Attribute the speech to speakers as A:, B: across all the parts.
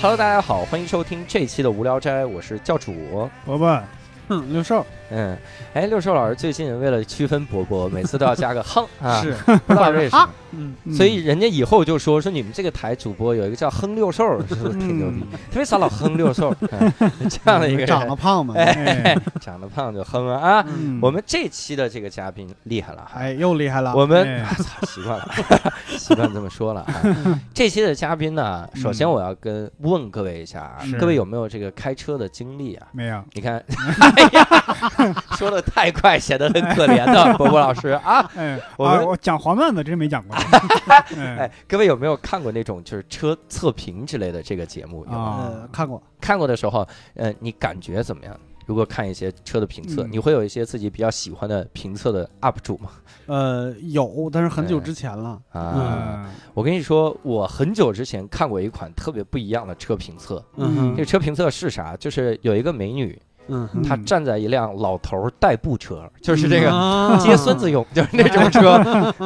A: Hello，大家好，欢迎收听这期的无聊斋，我是教主。
B: 伯伯，哼，六兽
A: 嗯，哎，六兽老师最近为了区分伯伯，每次都要加个 哼啊，
B: 是，
A: 不知道这是什么。
B: 嗯，
A: 所以人家以后就说说你们这个台主播有一个叫哼六兽，是不是挺牛逼？特别少老哼六兽，哎这样的一个人
C: 长得胖嘛，
B: 哎，
A: 长得胖就哼啊啊！
B: 嗯
A: 我们这期的这个嘉宾厉害了哈，
B: 哎又厉害了，
A: 我们
B: 哎
A: 啊操、习惯了， 习惯这么说了啊。这期的嘉宾呢，首先我要跟问各位一下啊，
B: 是
A: 各位有没有这个开车的经历啊？
B: 没有，
A: 你看，哎呀， 说的太快，显得很可怜的伯伯老师啊。
B: 哎，
A: 我们
B: 啊我讲黄段子真没讲 过，
A: 哎
B: 哎，，
A: 各位有没有看过那种就是车测评之类的这个节目？有吗
B: 啊
C: 呃，看过，
A: 看过的时候，呃，你感觉怎么样？如果看一些车的评测，
B: 嗯
A: 你会有一些自己比较喜欢的评测的 UP 主吗？
C: 呃，有，但是很久之前了，
A: 啊，
B: 嗯
A: 我跟你说，我很久之前看过一款特别不一样的车评测。
B: 嗯
A: 这个车评测是啥？就是有一个美女，
C: 嗯
B: 嗯
A: 她站在一辆老头儿代步车，就是这个
C: 个
A: 接孙子用，就是那种车，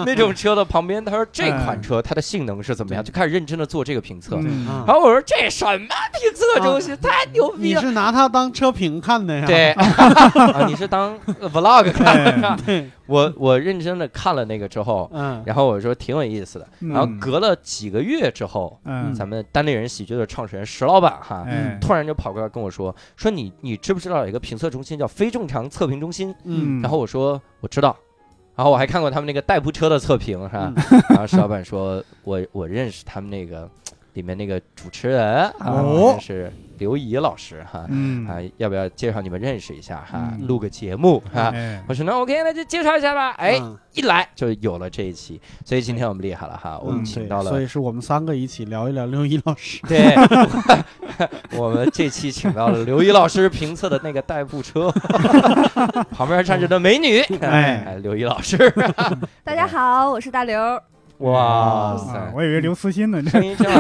A: 那种车的旁边。她说这款车它的性能是怎么样？就开始认真的做这个评测。
B: 嗯
A: 然后我说这什么评测东西，太牛逼
C: 你
A: 了！
C: 是拿它当车评看的呀？
A: 对，啊，你是当 vlog 看 的是吧？
C: 对，
A: 我我认真的看了那个之后，
C: 嗯，
A: 然后我说挺有意思的。
B: 嗯
A: 然后隔了几个月之后，
B: 嗯，
A: 咱们单立人喜剧的创始人石老板哈，
B: 哎，
A: 突然就跑过来跟我说，说你你知不知道有一个评测中心叫非正常测评中心？
C: 嗯，
A: 然后我说我知道。然后我还看过他们那个代步车的测评，是吧？
B: 嗯
A: 然后石老板说，我我认识他们那个里面那个主持人啊，
B: 哦
A: 是刘怡老师哈。
B: 嗯，
A: 啊，要不要介绍你们认识一下哈？
B: 嗯
A: 录个节目哈。
B: 哎，
A: 我说那 OK，那就介绍一下吧。哎，
C: 嗯，
A: 一来就有了这一期，所以今天我们厉害了哈，我们
C: 嗯
A: 请
C: 对
A: 到
C: 所
A: 了
C: 以是我们三个一起聊一聊六一老师，
A: 对， 我们这期请到了刘一老师评测的那个代步车， 旁边站着的美女，
B: 哎
A: 哎，刘一老师，
D: 大家好，我是大刘。
A: 哇
B: 啊
A: 塞，
B: 我以为刘慈欣呢，这
A: 声音这 样。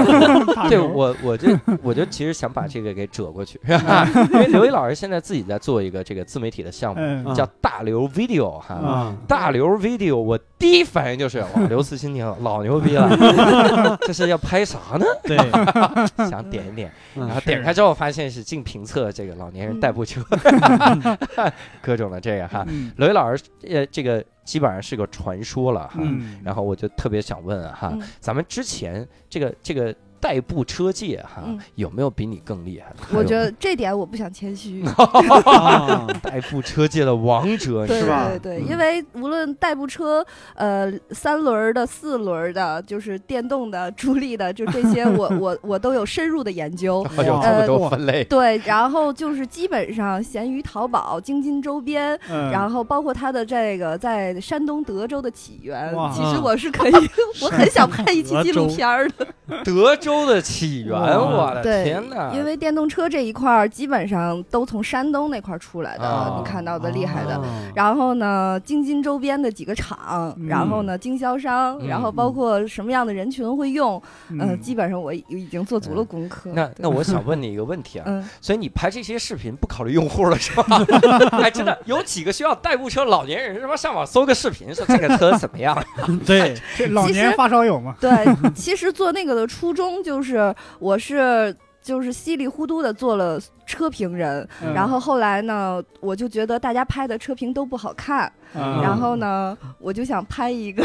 B: 大
A: 对
B: 牛
A: 我，我 就我就其实想把这个给折过去，
B: 啊
A: 因为刘一老师现在自己在做一个这个自媒体的项目，
B: 嗯
C: 啊
A: 叫大刘 Video 哈，
B: 啊，
A: 大刘 video，我第一反应就是哇，刘慈欣挺好老牛逼了， 这是要拍啥呢？
C: 对，
A: 想点一点，
C: 嗯
A: 然后
B: 是
A: 点开之后发现是净评测这个老年人代步 车，各种的这个哈。
B: 嗯
A: 刘烨老师，呃，这个基本上是个传说了哈。
B: 嗯，
A: 然后我就特别想问啊哈
D: 嗯，
A: 咱们之前这个这个代步车界哈
D: 嗯，
A: 有没有比你更厉害的？
D: 我觉得这点我不想谦虚，
C: 啊
A: 代步车界的王者
D: 对
A: 是吧？
C: 吧
D: 对对，
A: 嗯
D: 因为无论代步车，呃，三轮儿的、四轮儿的，就是电动的、 助力的，就这些我，我我都有深入的研 究。
A: 有这么多分类，
D: 对，然后就是基本上闲鱼、淘宝、京津周边，
B: 嗯
D: 然后包括它的这个在山东德州的起源
B: 哇，
D: 其实我是 可以，我很想拍一期纪录片儿的。
A: 德州的起源，
B: 哇
A: 我的
D: 对
A: 天哪！
D: 因为电动车这一块儿基本上都从山东那块儿出来的，
A: 啊
D: 你看到的厉害的。
C: 啊
D: 然后呢，京津周边的几个厂，
B: 嗯
D: 然后呢，经销商，
A: 嗯
D: 然后包括什么样的人群会用，呃，
B: 嗯
D: 基本上我已已经做足了功课。
A: 嗯那
D: 对
A: 那我想问你一个问题啊，
D: 嗯，
A: 所以你拍这些视频不考虑用户了是 吧？哎，真的有几个需要代步车老年人他妈上网搜个视频说这个车怎么样？
C: 对，
B: 这老年发烧友嘛，
D: 对， 其实做那个的初衷就是，我是就是稀里糊涂的做了车评人，
B: 嗯
D: 然后后来呢，我就觉得大家拍的车评都不好看，
B: 嗯
D: 然后呢，我就想拍一个，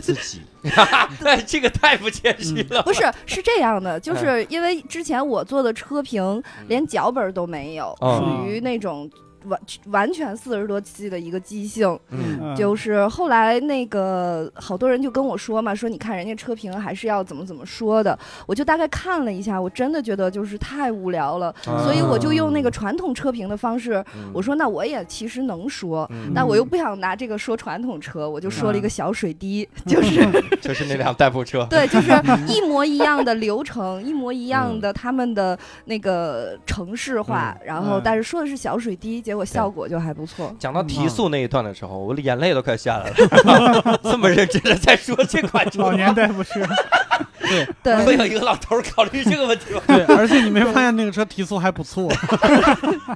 A: 自己， 哎，这个太不谦虚了。
D: 不是是这样的，
A: 嗯
D: 就是因为之前我做的车评连脚本都没有，
A: 哦
D: 属于那种完完全四十多期的一个即兴。
A: 嗯
B: 嗯
D: 就是后来那个好多人就跟我说嘛，说你看人家车评还是要怎么怎么说的，我就大概看了一下，我真的觉得就是太无聊了，
A: 啊
D: 嗯所以我就用那个传统车评的方式，
A: 嗯
D: 我说那我也其实能说。
A: 嗯
D: 但我又不想拿这个说传统车，我就说了一个小水 滴，就是
A: 就是那辆代步 车，
D: 对，就是一模一样的流程，一模一样的他们的那个城市化，然后
B: 嗯
D: 但是说的是小水滴，结果效果就还不错。
A: 讲到提速那一段的时候，我眼泪都快下来了。 这么认真的在说这款车
B: 老，年代步车，
A: 会
D: 对，
A: 有一个老头儿考虑这个问题吗？
C: 对，而且你没发现那个车提速还不错，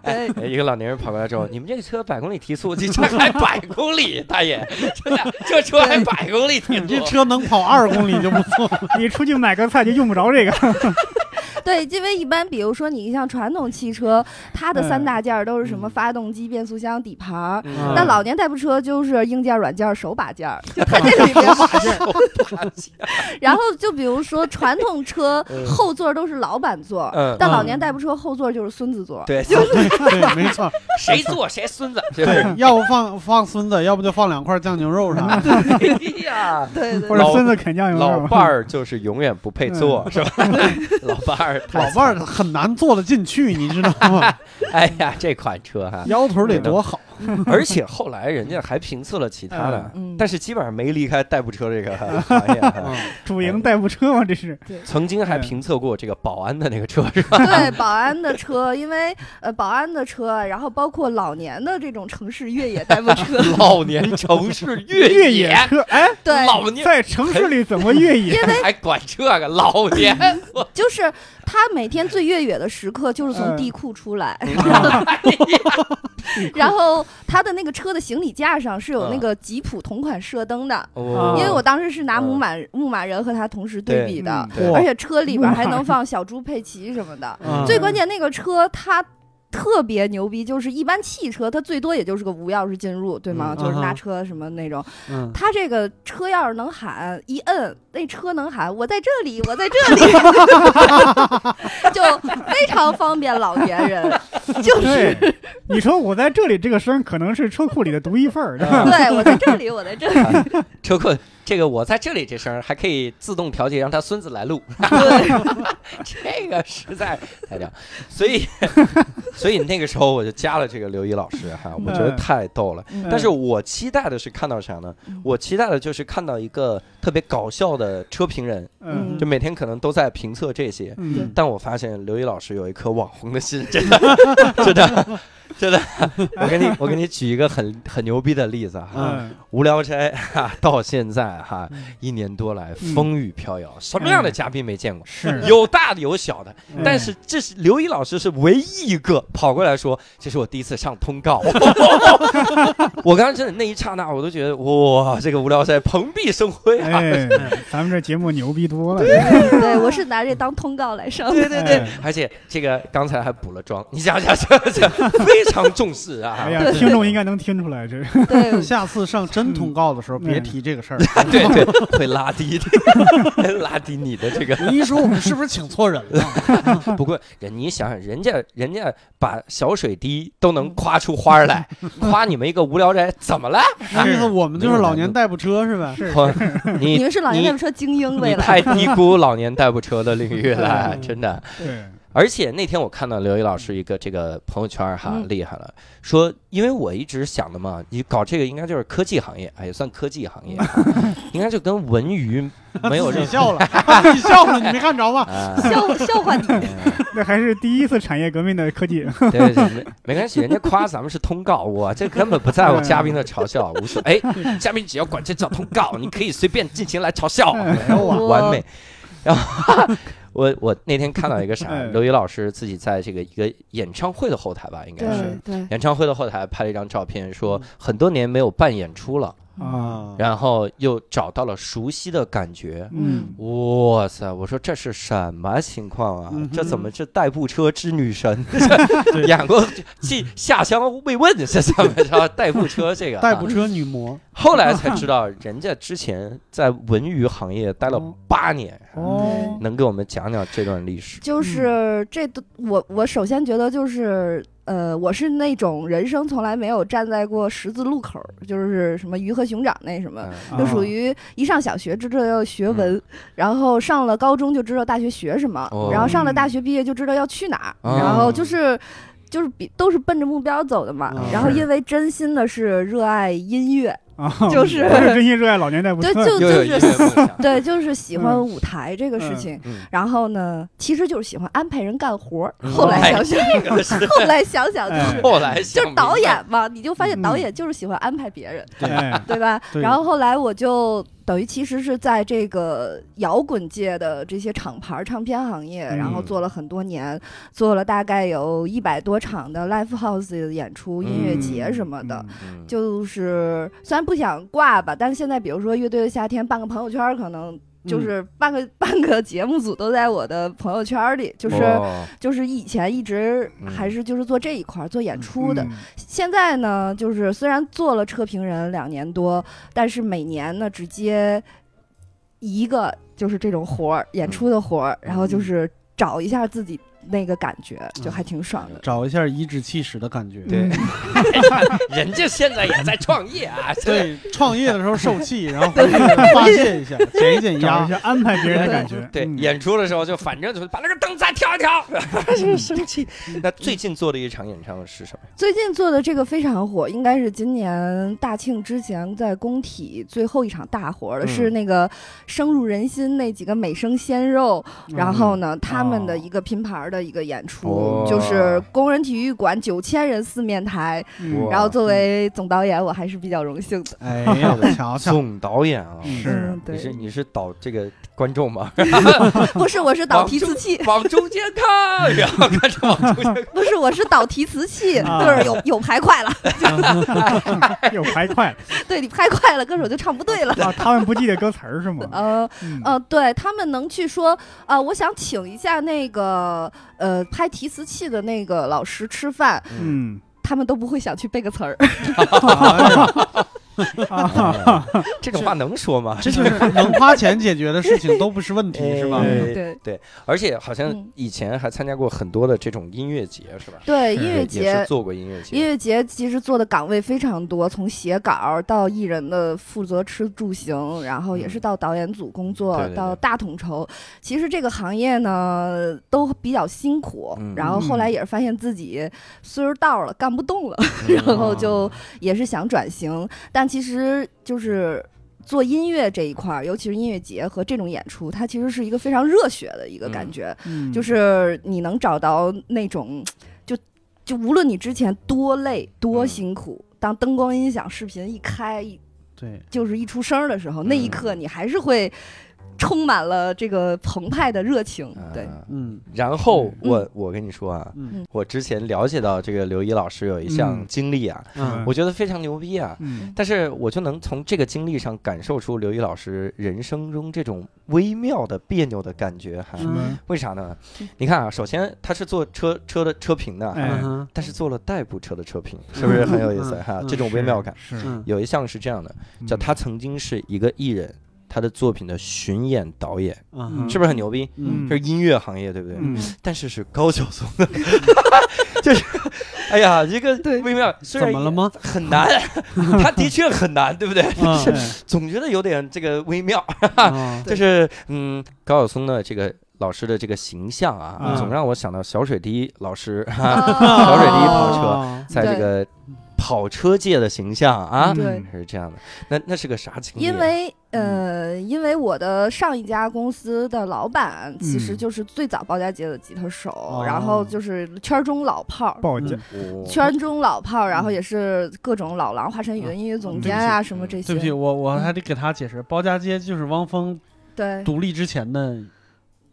D: 哎，
A: 哎，一个老年人跑过来之后，你们这个车百公里提速，这车还百公里，大爷，真的，这车还百公里提
C: 你这
A: 速，
C: 车能跑二公里就不错了。
B: 你出去买个菜就用不着这个，
D: 对，因为一般比如说你像传统汽车，它的三
B: 嗯
D: 大件儿都是什么
C: 嗯
D: 发动机、变速箱、底盘儿。
A: 嗯
D: 那老年代步车就是硬件儿、软件儿、手把件儿，就它这里面 然后就比如说传统车
A: 嗯
D: 后座都是老板座，
A: 嗯
D: 但老
C: 嗯
D: 年代步车后座就是孙子座。
A: 对，
C: 对对，没错，
A: 谁做谁孙子，对
C: 对，要不放放孙子，要不就放两块酱牛肉啥的。
A: 哎 呀，
D: 对对
B: 或
D: 对
B: 者
A: 老
B: 孙子啃酱油
A: 老
B: 肉
A: 伴儿就是永远不配做，是吧？ 老伴儿太，
C: 老伴儿很难坐得进去，你知道吗？
A: 哎呀，这款车哈，
C: 腰腿儿得多好，
A: 而且后来人家还评测了其他的，
D: 嗯，
A: 但是基本上没离开代步车这 个 行业哈。
C: 嗯
B: 主营代步车嘛，这是
A: 曾经还评测过这个保安的那个车是吧？
D: 对保安的车，因为呃保安的车，然后包括老年的这种城市越野代步 车，
A: 老年城市
B: 越
A: 野
B: 野，车。哎，
D: 对，
A: 老年
B: 在城市里怎么越野？
A: 还管这个老年，我
D: 就是他每天最越野的时刻就是从
B: 嗯
D: 地库出来， 然后他的那个车的行李架上是有那个吉普同款射灯的，
A: 哦
D: 因为我当时是拿
A: 嗯
D: 牧马牧马人和他同时对比的，
A: 对
B: 哎
D: 而且车里边
B: 嗯牧马
D: 还
B: 人
D: 能放小猪佩奇什么的。
C: 嗯
D: 最关键那个车它。特别牛逼，就是一般汽车它最多也就是个无钥匙进入，对吗？就
A: 嗯
D: 是
C: 啊哈
D: 拿车什么那种，
C: 嗯，
D: 它这个车钥匙能喊一摁，那车能喊我在这里，我在这里， 就非常方便老年人，就是
B: 对，你说我在这里这个声儿可能是车库里的独一份儿，对吧
A: 嗯
D: 对我在这里，我在这里，
A: 啊车库这个我在这里这声儿还可以自动调节，让他孙子来录， 这个实在太屌。所以， 所以那个时候我就加了这个刘一老师哈，我觉得
B: 嗯
A: 太逗了。
D: 嗯
A: 但是我期待的是看到啥呢
D: 嗯？
A: 我期待的就是看到一个特别搞笑的车评人，
B: 嗯
A: 就每天可能都在评测这些。
B: 嗯，
A: 但我发现刘一老师有一颗网红的心，真 的，真的，真的。我给你，我给你举一个很很牛逼的例子哈，
B: 嗯
A: 无聊斋哈、到现在哈、
C: 嗯
A: 一年多来
B: 嗯
A: 风雨飘摇，什么样的嘉宾没见过？
B: 是，
A: 有大的有小的，
B: 嗯
A: 但是这是刘一老师是唯一一个跑过来说，这是我第一次上通 告。我刚刚真的那一刹那，我都觉得哇，这个无聊斋蓬荜生辉啊！
B: 哎，咱们这节目牛逼多了，
D: 对我是拿这当通告来上的，
A: 对对对，
B: 哎
A: 而且这个刚才还补了妆，你想想想想，非常重视啊！
B: 哎呀，听众应该能听出来，这是
D: 对
C: 下次上真通告的时候，
B: 嗯
C: 别提这个事 儿。
A: 对对，会拉低 拉低你的这 个
C: 你一说我们是不是请错人 了？
A: 不过人你想想，人家人家把小水滴都能夸出花儿来，夸你们一个无聊宅怎 么了？
C: 那意思我们就是老年代步车是吧？
D: 你
A: 你
D: 们是老年代步车精 英未
A: 你
D: 来
A: 太低 估老年代步车的领域了，
C: 嗯
A: 真的。
B: 对，
A: 而且那天我看到刘毅老师一个这个朋友圈儿哈，
D: 嗯
A: 厉害了，说因为我一直想的嘛，你搞这个应该就是科技行业，哎，也算科技行业 哈，应该就跟文娱没有
C: 自己
A: 任何
C: 笑了，你笑了，你没看着吗？
A: 啊。
D: 笑笑话你，
B: 那还是第一次产业革命的科技，
A: 对对，没没关系，人家夸咱们是通告，我这根本不在乎嘉宾的嘲笑，无所哎，嘉宾只要管这叫通告，你可以随便尽情来嘲笑，啊
B: 哎
C: 呦
D: 我
A: 完美。然后我我那天看到一个啥，
B: 嗯
A: 刘宇老师自己在这个一个演唱会的后台吧，应该是。
D: 对对，
A: 演唱会的后台拍了一张照片，说很多年没有办演出了，
C: 嗯
B: 啊，
A: 然后又找到了熟悉的感觉。
B: 嗯，
A: 哇塞！我说这是什么情况啊？
C: 嗯哼
A: 这怎么是代步车之女神？
C: 对
A: 演过去下乡慰问是怎么着？代步车这个、啊，
C: 代步。车女魔，
A: 后来才知道，人家之前在文娱行业待了八年，
B: 哦，
A: 能给我们讲讲这段历史？
B: 嗯
D: 就是这都我我首先觉得就是。呃，我是那种人生从来没有站在过十字路口儿，就是什么鱼和熊掌那什么，
A: 嗯
D: 就
B: 啊嗯
D: 属于一上小学就知道要学文，然后上了高中就知道大学学什么，
A: 哦
D: 然后上了
B: 嗯啊
D: 大学毕业就知道要去哪儿，
A: 哦
D: 然后就是。就是比都是奔着目标走的嘛，
C: 嗯
D: 然后
B: 啊是
D: 因为真心的是热爱音乐，
A: 嗯
B: 啊，
D: 就是
B: 他是真心热爱老年代步
D: 对，
B: 车，
D: 就
A: 又
D: 就
A: 有音乐
D: 是
A: 梦 想，
D: 对，就是喜欢
B: 嗯
D: 舞台这个事
B: 嗯
D: 情。
A: 嗯
D: 然后呢，其实就是喜欢安排人干活儿。
A: 嗯
D: 后来
A: 哎
D: 想想，
A: 这个是
D: 后来想想就是
B: 哎
A: 后来想
D: 就是导演嘛，你就发现导
B: 嗯
D: 演就是喜欢安排别人。
B: 哎，
D: 对吧？
C: 对
D: 然后后来我就等于其实是在这个摇滚界的这些厂牌儿、唱片行业，
B: 嗯
D: 然后做了很多年，做了大概有一百多场的 live house 的演出、音
A: 嗯
B: 嗯
D: 乐节什么的。
A: 明白，
D: 就是虽然不想挂吧，但是现在比如说乐队的夏天办个朋友圈儿，可能
C: 嗯
D: 就是
A: 嗯
D: 半个 半个节目组都在我的朋友圈里，就是
A: 哦
D: 就是以前一直
A: 嗯
D: 还是就是做这一块儿做演出的，
B: 嗯
D: 现在呢，就是虽然做了车评人两年多，但是每年呢只接一个就是这种活儿，演出的活儿，然后
A: 嗯
D: 就是找一下自己那个感觉，就还挺爽的。
C: 找一下颐指气使的感觉。
A: 对
B: 嗯
A: 人家现在也在创业啊，这
C: 对，创业的时候受 气，然后回去发泄一下，减一减
B: 找一
C: 压。
B: 下安排别人的感觉。
A: 嗯 对
B: 嗯
A: 演出的时候就反正就把那个灯再调一调， 就是生气。那最近做的一场演唱是什么呀？
D: 最近做的这个非常火，应该是今年大庆之前在工体最后一场大火了，
A: 嗯
D: 是那个深入人心那几个美声鲜肉，
A: 嗯
D: 然后呢，他们的
B: 哦
D: 一个拼盘儿的一个演出，
A: 哦
D: 就是工人体育馆九千人四面台，
A: 哇
B: 嗯
D: 然后作为总导演，我还是比较荣幸的。
C: 哎呀，瞧 瞧，
A: 总导演啊，
C: 嗯
B: 是
D: 嗯，
A: 你是
D: 对，
A: 你是导这个观众吗？
D: 不是我是导提词器，
A: 往中间看， 然后看着往中间
D: 不是我是导提词器，
B: 啊
D: 就是有有排快了，
B: 有排快
D: 对你排快了，歌手就唱不对 了。
B: 啊，他们不记得歌词儿是吗？
D: 呃
B: 嗯
D: 呃，对他们能去说，呃，我想请一下那个呃拍提词器的那个老师吃饭，
A: 看。
B: 嗯
D: 他们都不会想去背个词儿。
C: 哎呀
B: 啊，
A: 嗯这种话能说吗？
C: 这就是能花钱解决的事情都不是问题，是吧？
A: 哎
D: 对
A: 而且好像
D: 嗯
A: 以前还参加过很多的这种音乐节，是吧？
D: 对，音
B: 是
A: 对
D: 乐
A: 也
D: 节
A: 是做过音乐节，
D: 音乐节其实做的岗位非常多，从写稿到艺人的负责吃住行，然后也是到导演组工作，
A: 嗯对对对
D: 到大统筹。其实这个行业呢都比较辛苦，
A: 嗯
D: 然后后来也是发现自己岁数到了，干不动了，
A: 嗯
D: 然后就也是想转型，但其实就是。做音乐这一块儿，尤其是音乐节和这种演出，它其实是一个非常热血的一个感
A: 嗯
D: 觉。
B: 嗯
D: 就是你能找到那种，就就无论你之前多累多
A: 嗯
D: 辛苦，当灯光音响、视频一开，一
C: 对，
D: 就是一出声儿的时候，那
A: 嗯
D: 一刻你还是会充满了这个澎湃的热情。 对，
A: 啊
C: 嗯
A: 然后
D: 嗯
A: 我我跟你说啊，
C: 嗯
A: 我之前了解到这个刘一老师有一项
B: 嗯
A: 经历啊，
C: 嗯
A: 我觉得非常牛逼啊。
B: 嗯
A: 但是我就能从这个经历上感受出刘一老师人生中这种微妙的别扭的感觉，还
C: 嗯
B: 什么
A: 为啥呢？你看啊，首先他是做车车的车评
C: 嗯
A: 的，
B: 哎
C: 哼
A: 但是做了代步车的车评，是不是很有意思
C: 嗯
A: 哈？
C: 嗯
A: 这种微妙感，
B: 是嗯
C: 嗯
A: 有一项是这样的，叫他曾经是一个艺人，他的作品的巡演导演，
C: 嗯
A: 是不是很牛逼？
C: 嗯
B: 嗯
A: 这是音乐行业，对不对？
B: 嗯
A: 但是是高晓松的， 就是，哎呀，一个
D: 对
A: 微妙，虽然
C: 怎么了吗？
A: 很难，他的确很难，对不对？
C: 啊
B: 是
A: 总觉得有点这个微妙，
C: 啊
D: 对
A: 就是嗯，高晓松的这个老师的这个形象啊，
B: 嗯
A: 总让我想到小水滴老师，
D: 小
A: 水滴跑车
C: 啊
A: 在这个跑车界的形象啊，
B: 嗯
D: 对
A: 是这样的。那那是个啥情啊
D: 嗯
A: 节？
D: 因为
C: 嗯
D: 呃，因为我的上一家公司的老板其
C: 嗯
D: 实就是最早包家街的吉他手，然后
C: 哦
D: 就是圈中老炮儿。
B: 报价
C: 嗯
A: 我
D: 圈中老炮儿，然后
C: 嗯
D: 也是各种老狼、华晨宇的音乐总监啊，什么这些。
C: 对不起，我我还得给他解释，包家街就是汪峰
D: 对
C: 独立之前的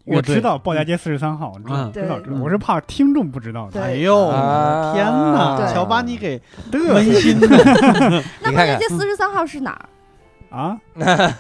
C: 乐
B: 我
C: 队
B: 知道鲍
A: 嗯
B: 家街四十三号，知道
C: 嗯
B: 知道知道，
C: 对
B: 我是怕听众不知道的。
D: 对
C: 哎呦，
A: 啊
C: 天哪！
D: 对
C: 瞧把你给
B: 嘚
C: 温馨的，
D: 那八
A: 你看
D: 家
A: 看
D: 街
C: 嗯
D: 四十三号是哪儿？
B: 啊，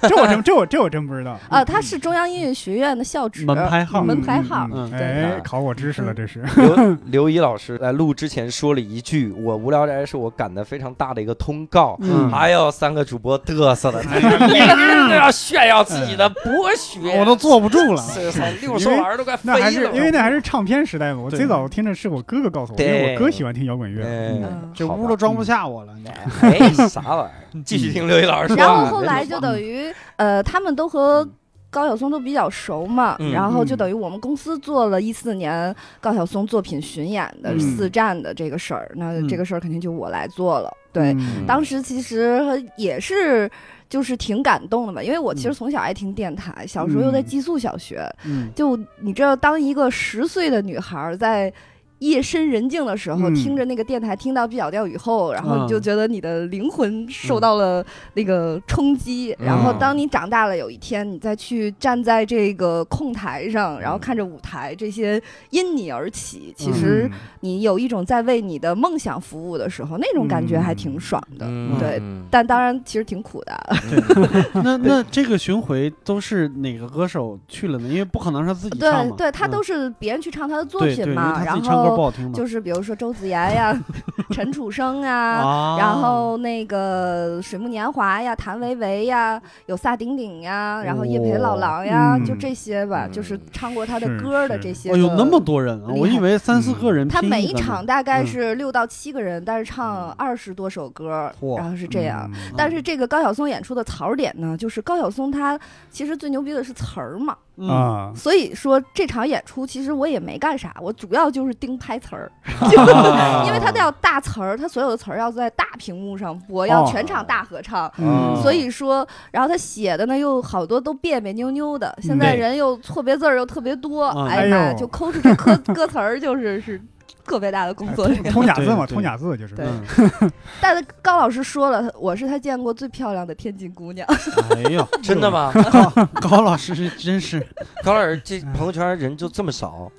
B: 这我真这我这我真不知道
D: 啊，它是中央音乐学院的校址。
C: 嗯门牌号
B: 嗯
D: 门牌号
B: 嗯嗯
D: 对嗯
B: 哎，考我知识了，这是。
A: 刘刘怡老师在录之前说了一句：“我无聊斋是我赶的非常大的一个通告。”
C: 嗯
A: 哎呦，三个主播嘚瑟了，那要炫耀自己的博学，
C: 我都坐不住了。
A: 是是六兽玩都快飞
B: 那还是
A: 了。
B: 因为那还是唱片时代嘛，我
C: 对
B: 最早听的是我哥哥告诉我，因
A: 对
B: 为我哥喜欢听摇滚乐。
A: 嗯
D: 嗯，
C: 这
A: 好吧
C: 屋都装不下我了，
A: 哎 啥玩意儿？继续听刘怡老 师说啊。
D: 然后后来就等于呃，他们都和高晓松都比较熟嘛，
A: 嗯
D: 然后就等于我们公司做了一四年高晓松作品巡演的
B: 嗯
D: 四站的这个事儿，那这个事儿肯定就我来做了。对，
B: 嗯
D: 当时其实也是。就是挺感动的吧，因为我其实从小爱听电台，小时候又在寄宿小学，
C: 嗯
D: 就你知道，当一个十岁的女孩儿在夜深人静的时候，
B: 嗯
D: 听着那个电台，听到《碧晓钓鱼》后，然后
C: 嗯
D: 你就觉得你的灵魂受到了那个冲击。
A: 嗯
D: 然后当你长大了，有一天你再去站在这个控台
C: 嗯
D: 上，然后看着舞台这些因你而起，其
C: 嗯
D: 实
B: 嗯
D: 你有一种在为你的梦想服务的时候，那种感觉还挺爽的。
A: 嗯
D: 对
A: 嗯
D: 但当然，其实挺苦
C: 啊
D: 的。
C: 那那这个巡回都是哪个歌手去了呢？因为不可能是自己唱嗯
D: 对
C: 嘛。
D: 对，他都
C: 是
D: 是别人去唱他的作品嘛，
C: 他
D: 然
C: 自己唱歌不
D: 后
C: 好听嘛。
D: 就是比如说周子妍呀、 陈楚生啊，
C: 啊
D: 然后那个水木年华呀、谭维维呀、有萨顶顶呀，然后叶培
C: 哦
D: 老郎呀，
B: 嗯
D: 就这些吧，
A: 嗯
D: 就是唱过他的
B: 是
D: 歌的
B: 是
D: 这些
C: 哦，
D: 个。
C: 有那么多人啊！
D: 厉害
C: 我以为三四个人拼
D: 他
C: 个呢。
D: 每一场大概
C: 嗯
D: 是六到七个人，但是唱
A: 嗯
D: 二十多首歌，
C: 嚯
D: 然后是这样。
C: 嗯，
D: 但是这个高晓松演出的槽点呢，就是高晓松他其实最牛逼的是词儿嘛，
C: 嗯
B: 啊，
D: 所以说这场演出其实我也没干啥，我主要就是盯拍词 儿，
C: 啊
D: 因为他都要大词儿，他所有的词儿要在大屏幕上播，要
B: 哦
D: 全场大合唱，
A: 嗯
D: 所以说，然后他写的呢又好多都别别扭扭的，现在
B: 嗯对
D: 人又错别字儿又特别多，
C: 嗯
D: 哎呀
B: 哎
D: 妈，
B: 呦
D: 就抠出这歌歌词儿就是 是特别大的工作量。
B: 哎通假字嘛，
C: 对对
B: 通假字就是。
D: 对
C: 嗯
D: 但是高老师说了，我是他见过最漂亮的天津姑
B: 嗯
D: 娘，
C: 哎呦，
A: 真的吗？
C: 高老师是真是
A: 高老师这朋友圈人就这么少，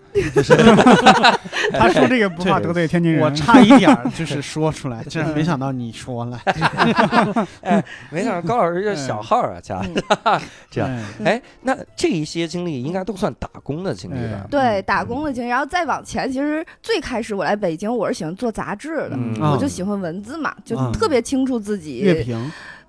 B: 他说这个不怕
C: 对
B: 得罪天津人，
C: 我差一点儿就是说出 来，这没想到你说了。
A: 没想到高老师这小号啊，家
D: 嗯
A: 这样
C: 哎
A: 哎，那这一些经历应该都算打工的经历
B: 哎
A: 吧？
D: 对打工的经历。然后再往前，其实最开始我来北京，我是喜欢做杂志的。
A: 嗯
D: 我
C: 啊
D: 就喜欢文字嘛，就
C: 嗯
D: 特别清楚自己、
C: 乐评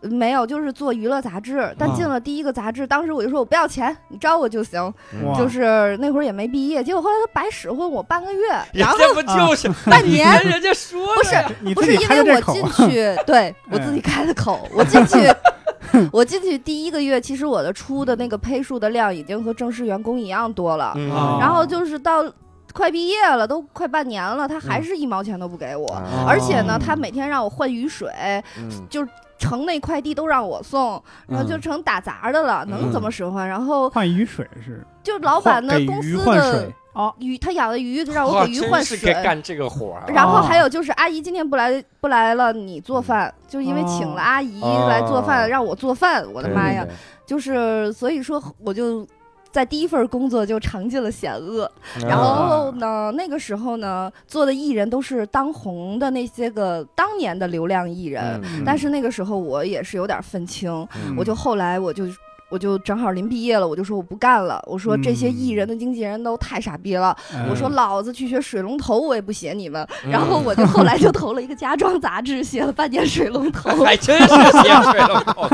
D: 呃没有，就是做娱乐杂志。但
B: 嗯
C: 啊
D: 进了第一个杂志，当时我就说我不要钱，你招我就行。
A: 嗯
B: 哇
D: 就是那会儿也没毕业，结果后来他白使唤我半 个月，
A: 人
D: 然后
A: 家不就是
D: 半年
A: 跟人家说
D: 不是
B: 你
D: 不
B: 自
D: 是
B: 己
D: 因
B: 开的
D: 为
B: 这
D: 我
B: 口啊嗯
D: 进去，对 我自己开的口，我进去。我进去第一个月，其实我的出的那个胚数的量已经和正式员工一样多了。
A: 嗯
C: 啊
D: 然
B: 哦
D: 后就是到快毕业了，都快半年了，他
B: 嗯
D: 还是一毛钱都不给我。
B: 哦
D: 而且呢，他每天让我换雨水，
A: 嗯
D: 城内快递都让我送，然
C: 嗯
D: 后就成打杂的
A: 嗯
D: 了，能怎么使唤？然后
B: 换雨水是
D: 就老板的
C: 给
D: 公
C: 鱼
D: 司
C: 换
D: 的
C: 水，
D: 鱼，他养的鱼就让
A: 哇
D: 我给鱼
A: 真
D: 换
A: 是
D: 水。
A: 该干这个活儿啊，
D: 然后
B: 哦
D: 还有就是，阿姨今天不来不来了，你做饭，就因为请了阿姨
A: 哦
D: 来做饭，让我做饭，我的
A: 对
D: 妈呀！！
A: 对
D: 就是所以说，我就在第一份工作就尝尽了险恶。
A: 对
D: 然
A: 啊
D: 后呢，那个时候呢，做的艺人都是当红的那些个当年的流量艺人，
A: 嗯
D: 但是那个时候我也是有点愤青，
A: 嗯，
D: 我就后来我就。我就正好临毕业了，我就说我不干了。我说这些艺人的经纪人都太傻逼了，
B: 嗯
D: 我说老子去学水龙头，我也不写你们。然后我就后来就投了一个家装杂志，写了半年水龙头
A: 还真是写水龙头，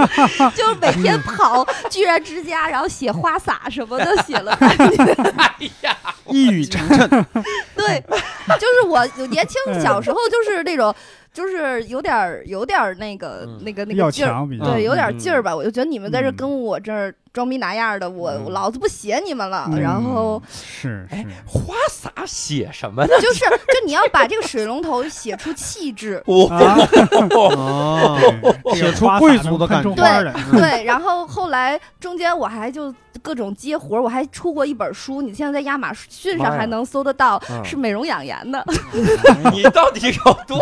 D: 就是每天跑居然之家，然后写花洒什么的，写了半年。
A: 哎呀，
C: 一语成谶，
D: 对，就是我有年轻小时候就是那种，就是有点儿有点儿那个
A: 嗯
D: 那个那
B: 比
D: 个
B: 较
D: 劲儿，
B: 强，比较
D: 对，有点儿
A: 嗯
D: 劲儿吧。我就觉得你们在这
B: 嗯
D: 跟我这儿装逼拿样儿的，我我
A: 嗯
D: 老子不写你们了。
B: 嗯
D: 然后
B: 是
A: 哎
B: 是，
A: 花洒写什么呢？
D: 就是，就你要把这个水龙头写出气质，
A: 我
B: 啊，
C: 哦，
B: 对
C: 写出贵族的感觉
B: 这个花洒能喷出花儿来
D: 对，然后后来中间我还就各种接活儿，我还出过一本书，你现在在亚马逊上
A: 妈呀
D: 还能搜得到，
A: 嗯
D: 是美容养颜的，
A: 你到底有多？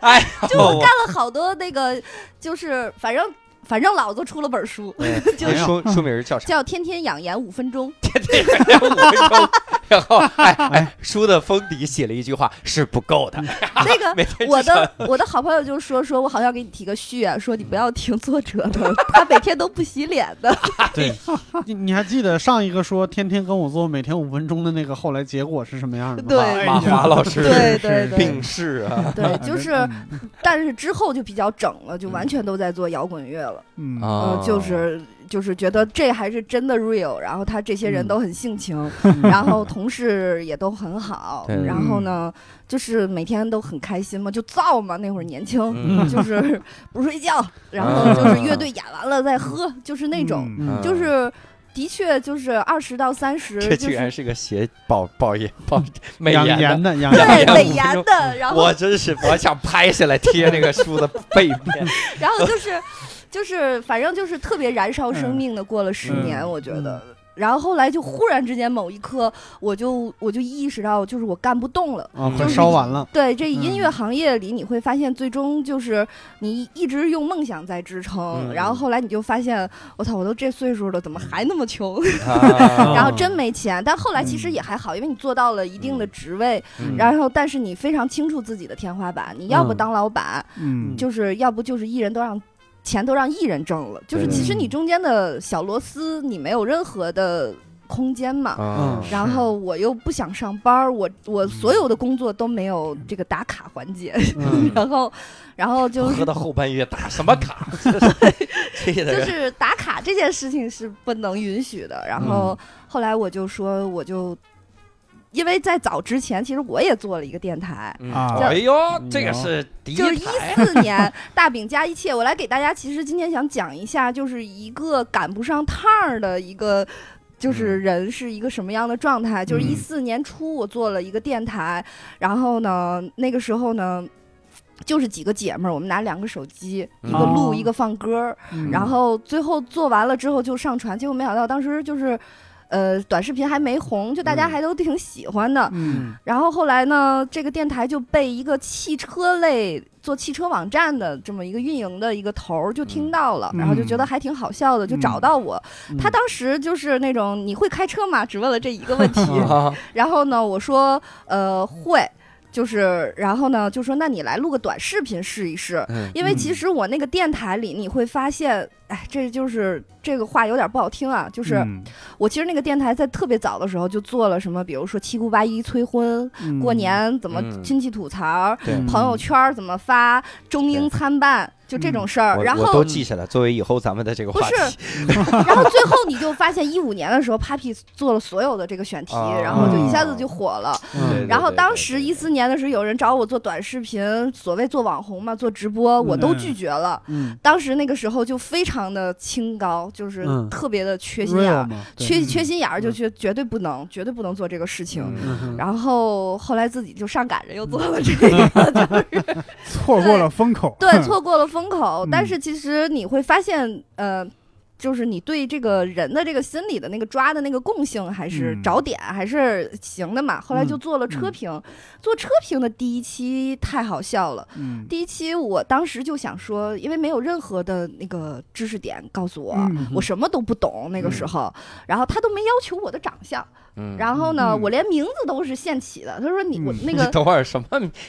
A: 哎呦，
D: 就
A: 我
D: 我干了好多那个，就是反正反正老子出了本书，
A: 对
D: 就
A: 哎
D: 是
A: 书 书名儿叫啥？
D: 叫《天天养颜五分钟》，
A: 这个人五分钟。然后，哎哎，嗯书的封底写了一句话是不够的，
D: 那个。
A: 每天
D: 我
A: 至少
D: 的我的好朋友就说说，我好像给你提个序啊，说你不要听作者的，他每天都不洗脸的。
C: 对， 你你还记得上一个说天天跟我做每天五分钟的那个，后来结果是什么样的 吗？
D: 对
B: 哎
A: 马
B: 呀
A: 华老师
D: 对
B: 是
D: 对
B: 是嗯
D: 对
A: 病逝啊
D: 对，就是，但是之后就比较整了，就完
A: 嗯
D: 全都在做摇滚乐了。
B: 嗯，嗯
A: 啊
D: 呃，就是就是觉得这还是真的 real，然后他这些人
C: 嗯
D: 都很性情，
C: 嗯
D: 然后同事也都很好
A: 对，嗯
D: 然后呢，就是每天都很开心嘛，就造嘛，那会儿年轻，
A: 嗯
D: 就是不睡觉，然后就是乐队演完了再喝，就是那种，
B: 嗯
A: 嗯
D: 就是的确就是二十到三十，
A: 这
D: 就
A: 竟
D: 是
A: 然是个写保保研保美
C: 养
A: 颜
C: 颜
A: 的。
C: 的养
A: 养
D: 对
A: 颜
D: 美
A: 五分
D: 颜
A: 钟
D: 的，然后
A: 我真是，我想拍下来贴那个书的背面。
D: 然后就是就是反正就是特别燃烧生命的过了十
B: 嗯
D: 年，我觉得然后后来就忽然之间某一刻，我就我就意识到，就是我干不动了。
C: 啊，
A: 就
C: 快
A: 是
C: 烧完了。
D: 对，这音乐
C: 嗯
D: 行业里，你会发现最终就是你一直用梦想在支撑，
A: 嗯
D: 然后后来你就发现，我操，我都这岁数了，怎么还那么穷？
A: 啊
D: 然后真没钱，但后来其实也还好，因为你做到了一定的职位，
A: 嗯
D: 然后但是你非常清楚自己的天花板，你要不
C: 嗯
D: 当老板，
B: 嗯，
D: 就是要不就是艺人都让。钱都让艺人挣了，就是
A: 对
D: 其实你中间的小螺丝，你没有任何的空间嘛。
A: 啊
C: 嗯
D: 然后我又不想上班儿，我我所有的工作都没有这个打卡环节，
A: 嗯
D: 然后，然后就是
A: 喝到后半夜打什么 卡？这个
D: 就是打卡这件事情是不能允许的。然
A: 嗯
D: 后后来我就说，我就因为在早之前，其实我也做了一个电台。
A: 嗯
B: 啊
A: 哎呦，这个
C: 嗯
A: 是第一
D: 就是一
A: 台啊
D: 四年，大饼加一切，我来给大家，其实今天想讲一下，就是一个赶不上趟儿的一个，就是人是一个什么样的状态。就是
B: 嗯
D: 一四年初，我做了一个电台，然后呢，那个时候呢，就是几个姐们儿，我们拿两个手机，一个
B: 哦
D: 录，一个放歌儿，
B: 嗯
D: 然后最后做完了之后就上传，结果没想到当时就是，呃，短视频还没红，就大家
A: 嗯
D: 还都挺喜欢的。
B: 嗯
D: 然后后来呢，这个电台就被一个汽车类做汽车网站的这么一个运营的一个头儿就听到了，
B: 嗯
D: 然后就觉得还挺好笑的，就找到我。
C: 嗯
D: 他当时就是那种你会开车吗？只问了这一个问 题。
B: 嗯
A: 啊，
D: 然后呢，我说呃会，就是然后呢就说那你来录个短视频试一试。
A: 嗯
D: 因为其
B: 嗯
D: 实我那个电台里，你会发现，哎，这就是这个话有点不好听啊。就是、
B: 嗯
D: 我其实那个电台在特别早的时候就做了什么，比如说七姑八姨催婚，
B: 嗯
D: 过年怎么
A: 嗯
D: 亲戚吐槽，
A: 对
B: 嗯
D: 朋友圈儿怎么发，中英参半，就这种事儿。
A: 嗯我
D: 啊然
A: 我都
D: 后
A: 记下来，作为以后咱们的这个话
D: 不是
A: 题。
D: 然 后最后你就发现，一五年的时候，Papi 做了所有的这个选题，
A: 啊
D: 然后就一下子就火了。
A: 对
D: 然后
A: 对
D: 当
A: 对
D: 时
A: 对
D: 一四年的时候，有人找我做短视频，所谓做网红嘛，做直播，我都拒绝了。
C: 嗯，
D: 当时那个时候就非常的清高，就是
C: 嗯
D: 特别的缺心眼
C: real
D: 儿，
C: 嘛，对
D: 缺
B: 嗯
D: 缺心眼儿就觉得绝对不能，绝对不能做这个事情。
A: 嗯
C: 嗯哼
D: 然后后来自己就上赶着又做了这个，就是
B: 错过了风口，
D: 对错过了风口。
B: 嗯
D: 但是其实你会发现，呃，就是你对这个人的这个心理的那个抓的那个共性，还是
B: 嗯
D: 找点还是行的嘛。后来就做了车
B: 嗯
D: 评，做车评的第一期太好笑了。
B: 嗯
D: 第一期我当时就想说，因为没有任何的那个知识点告诉我。
B: 嗯
D: 我什么都不懂，那个时候，然后他都没要求我的长相，
A: 嗯
D: 然后呢，
B: 嗯
D: 我连名字都是现起的。他说你我
B: 嗯
D: 那
A: 你
D: 个
A: 等会儿什么？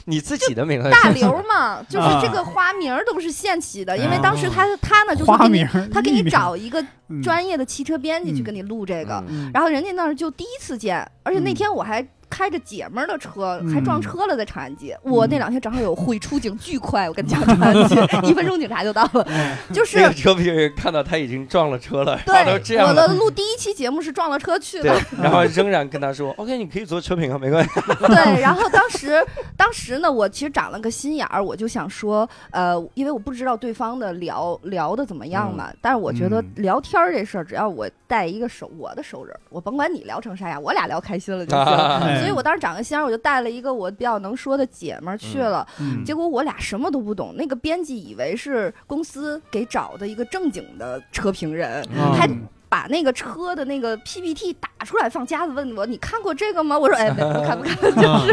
A: 你自己的名字
D: 大刘 嘛，就是
B: 啊
D: 这个花名儿都是现起的，因
A: 啊
D: 为当时他他呢就是
B: 花
D: 给你
B: 名儿
D: 他给
B: 艺
D: 你
B: 名
D: 找一个
B: 嗯
D: 专业的汽车编辑去
B: 嗯
D: 给你录这个，
A: 嗯
D: 然后人家那儿就第一次见，而且那
B: 嗯
D: 天我还。开着姐们儿的车，还撞
B: 嗯
D: 车了，在长安街。我那两天正好有会，出警巨快，我跟你讲，长安 街一分钟警察就到了。
B: 嗯
D: 就是
A: 那个车评人看到他已经撞了车了，然后都这
D: 对，我
A: 样了，
D: 的录第一期节目是撞了车去
A: 对
D: 的，，
A: 然后仍然跟他说 OK，你可以做车评啊，没关系。
D: 对。然后当时，当时呢，我其实长了个心眼儿，我就想说，呃，因为我不知道对方的聊聊的怎么样嘛，但是我觉得
B: 嗯
D: 聊天儿这事儿，只要我带一个熟我的熟人儿，我甭管你聊成啥样，我俩聊开心了就 行。
A: 啊
D: 所以我当时长个心眼儿，我就带了一个我比较能说的姐们儿去
A: 嗯
D: 了。
B: 嗯
D: 结果我俩什么都不懂，那个编辑以为是公司给找的一个正经的车评人，
C: 嗯
D: 还把那个车的那个 PPT 打出来放夹子，问我你看过这个吗？我说哎，没不看不看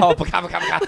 A: 哦，不看不看 不看，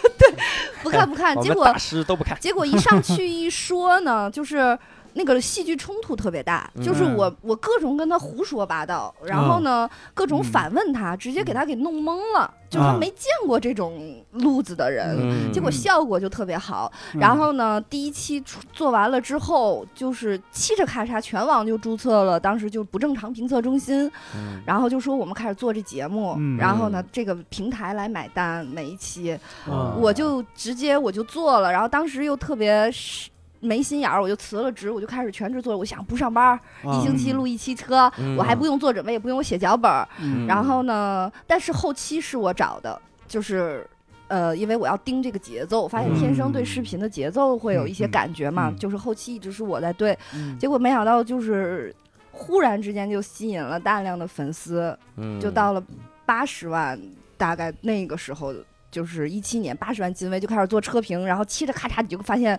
D: 不看不看。
A: 我
D: 结
A: 们
D: 果
A: 大师都不看。
D: 结果一上去一说呢，就是。那个戏剧冲突特别大，就是
B: 嗯
D: 我我各种跟他胡说八道，然后呢各
B: 嗯
D: 种反问他，直接给他给弄懵了，就是他
C: 啊
D: 没见过这种路子的人，
A: 嗯
D: 呃结果效果就特别好。
B: 嗯
D: 然后呢，第一期出做完了之后，就是嘁哧咔嚓，全网就注册了，当时就不正常评测中心，
A: 嗯
D: 然后就说我们开始做这节目，
B: 嗯
D: 然后呢，这个平台来买单每一期，
A: 啊
D: 我就直接我就做了，然后当时又特别是没心眼儿，我就辞了职，我就开始全职做了。我想不上班儿，
C: 啊
D: 一星期录一期车，
A: 嗯
D: 我还不用做准备，也不用写脚本儿，
B: 嗯
D: 然后呢，但是后期是我找的，就是。呃，因为我要盯这个节奏，我发现天生对视频的节奏会有一些感觉嘛，
B: 嗯嗯嗯嗯
D: 就是后期一直是我在对，
C: 嗯
D: 结果没想到就是忽然之间就吸引了大量的粉丝，
A: 嗯
D: 就到了八十万，大概那个时候就是一七年八十万金威就开始做车评，然后嘁着咔嚓你就发现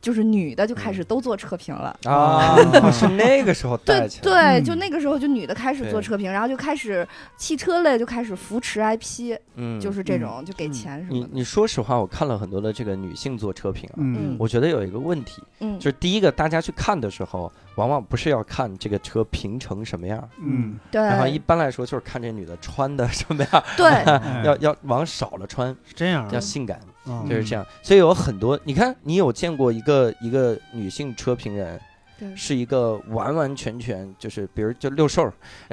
D: 就是女的就开始都做车评了。
A: 啊，是那个时候带
D: 对
A: 起来
D: 对，
A: 的。
B: 嗯
D: 就那个时候，就女的开始做
A: 对
D: 车评，然后就开始汽车类就开始扶持 IP，
A: 嗯，
D: 就是这种，就给
C: 嗯
D: 钱什
A: 你
D: 么的。
A: 你说实话，我看了很多的这个女性做车评啊，
B: 嗯
A: 我觉得有一个问题，
D: 嗯，
A: 就是第一个，大家去看的时候，往往不是要看这个车评成什么样，
B: 嗯，
D: 对
A: 然后一般来说就是看这女的穿的什么样，
D: 对，
B: 哎
A: 啊要要往少了穿，
C: 是这样
A: 要
C: 啊，
A: 性感，
C: 嗯
A: 就是这样。所以有很多，你看，你有见过一个一个女性车评人，
D: 对
A: 是一个完完全全就是，比如就六兽，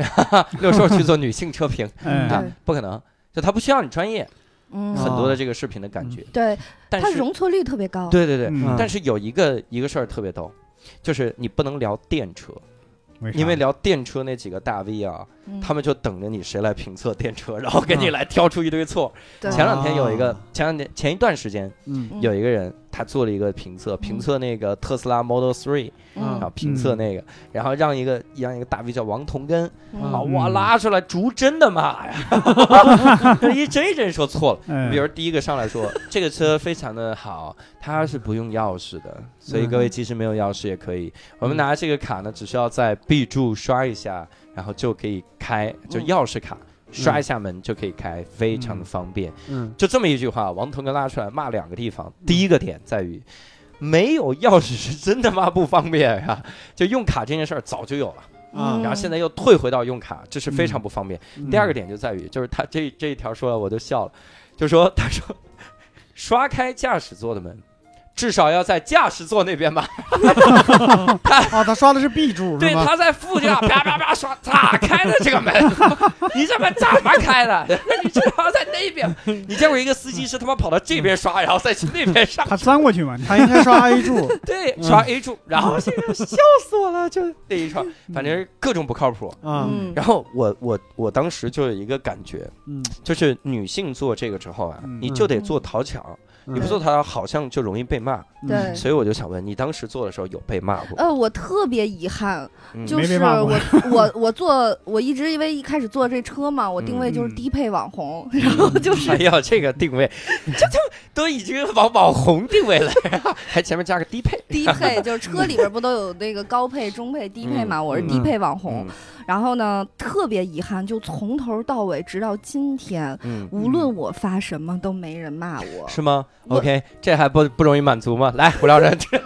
A: 六兽去做女性车评，
B: 哎
A: 啊，不可能，就她不需要你专业，
D: 嗯，
A: 很多的这个视频的感觉，
D: 对，
A: 但
D: 它
A: 是
D: 容错率特别高。
A: 对对对，
B: 嗯
A: 但是有一个一个事儿特别逗，就是你不能聊电车，
B: 为啥
A: 因为聊电车那几个大 V 啊，
D: 嗯
A: 他们就等着你谁来评测电车，然后给你
C: 嗯
A: 来挑出一堆错。
D: 对
A: 前两天有一个
C: 啊，
A: 前两天前一段时间
C: 嗯
D: 嗯
A: 有一个人，他做了一个评测，评测那个特斯拉 Model Three，
D: 嗯
A: 然后评测那个，然后让一个让一个大 V 叫王同根，
D: 嗯
A: 把
B: 嗯
A: 我拉出来，逐帧的骂 呀， 一帧一帧说错了。
B: 哎
A: 比如第一个上来说，这个车非常的好，它是不用钥匙的，所以各位即使没有钥匙也可以。我们拿这个卡呢，只需要在 B 柱刷一下，然后就可以开，就钥匙卡。刷一下门就可以开，非常的方便。
C: 嗯
A: 就这么一句话，王腾哥拉出来骂两个地方。第一个点在于，没有钥匙是真他妈不方便呀、就用卡这件事儿早就有了，
C: 啊
A: 然后现在又退回到用卡，这是非常不方便。第二个
C: 点，
A: 点就在于，就是他这这一条说了，我都笑了，就说他说刷开驾驶座的门，至少要在驾驶座那边吧。
C: 哦，他刷的是 B 柱
A: 对，
C: 是吗？
A: 他在副驾啪啪啪刷，咋开的这个门？ 你这门怎么开的？ 那你至少要在那 边。你见过一个司机是他妈跑到这边刷，然后再去那边上？
B: 他钻 过去嘛，
C: 他应该刷 A 柱，
A: 对，
C: 嗯
A: 刷 A 柱，然后这个 笑死我了，就嗯那一串，反正各种不靠谱。
C: 啊，
D: 嗯
A: 然后我我我当时就有一个感觉，
C: 嗯，
A: 就是女性做这个之后啊，
B: 嗯
A: 你就得做讨巧，
C: 嗯
A: 你不做讨巧好像就容易被骂，
D: 对
A: 所以我就想问你，当时做的时候有被骂过？
D: 呃，我特别遗憾，
A: 嗯
D: 就
B: 没被
D: 是
B: 骂过
D: 我我我做我一直因为一开始做这车嘛，我定位就是
B: 嗯
D: 低配网红，然后就是
A: 哎呀，这个定位， 这就都已经往网红定位了，还前面加个低配，
D: 低配，就是车里边不都有那个高配、中配、低配嘛？
A: 嗯
D: 我是低配网红
A: 嗯，
D: 然后呢，特别遗憾，就从头到尾，直到今天，
A: 嗯，
D: 无论我发什么都没人骂我。
A: 是吗
D: 我
A: ？OK，这还不不容易满足吗？ 来，胡聊人，
D: 对，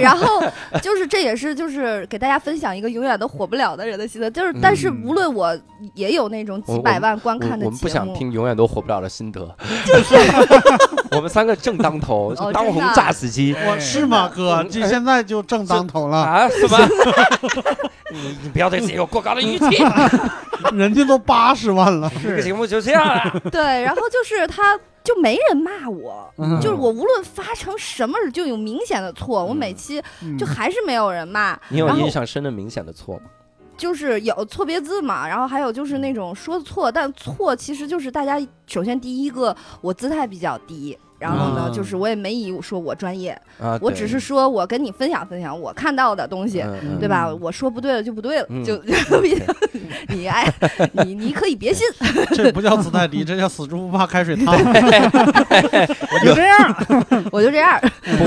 D: 然后就是这也是就是给大家分享一个永远都火不了的人的心得，就是但是
B: 嗯
D: 无论我也有那种几百万观
A: 我
D: 看的
A: 我们不
D: 节
A: 想
D: 目，
A: 听永远都火不了的心得， 就是 我们三个正当头，
D: 哦
A: 当红
D: 真的啊
A: 炸子鸡
B: 哎
C: 是吗，哥？这现在就正当头了，
A: 啊？什么？ 你你不要对自己有过高的 预期，
C: 人家都八十万了，
A: 这个节
B: 是
A: 目就这样了。
D: 对，然后就是他就没人骂我。
C: 嗯
D: 就是我无论发成什么就有明显的错，我每期
B: 嗯
D: 就还是没有人骂，
A: 你有
D: 然后
A: 印象深的明显的错吗？
D: 就是有错别字嘛，然后还有就是那种说错，但错其实就是大家首先第一个我姿态比较低，然后
B: 嗯
D: 呢、
C: 啊
D: 就是我也没以说我专业，
A: 啊，
D: 我
A: 对
D: 只是说我跟你分享分享我看到的东西。
A: 嗯嗯
D: 对吧？我说不对了就不对了，
A: 嗯
D: 就你 你哎，你你可以别信，
C: 这不叫姿态低，这叫死猪不怕开水烫。
B: 我 就这样，
D: 我就这样。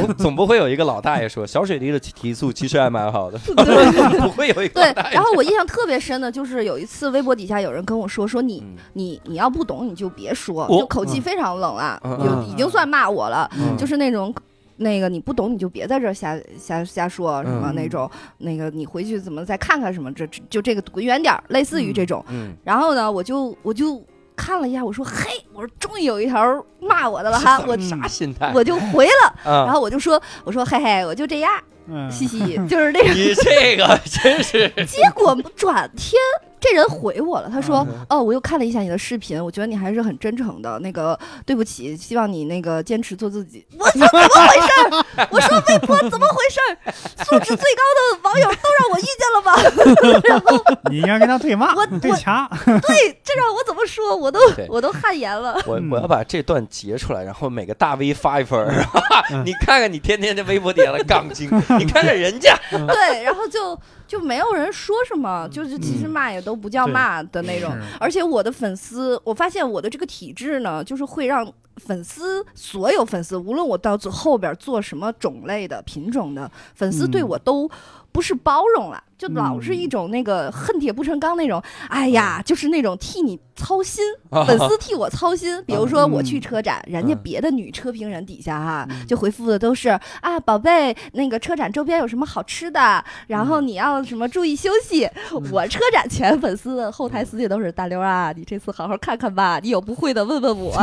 A: 不，总不会有一个老大爷说小水滴的提速其实还蛮好的，
D: 对
A: 不会有一个
D: 对
A: 老大，爷
D: 然。后我印象特别深的就是有一次微博底下有人跟我说说你
A: 嗯
D: 你你要不懂你就别说，
A: 哦
D: 就口气非常冷啊，
A: 嗯
D: 就
C: 嗯
D: 已经算骂我了，
A: 嗯
D: 就是那种。那个你不懂你就别在这儿瞎瞎瞎说什么
A: 嗯
D: 那种，那个你回去怎么再看看什么，这这就这个滚远点儿，类似于这种。
A: 嗯，
D: 然后呢，我就我就看了一下，我说嘿，我说终于有一条骂我的了哈，我
A: 啥心态？
D: 我就回了，然
A: 啊，
D: 后我就说我说嘿嘿，我就这样，
B: 嗯
D: 嘻嘻，就是那个。
A: 你这个真是，
D: 结果转天这人回我了，他说
C: 嗯
D: 哦，我又看了一下你的视频，我觉得你还是很真诚的，那个对不起，希望你那个坚持做自 己。我说怎么回事儿？我说微博怎么回事儿？素质最高的网友都让我遇见了吧？然后
B: 你应该跟他对骂
D: 我，
B: 对掐，
D: 对，这让我怎么说？我都
A: 对
D: 我都汗颜了。
A: 我
B: 嗯
A: 我要把这段截出来，然后每个大 V 发一份儿。
C: 嗯
A: 嗯你看看你天天在微博底下的杠精，你看看人家，
D: 对，然后就就没有人说什么，就是其实
C: 嗯嗯
D: 骂也都不叫
C: 对
D: 骂的那种。而且我的粉丝，我发现我的这个体质呢，就是会让粉丝所有粉丝，无论我到最后边做什么种类的品种的粉丝，
C: 嗯
D: 对我都不是包容了，就老是
C: 嗯
D: 一种那个恨铁不成钢那种。哎呀，就是那种替你操 心，
C: 啊
D: 粉丝替我操心。比如说我去车展，人家
A: 嗯
D: 别的女车评人底下哈、
C: 嗯
D: 就回复的都是啊，宝贝，那个车展周边有什么好吃的，然后你要什么注意休息。我车展前粉丝的后台私信都是大刘啊，你这次好好看看吧，你有不会的问问我。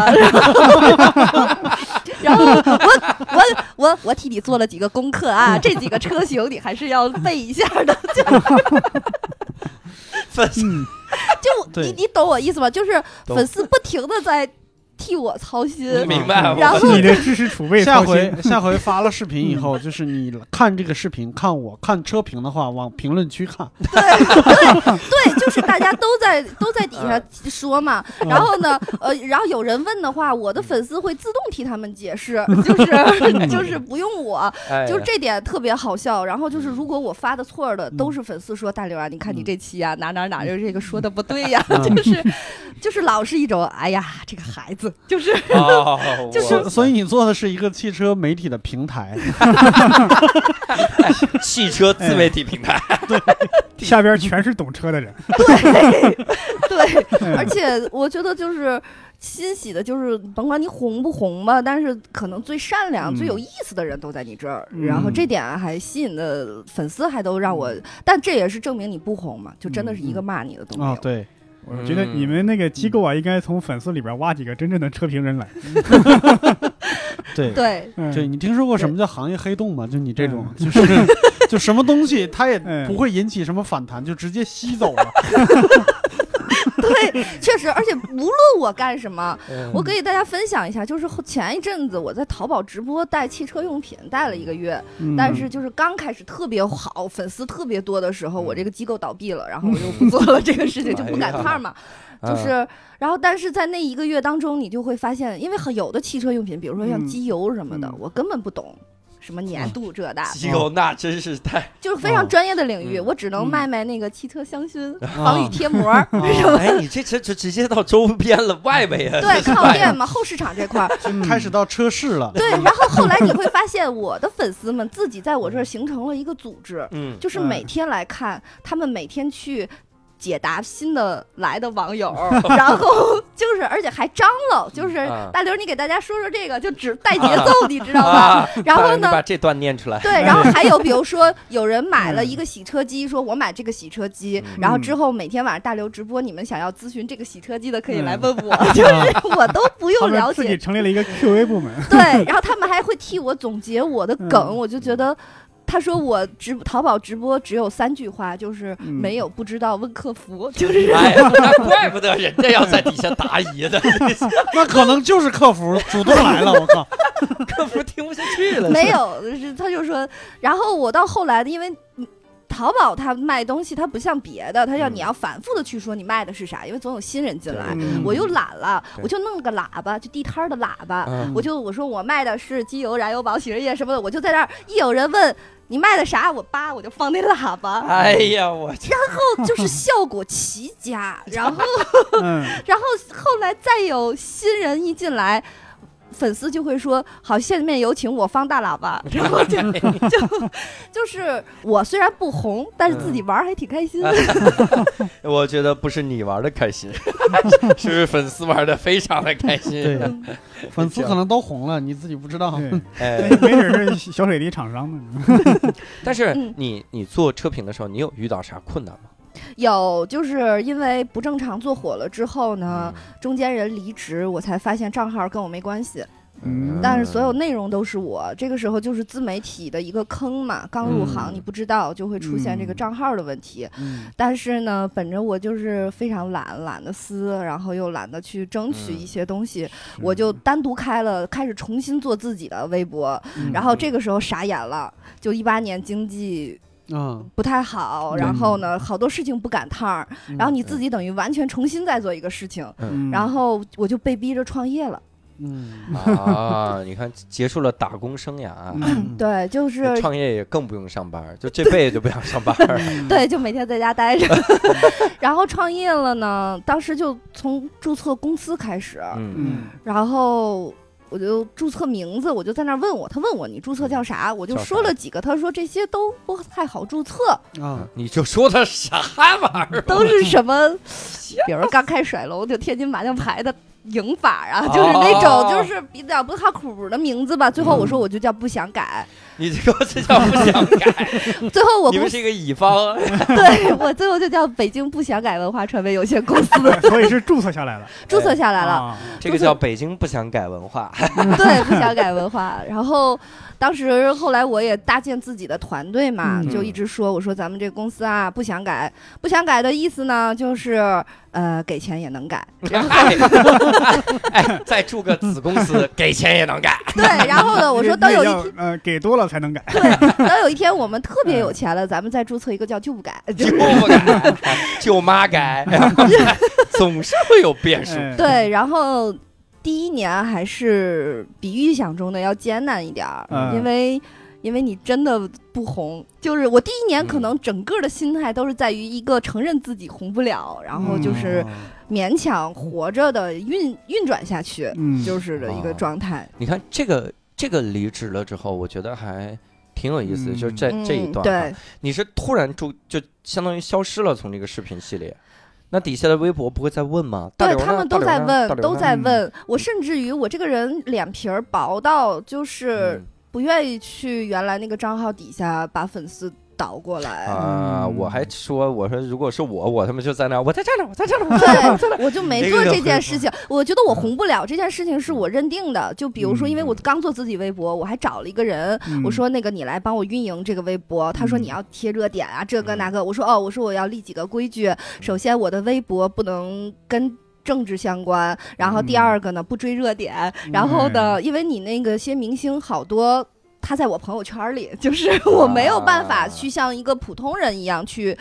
D: 然后我我我我替你做了几个功课啊，这几个车型你还是要背一下的。
A: 粉丝
B: 嗯，
D: 就
C: 对
D: 你你懂我意思吗？就是
A: 懂
D: 粉丝不停的在替我操心。
A: 明白了。
D: 然后
B: 嗯你的知识储备
C: 下
B: 操心
C: 回下回发了视频以后，就是你看这个视频，看我看车评的话，往评论区看。
D: 对，就是大家都 在都在底下说嘛。
C: 嗯
D: 然后呢，呃，然后有人问的话，我的粉丝会自动替他们解释，
C: 嗯
D: 就是就是不用我，
A: 哎
D: 就是这点特别好笑。然后就是如果我发的错儿的，
C: 嗯
D: 都是粉丝说大刘啊，你看你这期啊哪哪哪就这个说的不对呀，
C: 嗯
D: 就是就是老是一种哎呀这个孩子，就是
A: 哦，
D: 就是
A: 我
C: 所所以你做的是一个汽车媒体的平台，
A: 汽车自媒体平台，
B: 下边全是懂车的人，
D: 对，
B: 嗯
D: 而且我觉得就是欣喜的，就是甭管你红不红吧，但是可能最善良、
B: 嗯
D: 最有意思的人都在你这儿，
B: 嗯
D: 然后这点还吸引的粉丝还都让我，但这也是证明你不红嘛，就真的是一个骂你的都没有。
C: 啊，对，
A: 嗯
B: 我觉得你们那个机构啊，应该从粉丝里边挖几个真正的车评人来。
C: 对，
D: 对
B: 嗯
C: 对，你听说过什么叫行业黑洞吗？就你这种，
B: 嗯
C: 就是 就什么东西它也
B: 嗯
C: 不会引起什么反弹，就直接吸走了。
D: 对，确实，而且无论我干什么，我
A: 嗯
D: 给大家分享一下，就是后前一阵子我在淘宝直播带汽车用品带了一个月，
C: 嗯
D: 但是就是刚开始特别好，粉丝特别多的时候，我这个机构倒闭了，然后我就不做了这个事情，就不赶趟儿嘛。就
A: 嗯
D: 是，然后但是在那一个月当中，你就会发现，因为很有的汽车用品，比如说像
B: 嗯
D: 机油什么的，
B: 嗯
D: 我根本不懂。什么粘度这那，
A: 机构那真是太
D: 就是非常专业的领域，
A: 嗯
D: 我只能
C: 嗯
D: 卖卖那个汽车香薰、
C: 啊
D: 防雨贴膜儿，
A: 哎，你这这就直接到周边了，外围啊，
D: 对，
A: 这是
D: 靠
A: 外围
D: 店嘛，后市场这块儿。
C: 开始到车市 了，
D: 对，然后后来你会发现，我的粉丝们自己在我这儿形成了一个组织，
A: 嗯，
D: 就是
B: 嗯
D: 每天来看，他们每天去解答新的来的网友，然后就是而且还张罗，就是、
A: 啊
D: 大刘，你给大家说说这个，就只带节奏，你知道吧？
A: 啊
D: 然后
A: 你把
D: 呢？
A: 这段念出来，
D: 对，然后还有比如说，有人买了一个洗车机，说我买这个洗车机，
A: 嗯
D: 然后之后每天晚上大刘直播，你们想要咨询这个洗车机的可以来问我， 就是我都 不
B: 他
D: 用了
B: 们嗯自己
D: 解。
B: 成立了一个 QA 部门，
D: 对，然后他们还会替我总结我的梗，
B: 嗯
D: 我就觉得。他说我直淘宝直播只有三句话，就是
B: 嗯
D: 没有不知道问客服，就是
A: 哎，那怪不得人家要在底下答疑 的，
C: 那可能就是客服主动来了，我靠，
A: 客服听不下去 了，
D: 没有，是他就说，然后我到后来，因为嗯淘宝它卖东西，它不像别的，它要
A: 嗯
D: 你要反复的去说你卖的是啥，因为总有新人进来
B: 对，
D: 哎我又懒了，
A: 对
D: 我就弄个喇叭，就地摊儿的喇叭，
A: 嗯
D: 我就我说我卖的是机油、燃油宝、洗车液什么的，我就在那儿一有人问你卖的啥，我叭我就放那喇叭， 哦
A: 哎呀，我去，
D: 就是效果奇佳。然后，
B: 嗯，
D: 然后后来再有新人一进来，粉丝就会说：“好，下面有请我方大喇叭。” 然后就就就是我虽然不红，但是自己玩儿还挺开心的。
A: 我觉得不是你玩的开心， 是不是粉丝玩的非常的开心？
C: 对，
B: 嗯
C: 粉丝可能都红了，你自己不知道。
D: 哦
B: 对，
A: 哎，
B: 没准是小水滴厂商呢。
A: 但是
D: 嗯
A: 你你做车评的时候，你有遇到啥困难吗？
D: 有就是因为不正常做火了之后呢，
B: 嗯
D: 中间人离职，我才发现账号跟我没关系，
B: 嗯
D: 但是所有内容都是我。这个时候就是自媒体的一个坑嘛，刚入行
A: 嗯
D: 你不知道就会出现这个
B: 嗯
D: 账号的问题。
C: 嗯，
D: 但是呢，本着我就是非常懒，懒得撕，然后又懒得去争取
A: 嗯
D: 一些东西， 我就单独开了，开始重新做自己的微博。
C: 嗯
D: 然后这个时候傻眼了，就一八年经济
C: 啊，
D: 不太好，
B: 嗯
D: 然后呢，好多事情不赶趟儿，然后你自己等于完全重新再做一个事情，
A: 嗯嗯
D: 然后我就被逼着创业了。
C: 嗯，
A: 啊，你看结束了打工生涯啊，
C: 嗯，
D: 对， 就是
A: 创业也更不用上班儿，就这辈子就不想上班儿。
D: 对，就每天在家待着。然后创业了呢，当时就从注册公司开始，
A: 嗯
C: 嗯，
D: 然后我就注册名字，我就在那儿问我，他问我你注册叫啥，我就
A: 嗯叫啥
D: 说了几个，他说这些都不太好注 册，
C: 啊，
A: 嗯你就说他啥玩意儿？
D: 都是什么，比如刚开甩楼就天津麻将牌的。赢法啊，就是那
A: 哦
D: 种就是比较不靠谱的名字吧。最后我说我就叫不想 改，
A: 你这个这叫不 想改，
D: 最后我
A: 你
D: 公
A: 们
D: 司
A: 是一个乙方。啊
D: 对我最后就叫北京不想改文化传媒有限公司
B: 所以是注册下来了，
D: 注册下来了。
B: 啊，
A: 这个叫北京不想改文化，
D: 对，不想改文化。然后当时后来我也搭建自己的团队嘛，
B: 嗯
D: 就一直说我说咱们这公司啊不想改，不想改的意思呢就是呃给钱也能改。
A: 哎，哎 再注个子公司，给钱也能改。
D: 对，然后
B: 啊
D: 呢我说等有一天。
B: 天，呃，给多了才能改，
D: 等有一天我们特别有钱了，咱们再注册一个叫就不改，就
A: 舅
D: 是
A: 不改，舅妈 改，总是会有变数。
B: 哎，
D: 对。然后第一年还是比预想中的要艰难一点儿，
B: 嗯
D: 因为因为你真的不红。就是我第一年可能整个的心态都是在于一个承认自己红不了，然后
B: 嗯
D: 就是勉强活着的运运转下去，
B: 嗯，
D: 就是的一个状态。
A: 你看这个这个离职了之后，我觉得还挺有意思，
B: 嗯
A: 就是在
D: 嗯，
A: 这一段、
D: 对，，
A: 你是突然注就相当于消失了，从这个视频系列。那底下的微博不会再问吗？大
D: 对
A: 刘呢
D: 他们都在问，都在
B: 嗯
D: 问我，甚至于我这个人脸皮儿薄到就是。
A: 嗯
D: 不愿意去原来那个账号底下把粉丝倒过来，
A: 啊！
B: 嗯
A: 我还说，我说如果是我，我他妈就在那儿，我在这儿呢，我在这儿呢，我在这儿呢。
D: 对，我就没做这件事情。我觉得我红不了这件事情是我认定的。就比如说，
B: 嗯
D: 因为我刚做自己微博，我还找了一个人，
B: 嗯
D: 我说那个你来帮我运营这个微博。他说
B: 嗯
D: 你要贴热点啊，这个那个。我说哦，我说我要立几个规矩。首先，我的微博不能跟。政治相关，然后第
B: 嗯
D: 二个呢，不追热点，然后呢，因为你那个些明星好多，他在我朋友圈里，就是 我没有办法去像一个普通人一样去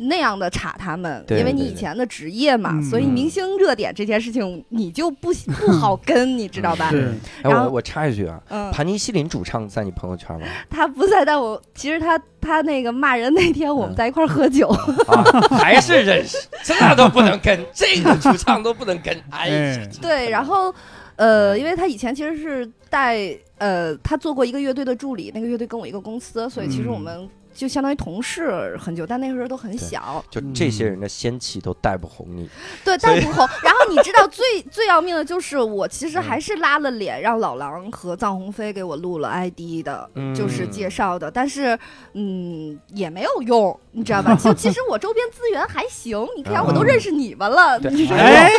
D: 那样的查他们，
A: 对
D: 因为
A: 对
D: 你以
A: 对
D: 前的职业嘛，
B: 嗯
D: 所以明星热点这件事情你就不不好跟，你知道吧？
C: 嗯是
A: 哎，
D: 然后
A: 我我插一句啊，
D: 嗯，
A: 盘尼西林主唱在你朋友圈吗？
D: 他不在，但我其实他他那个骂人那天我
A: 嗯
D: 们在一块儿喝 酒，
A: 啊， 还是认识，这都不能跟，这个主唱都不能 跟，哎呀
B: 哎，
D: 对，然后呃，因为他以前其实是带呃，他做过一个乐队的助理，那个乐队跟我一个公司，所以其实
B: 嗯
D: 我们就相当于同事很久，但那个时候都很小，
A: 就这些人的仙气都带不红你。
D: 对，
A: 所以
D: 但不红。然后你知道最最要命的就是，我其
A: 嗯
D: 实还是拉了脸让老狼和臧鸿飞给我录了 ID 的，
A: 嗯
D: 就是介绍的，但是嗯也没有用，你知道吧？就其实我周边资源还行，你看我都认识你们了，
A: 啊对
D: 你知道吗？
B: 哎，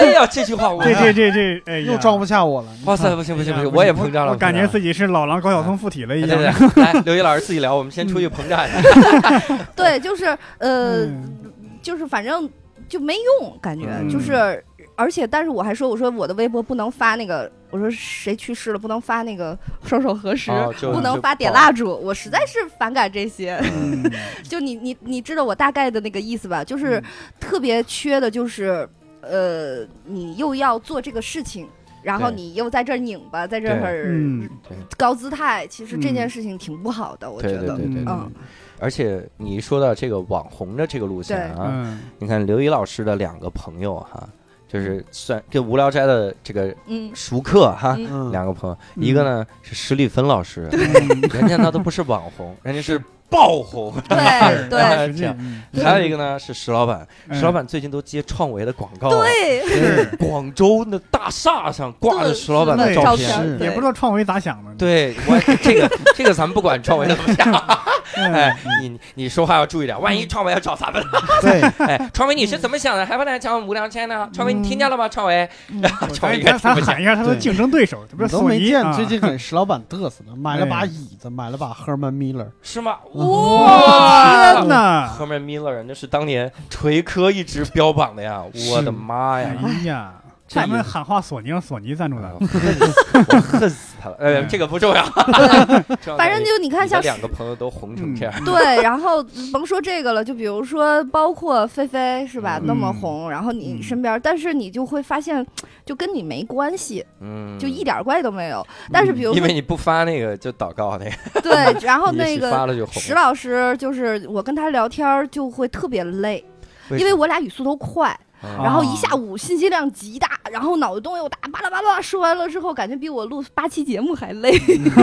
A: 哎呀，这句话我
B: 这这这这，哎呀，
C: 又装不下我了。你
A: 哇
C: 看
A: 塞，不行不行不行，我也膨胀了，
B: 我感觉
A: 己。
B: 自己是老狼高晓松附体了一
A: 啊对
B: 样。
A: 对对，来，刘烨老师自己聊，我们先出去膨胀一下。
D: 对，就是呃，
B: 嗯
D: 就是反正就没用，感觉、
B: 嗯
D: 就是，而且但是我还说，我说我的微博不能发那个，我说谁去世了不能发那个双手合十。
A: 哦就
D: 不能发点蜡烛，我实在是反感这些。
B: 嗯
D: 就你你你知道我大概的那个意思吧？就是
B: 嗯
D: 特别缺的就是，呃，你又要做这个事情，然后
A: 对
D: 你又在这儿拧巴，在这儿
B: 嗯，
D: 高姿态，其实这件
B: 嗯
D: 事情挺不好的，我觉
A: 对对
D: 得。
A: 对对对
D: 嗯，
A: 而且你一说到这个网红的这个路线啊，
B: 嗯
A: 你看刘烨老师的两个朋友哈，就是算这《无聊斋》的这个
D: 嗯，
A: 熟客哈，
D: 嗯
C: 嗯，
A: 两个朋友，
B: 嗯
A: 一个呢是史立芬老师，
B: 嗯
A: 人家那都不是网红，人家是爆红。
D: 嗯 对对
A: 哎
B: 实际
A: 这样
B: 嗯
A: 还有一个呢是石老板，
B: 嗯
A: 石老板最近都接创维的广告，，啊
D: 对，
B: 是
A: 广州那大厦上挂着石老板的
B: 对
A: 照
B: 照
A: 片
D: 片。
C: 是
B: 也不知道创维咋想的。
A: 对我这个这个咱们不管创维怎么想， 哎
B: 哎，，
A: 你你说话要注意点，
B: 嗯
A: 万一创维要找咱们了，
C: 对，
A: 哎，创维你是怎么想的？还不来讲我们无聊斋呢？创维你听见了吗？创维，创维
B: 嗯咱
A: 应该听
B: 咱咱
A: 不见
B: 喊一下他的竞争对手，这不
C: 你
B: 是
C: 都
B: 索
C: 没
B: 尼
C: 见
B: 啊？
C: 最近给石老板嘚瑟呢，买了把椅子，买了把 Herman Miller，
A: 是吗？
B: 嗯 哇天
A: 哇！
B: 哪！
A: 赫曼·米勒，那是当年锤科一直标榜的呀！我的妈呀！
B: 哎呀，
A: 这
B: 咱们
A: 也
B: 喊话索尼，让索尼赞助咱
A: 啊
B: 们。
A: 我恨死我恨死他了。呃，这个不重 要，
D: 反正就你看
A: 你的
D: 像
A: 两个朋友都
B: 嗯
A: 红成这样，
D: 对，然后甭说这个了，就比如说包括菲菲是吧，
A: 嗯
D: 那么红，然后你
B: 嗯
D: 身边，但是你就会发现，就跟你没关系，
A: 嗯，
D: 就一点关系都没有。但是比如
A: 因
D: 说
A: 为你不发那个就祷告那个，
D: 对，然后
A: 也
D: 那
A: 许
D: 个
A: 发了就红
D: 石。老师，就是我跟他聊天儿就会特别累，
A: 为
D: 因为我俩语速都快，
A: 嗯
D: 然后一
B: 啊
D: 下午信息量极大，然后脑洞又大，巴拉巴拉说完了之后，感觉比我录八期节目还累。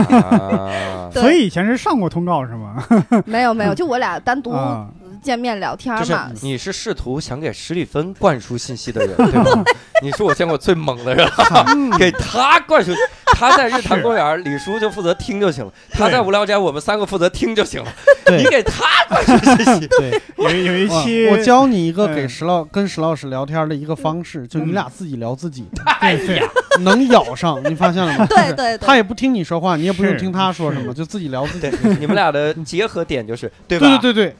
A: 啊
D: 对
B: 所以以前是上过通告是吗？
D: 没有没有，就我俩单独
B: 啊，
D: 见面聊天
A: 就是嗯
D: 嘛。
A: 你是试图想给史蒂芬灌输信息的人，对吧？你是我见过最猛的人了， 给他灌输。他在日坛公园，李叔就负责听就行了；他在无聊斋，我们三个负责听就行了。你
C: 对
A: 给他灌输信 息，
C: 对，
B: 有一有一
C: 哇
B: 期
C: 我教你一个给
B: 嗯
C: 石老跟石老师聊天的一个方式，就你
B: 嗯
C: 俩自己聊自己，
A: 哎呀，
C: 能咬上，你发现了吗？
D: 对对
C: 他
D: 对，
C: 也不听你说话，你也不用
B: 是
C: 听他说什么，就自己聊自己。
A: 对，你们俩的结合点就是对吧？
C: 对对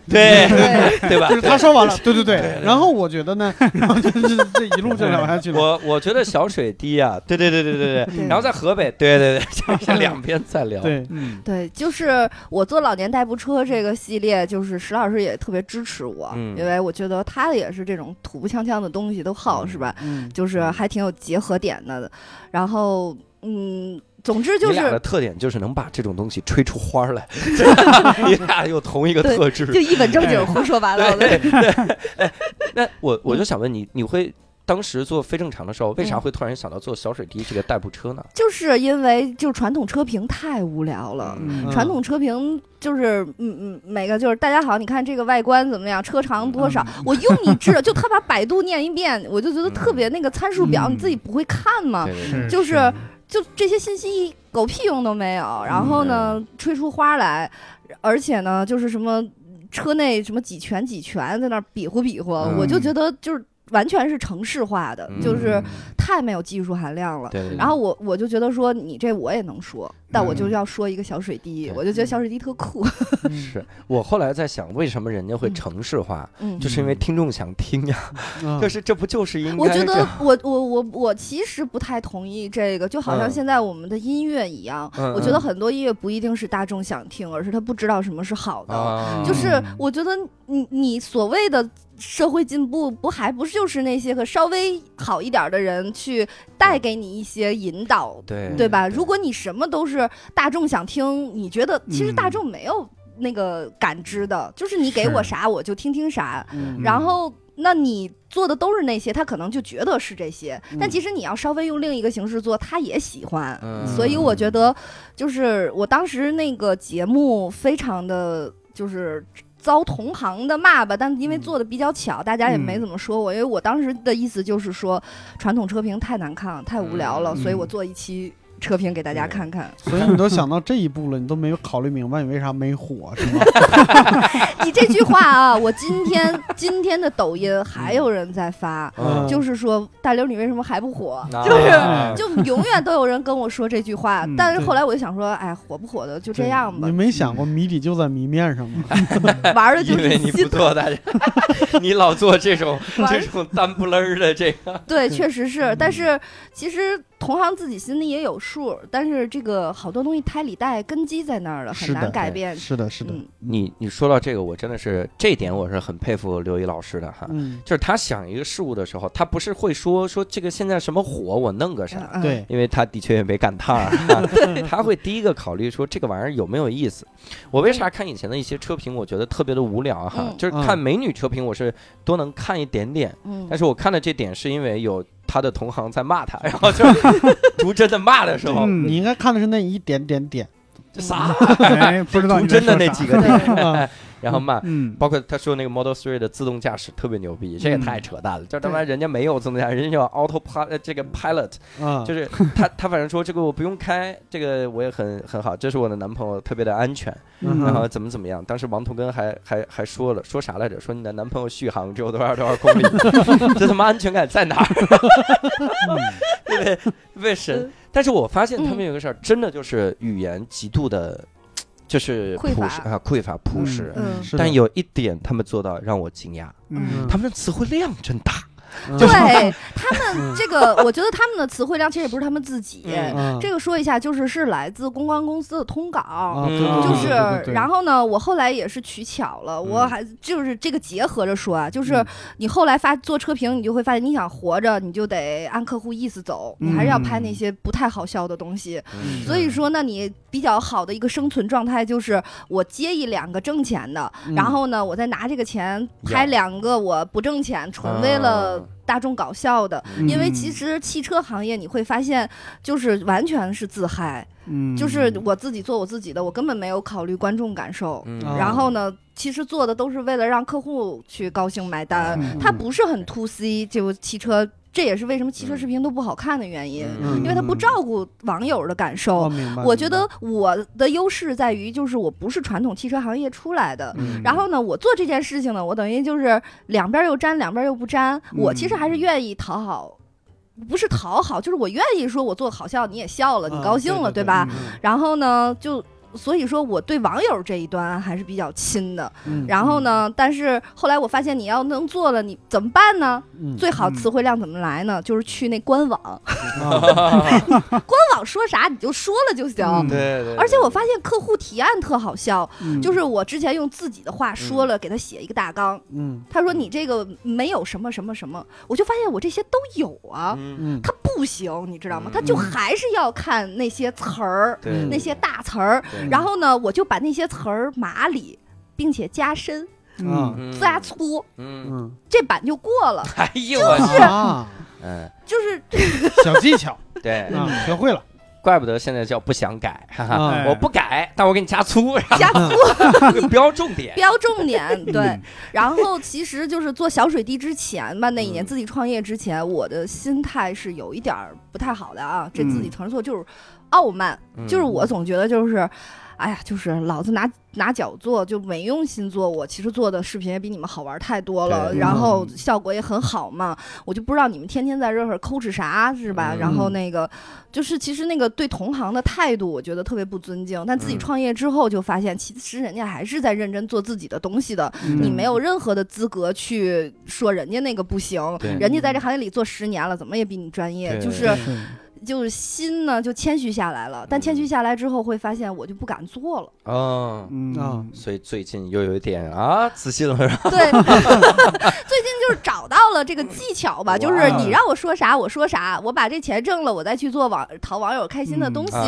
A: 对
C: 对
D: 对
A: 对吧？
C: 就是他说完了，对对对。然后我觉得 呢，然后就是这一路就聊下去了。
A: 我我觉得小水滴啊，对对对对对对，
D: 对
A: 然后在河北，对对对， 这两边在聊，
C: 对，
B: 嗯
D: 对，就是我做老年代步车这个系列，就是石老师也特别支持我，
A: 嗯
D: 因为我觉得他也是这种土不呛呛的东西都好，是吧？
C: 嗯，
D: 就是还挺有结合点的。然后，嗯，总之就
A: 你俩
D: 是
A: 的特点就是能把这种东西吹出花 儿来，你俩有同一个特质。哎
D: 就一本正经胡说八道的。
A: 那我我
D: 嗯
A: 就想问你，你会当时做非正常的时候，为啥会突然想到做小水滴这个代步车呢？
D: 就是因为就传统车评太无聊了，
B: 嗯
C: 嗯
D: 传统车评就是嗯嗯每个就是大家好，你看这个外观怎么样，车长多少，我用你治了，就他把百度念一遍，我就觉得特别那个参数表
B: 嗯
D: 你自己不会看吗？
A: 对对对
B: 是
D: 啊就是就这些信息狗屁用都没有，
A: 嗯
D: 然后呢吹出花来，而且呢就是什么车内什么几拳几拳在那儿比划比划，
A: 嗯
D: 我就觉得就是完全是程式化的，
A: 嗯
D: 就是太没有技术含量了。
A: 对对对。
D: 然后我我就觉得说你这我也能说，但我就
B: 嗯
D: 要说一个小水滴
A: 对，
D: 我就觉得小水滴特酷。
A: 嗯是我后来在想，为什么人家会
D: 嗯
A: 城市化，
D: 嗯，
A: 就是因为听众想听呀。
C: 嗯
A: 就是这不就是应该
D: 我觉
A: 这
D: 得
A: 样
D: 我我我我其实不太同意这个，就好像
A: 嗯
D: 现在我们的音乐一样，
A: 嗯
D: 我觉得
A: 嗯
D: 很多音乐不一定是大众想听，而是他不知道什么是好的。
A: 啊，
D: 就是
B: 嗯
D: 我觉得你你所谓的社会进步，不还不是就是那些个稍微好一点的人去带给你一些引导，
A: 对
D: 对吧？如果你什么都是大众想听，你觉得其实大众没有那个感知的，就是你给我
B: 是
D: 啥我就听听啥，
C: 嗯
D: 然后。那你做的都是那些，他可能就觉得是这些，但其实你要稍微用另一个形式做，他也喜欢。
A: 嗯
D: 所以我觉得，就是我当时那个节目非常的就是遭同行的骂吧，但因
A: 嗯
D: 为做的比较巧，大家也没怎么说我，因为我当时的意思就是说，传统车评太难看了，太无聊了，
B: 嗯
D: 所以我做一期车评给大家看看。
C: 所以你都想到这一步了，你都没有考虑明白你为啥没火，是吗？
D: 你这句话啊，我今天今天的抖音还有人在发，
A: 嗯
D: 就是说大刘你为什么还不火？
A: 啊
D: 就是。 就永远都有人跟我说这句话，
B: 嗯
D: 但是后来我就想说，哎，火不火的 就这样吧
C: 你，没想过谜底就在谜面上 吗？
D: 玩的就
A: 因
D: 是
A: 为你
D: 心
A: 不做大家， 你老做这种
D: 玩
A: 这
D: 儿
A: 种单不楞儿的这个，
D: 对，
C: 对
D: 确实是，但是其实同行自己心里也有数，但是这个好多东西胎里带根基在那儿了，很
C: 是的
D: 难改变。
C: 是的，是的，
D: 嗯，
A: 你你说到这个，我真的是这点我是很佩服刘一老师的哈，
C: 嗯，
A: 就是他想一个事物的时候，他不是会说说这个现在什么火，我弄个啥，
D: 嗯，
C: 对，
A: 因为他的确也没赶趟 儿哈，他会第一个考虑说这个玩意儿有没有意思。我为啥看以前的一些车评，我觉得特别的无聊哈，
D: 嗯
A: 就是看美女车评，我是多能看一点点，
D: 嗯，
A: 但是我看的这点是因为有他的同行在骂他，然后就 逐真的骂的时候，
B: 嗯
C: 你应该看的是那一点点点。
A: 这啥
B: 哎，不知道
A: 逐
B: 你 在
A: 真的
B: 说
A: 那
B: 啥
A: 几个点，
D: 对，
A: 然后骂。
B: 嗯，
A: 包括他说那个 Model 3的自动驾驶特别牛逼，这也太扯淡了！这他妈
D: 嗯对嗯
A: 人家没有自动驾驶，人家叫 Auto Pilot，呃这个 Pilot
C: 啊，
A: 就是他他反正说这个我不用开，这个我也很很好，这是我的男朋友，特别的安全，
C: 嗯
A: 然后怎么怎么样。当时王图根还还还说了说啥来着？说你的男朋友续航只有多少多少公里， 这他妈安全感在哪儿？对不对？为神
D: 嗯！
A: 但是我发现他们有个事儿，真的就是语言极度的，就是
D: 匮乏
A: 朴实啊匮乏朴实。
D: 嗯
C: 是的
A: 但有一点他们做到让我惊讶，
B: 嗯
A: 他们的词汇量真大，
C: 就是
D: 对他们这个，我觉得他们的词汇量其实也不是他们自己。
A: 嗯
C: 嗯
D: 这个说一下，就是是来自公关公司的通稿。
C: 啊
A: 嗯
C: 对对
D: 就
C: 对
D: 是
C: 对对，对
D: 然后呢，我后来也是取巧了，我
A: 嗯
D: 还就是这个结合着说啊，就是
C: 嗯
D: 你后来发做车评，你就会发现，你想活着，你就得按客户意思走，你还是要拍那
C: 嗯
D: 些不太好笑的东西。
A: 嗯
D: 所以说，那你比较好的一个生存状态就是，我接一两个挣钱的，
C: 嗯
D: 然后呢，我再拿这个钱拍
A: 养
D: 两个我不挣钱，纯为
A: 啊
D: 了大众搞笑的。因为其
B: 嗯
D: 实汽车行业你会发现，就是完全是自嗨，
B: 嗯，
D: 就是我自己做我自己的，我根本没有考虑观众感受。
A: 嗯
C: 啊
D: 然后呢，其实做的都是为了让客户去高兴买单，
B: 嗯
D: 它不是很 to C 就汽车，这也是为什么汽车视频都不好看的原因，
A: 嗯
D: 因为它不
C: 嗯
D: 照顾网友的感
C: 哦，
D: 受。
C: 明白。
D: 我觉
C: 明白
D: 得我的优势在于，就是我不是传统汽车行业出来的，
A: 嗯
D: 然后呢，我做这件事情呢，我等于就是两边儿又沾，两边儿又不沾。我其实
C: 嗯
D: 还是愿意讨好，不是讨好，就是我愿意说我做好笑，你也笑了，你
C: 啊
D: 高兴了，
C: 对对对
D: 吧？
C: 嗯
D: 然后呢，就所以说我对网友这一端还是比较亲的。
C: 嗯
D: 然后呢，但是后来我发现你要能做了，你怎么办呢？
C: 嗯
D: 最好
B: 嗯
D: 词汇量怎么来呢？就是去那官网， 官
C: 啊
D: 网说啥你就说了就行。
B: 嗯
A: 对对，
D: 而且我发现客户提案特好笑，就是是我之前用自己的话说了，给他写一个大纲，
C: 嗯
D: 他说你这个没有什么什么什么，我就发现我这些都有啊，
A: 嗯
C: 嗯
D: 他不行，你知道吗
A: 嗯？
D: 他就还是要看那些词儿，
A: 对
D: 那些大词儿，
A: 对
D: 然后呢，我就把那些词儿麻理，并且加深、
B: 嗯
A: 嗯
D: 加粗，
A: 嗯，
C: 嗯，
D: 这版就过了。
A: 哎呦我去，
C: 啊，
A: 嗯
D: 就是
C: 小技 巧
A: 对，
D: 嗯
C: 啊，学会了。
A: 怪不得现在叫不想改，哈哈，
D: 哎
C: 啊
A: 我不改，但我给你加粗，
D: 加粗
A: 标重点，
D: 标重点，对。
B: 嗯
D: 然后其实就是做小水滴之前吧，那一年
A: 嗯
D: 自己创业之前，我的心态是有一点儿不太好的啊，这自己承认错就是傲慢。
A: 嗯
D: 就是我总觉得就是，哎呀，就是老子拿拿脚做就没用心做，我其实做的视频也比你们好玩太多了，
A: 对
D: 然后
C: 嗯
D: 效果也很好嘛，我就不知道你们天天在这儿抠哧啥是吧？
A: 嗯
D: 然后那个就是其实那个对同行的态度，我觉得特别不尊敬。但自己
A: 嗯
D: 创业之后就发现，其实人家还是在认真做自己的东西的，
B: 嗯
D: 你没有任何的资格去说人家那个不行。
A: 对嗯
D: 人家在这行业里做十年了，怎么也比你专业，
A: 对
D: 就是就是心呢就谦虚下来了，但谦虚下来之后会发现我就不敢做了。
A: 嗯，
B: 嗯
C: 啊
A: 所以最近又有一点啊，自信了是吧？
D: 对，最近就是找到了这个技巧吧，就是
A: 哇
D: 你让我说啥我说啥，我把这钱挣了，我再去做网讨网友开心的东西。
A: 啊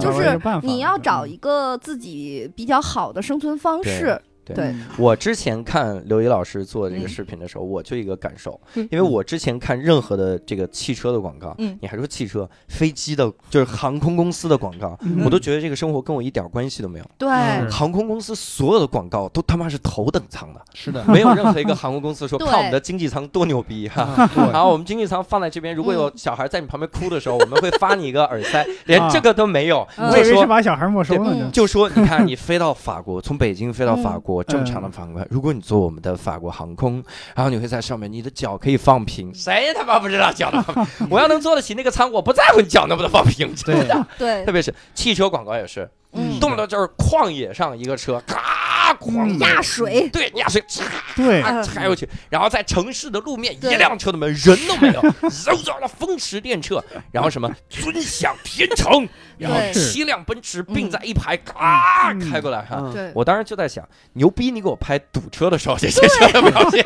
D: 就
B: 找到一
D: 是
B: 个办法
D: 你要找一个自己比较好的生存方式，
A: 对
D: 对，
A: 我之前看刘怡老师做
D: 嗯
A: 这个视频的时候，我就一个感受，因为我之前看任何的这个汽车的广告，
D: 嗯
A: 你还说汽车、飞机的，就是航空公司的广告，
B: 嗯
A: 我都觉得这个生活跟我一点关系都没有。
D: 对
C: 是
A: 航空公司所有的广告都他妈是头等 舱的，
C: 是的，
A: 没有任何一个航空公司说
D: 对
A: 看我们的经济舱多牛逼哈、
C: 啊对
A: 然后我们经济舱放在这边，如果
D: 嗯
A: 有小孩在你旁边哭的时候，我们会发你一个耳塞，连这个都没有，
D: 嗯
B: 我
A: 就
B: 以为
A: 说
B: 是把小孩没收了
D: 对
B: 呢。
A: 就说，你看你飞到法国，从北京飞到法国，正常的
B: 嗯
A: 法国，如果你坐我们的法国航空，然后你会在上面，你的脚可以放平。 谁他妈不知道脚能放 平？我要能坐得起那个舱，我不在乎你脚能不能放平，真
C: 对啊
A: 的。
D: 对
A: 特，别是汽车广告也是，
D: 嗯，
A: 动不动就是旷野上一个车，咔狂压，
D: 压水，
A: 对，压水，嚓
B: 对，
D: 啊
A: 开哎过去，然后在城市的路面一
D: 对
A: 辆车都没有，人都没有， 揉绕了风驰电掣，然后什么尊享天成，然后
D: 对
A: 七辆奔驰并在一排，咔
B: 嗯
A: 开过来哈。
C: 嗯
D: 对，
A: 我当时就在想，牛逼，你给我拍堵车的时候这些车的表 现，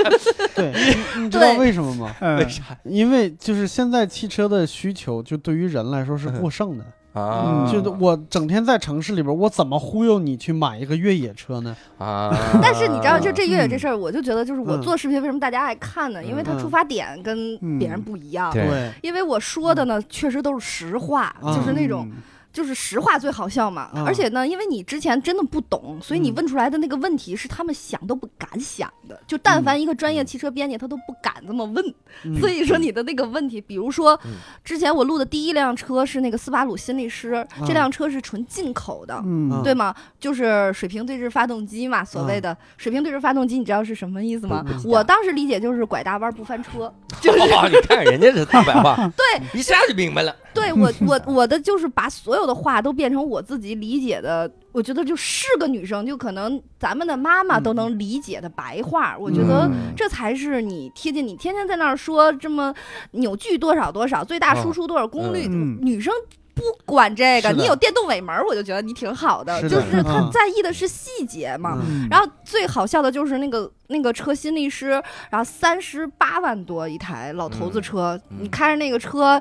C: 对，你你知道
D: 对
C: 为什么吗？
A: 为
B: 嗯，
A: 啥
C: 因为就是现在汽车的需求，就对于人来说是过剩的。
D: 嗯
A: 啊？
C: 就是我整天在城市里边，我怎么忽悠你去买一个越野车呢？
A: 啊，
D: 但是你知道， 就这越野
B: 嗯
D: 这事儿，我就觉得，就是我
C: 嗯
D: 做视频为什么大家爱看呢？因为它
C: 嗯
D: 出发点跟别人不一样。
A: 对
D: 因为我说的呢，确实都是实话，
C: 嗯
D: 就是那种，就是实话最好笑嘛。
C: 嗯
D: 而且呢，因为你之前真的不懂，所以你
C: 嗯
D: 问出来的那个问题是他们想都不敢想的。就但凡一个专业汽车编辑，他都不敢这么问。
C: 嗯
D: 所以说你的那个问题，比如说
A: 嗯
D: 之前我录的第一辆车是那个斯巴鲁新力狮，
C: 嗯
D: 这辆车是纯进口的。
B: 嗯，
D: 啊对吗？就是水平对置发动机嘛，所谓的水平对置发动机，你知道是什么意思吗
C: 啊不不？知
D: 我当时理解就是拐大弯不翻车，
A: 就是你看看人家这大白话，对，一下就明白了。
D: 对， 对我我我的就是把所有的话都变成我自己理解的，我觉得就是个女生，就可能咱们的妈妈
C: 嗯
D: 都能理解的白话，我觉得
E: 嗯
D: 这才是你贴近你，天天在那儿说这么扭矩多少多少，最大输出多少功率，
B: 嗯
D: 女生。不管这个，
C: 啊是的
D: 你有电动尾门儿，我就觉得你挺好的。
C: 是的
D: 就是他
C: 嗯
D: 在意的是细节嘛。
B: 嗯
D: 然后最好笑的就是那个那个车新力狮，然后三十八万多一台老头子车，
A: 嗯嗯
D: 你开着那个车，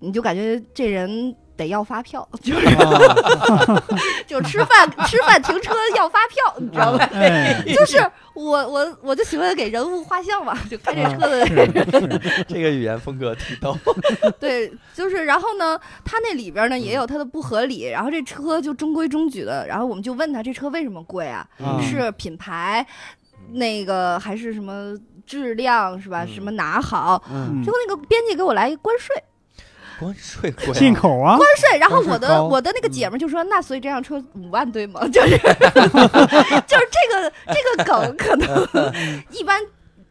D: 你就感觉这人得要发票， 就是
C: 啊
D: 就吃饭 吃饭停车要发票，你知 道吧？
B: 哎，
D: 就是我我我就喜欢给人物画像嘛， 就开这车的，
A: 啊
B: 是
A: 这个语言风格挺逗。
D: 对，就是然后呢，他那里边呢也有他的不合理，然后这车就中规中矩的，然后我们就问他这车为什么贵啊？
C: 啊
A: 嗯
D: 是品牌，那个还是什么质量是吧？
A: 嗯
D: 什么哪好？
C: 嗯
B: 嗯
D: 结果那个编辑给我来一关税，
A: 关税贵啊，
B: 进口啊，
D: 关税。然后我
C: 关
D: 的
C: 税高
D: 我的那个姐们儿就说：“那所以这辆车五万对吗？” 就是就是这个这个梗，可能一般。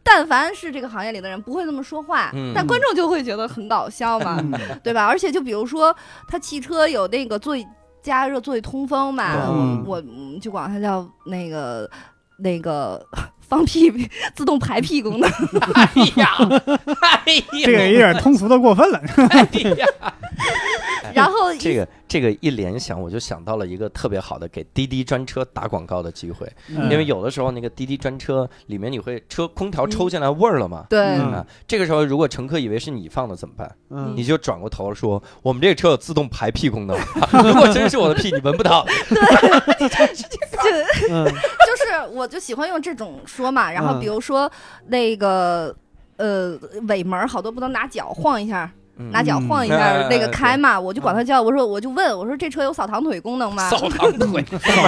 D: 但凡是这个行业里的人，不会那么说话，
A: 嗯
D: 但观众就会觉得很搞笑嘛， 对吧？而且就比如说，他汽车有那个座椅加热、座椅通风嘛，
B: 嗯
D: 我嗯就管它叫那个那个放屁 自动排屁功能，
A: 哎呀，哎呀，
B: 这个有点通俗的过 分了。
A: 哎呀，
D: 然后 一
A: 这个这个一联想，我就想到了一个特别好的给滴滴专车打广告的机会，
B: 嗯
A: 因为有的时候那个滴滴专车里面你会车空调抽进来味儿了嘛。
D: 对、
C: 嗯
A: 啊，这个时候如果乘客以为是你放的怎么办？
C: 嗯
A: 你就转过头说：“我们这个车有自动排屁功能，如果真是我的屁，你闻不到。
D: 就
C: 嗯
D: 就是我就喜欢用这种说嘛，然后
C: 嗯
D: 比如说那个。呃，尾门儿好多不能拿脚晃一下，”
A: 嗯
D: 拿脚晃一下
A: 嗯
D: 那个开嘛，我就管它叫，我说我就问我说这车有扫堂腿功能吗？
A: 扫堂腿，门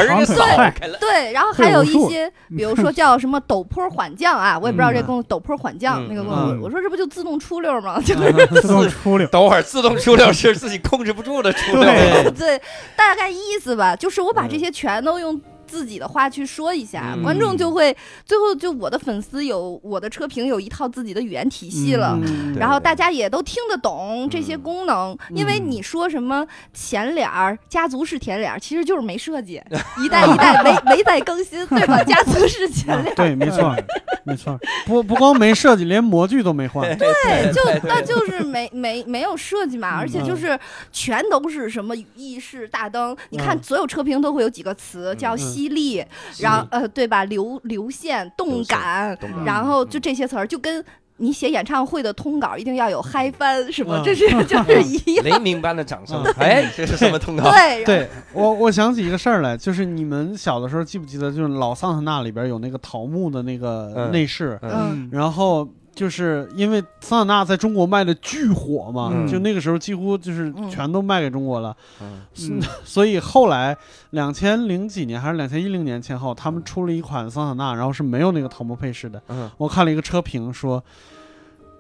A: 儿给扫开了。
D: 对，然后还有一些，比如说叫什么陡坡缓降啊，我也不知道这功能陡坡缓降
A: 嗯
D: 那个功
C: 嗯
D: 能，我说这不就自动出溜吗？ 就
B: 自动出溜，
A: 等会儿自动出溜是自己控制不住的出溜
B: 对，
D: 对，大概意思吧，就是我把
A: 嗯
D: 这些全都用自己的话去说一下，
A: 嗯
D: 观众就会最后就我的粉丝有我的车评有一套自己的语言体系了。
C: 嗯
A: 对
D: 然后大家也都听得懂这些
A: 嗯
D: 功能，因为你说什么前脸儿、家族式前脸儿，其实就是没设计，一代一代没没在更新，对吧？家族式前 脸儿，
C: 对，没错，
B: 哎
C: 没错，不不光没设计，连模具都没换。
D: 对，就那就是没没没有设计嘛，而且就
C: 嗯
D: 是全都是什么语义式大灯，你看
C: 嗯
D: 所有车评都会有几个词
A: 嗯
D: 叫
A: 嗯
D: 犀利，
A: 是
D: 然后呃对吧，流流线、动感，
A: 懂
B: 嗯
A: 了
D: 然后就这些词儿，就跟你写演唱会的通稿一定要有嗨翻什么，
C: 嗯
D: 这是就是一 样。
A: 雷鸣般的 掌声
C: 嗯，
A: 哎，这是什么通
D: 对，
A: 道？
D: 然后
C: 对我，我想起一个事儿来，就是你们小的时候记不记得，就是老桑塔纳里边有那个桃木的那个
A: 嗯
C: 内饰，
A: 嗯
B: 嗯
C: 然后就是因为桑塔纳在中国卖的巨火嘛，
B: 嗯
C: 就那个时候几乎就是全都卖给中国了，
A: 嗯
B: 嗯
C: 所以后来两千零几年还是两千一零年前后，他们出了一款桑塔纳，然后是没有那个桃木配饰的。
A: 嗯，
C: 我看了一个车评说，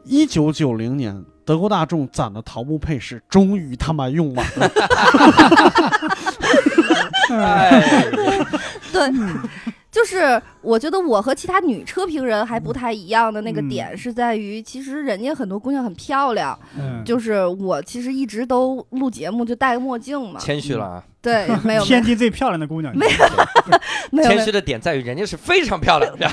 C: 一九九零年德国大众攒的桃木配饰终于他妈用完了。
A: 哎，
D: 对，就是我觉得我和其他女车评人还不太一样的那个
B: 嗯
D: 点是在于，其实人家很多姑娘很漂亮。
B: 嗯，
D: 就是我其实一直都录节目就戴个墨镜嘛，
A: 谦虚了啊，
D: 对，没有没
B: 天
D: 有
B: 津最漂亮的姑娘，
D: 没没有没
A: 谦
D: 有
A: 虚的点在于人家是非常 漂亮的，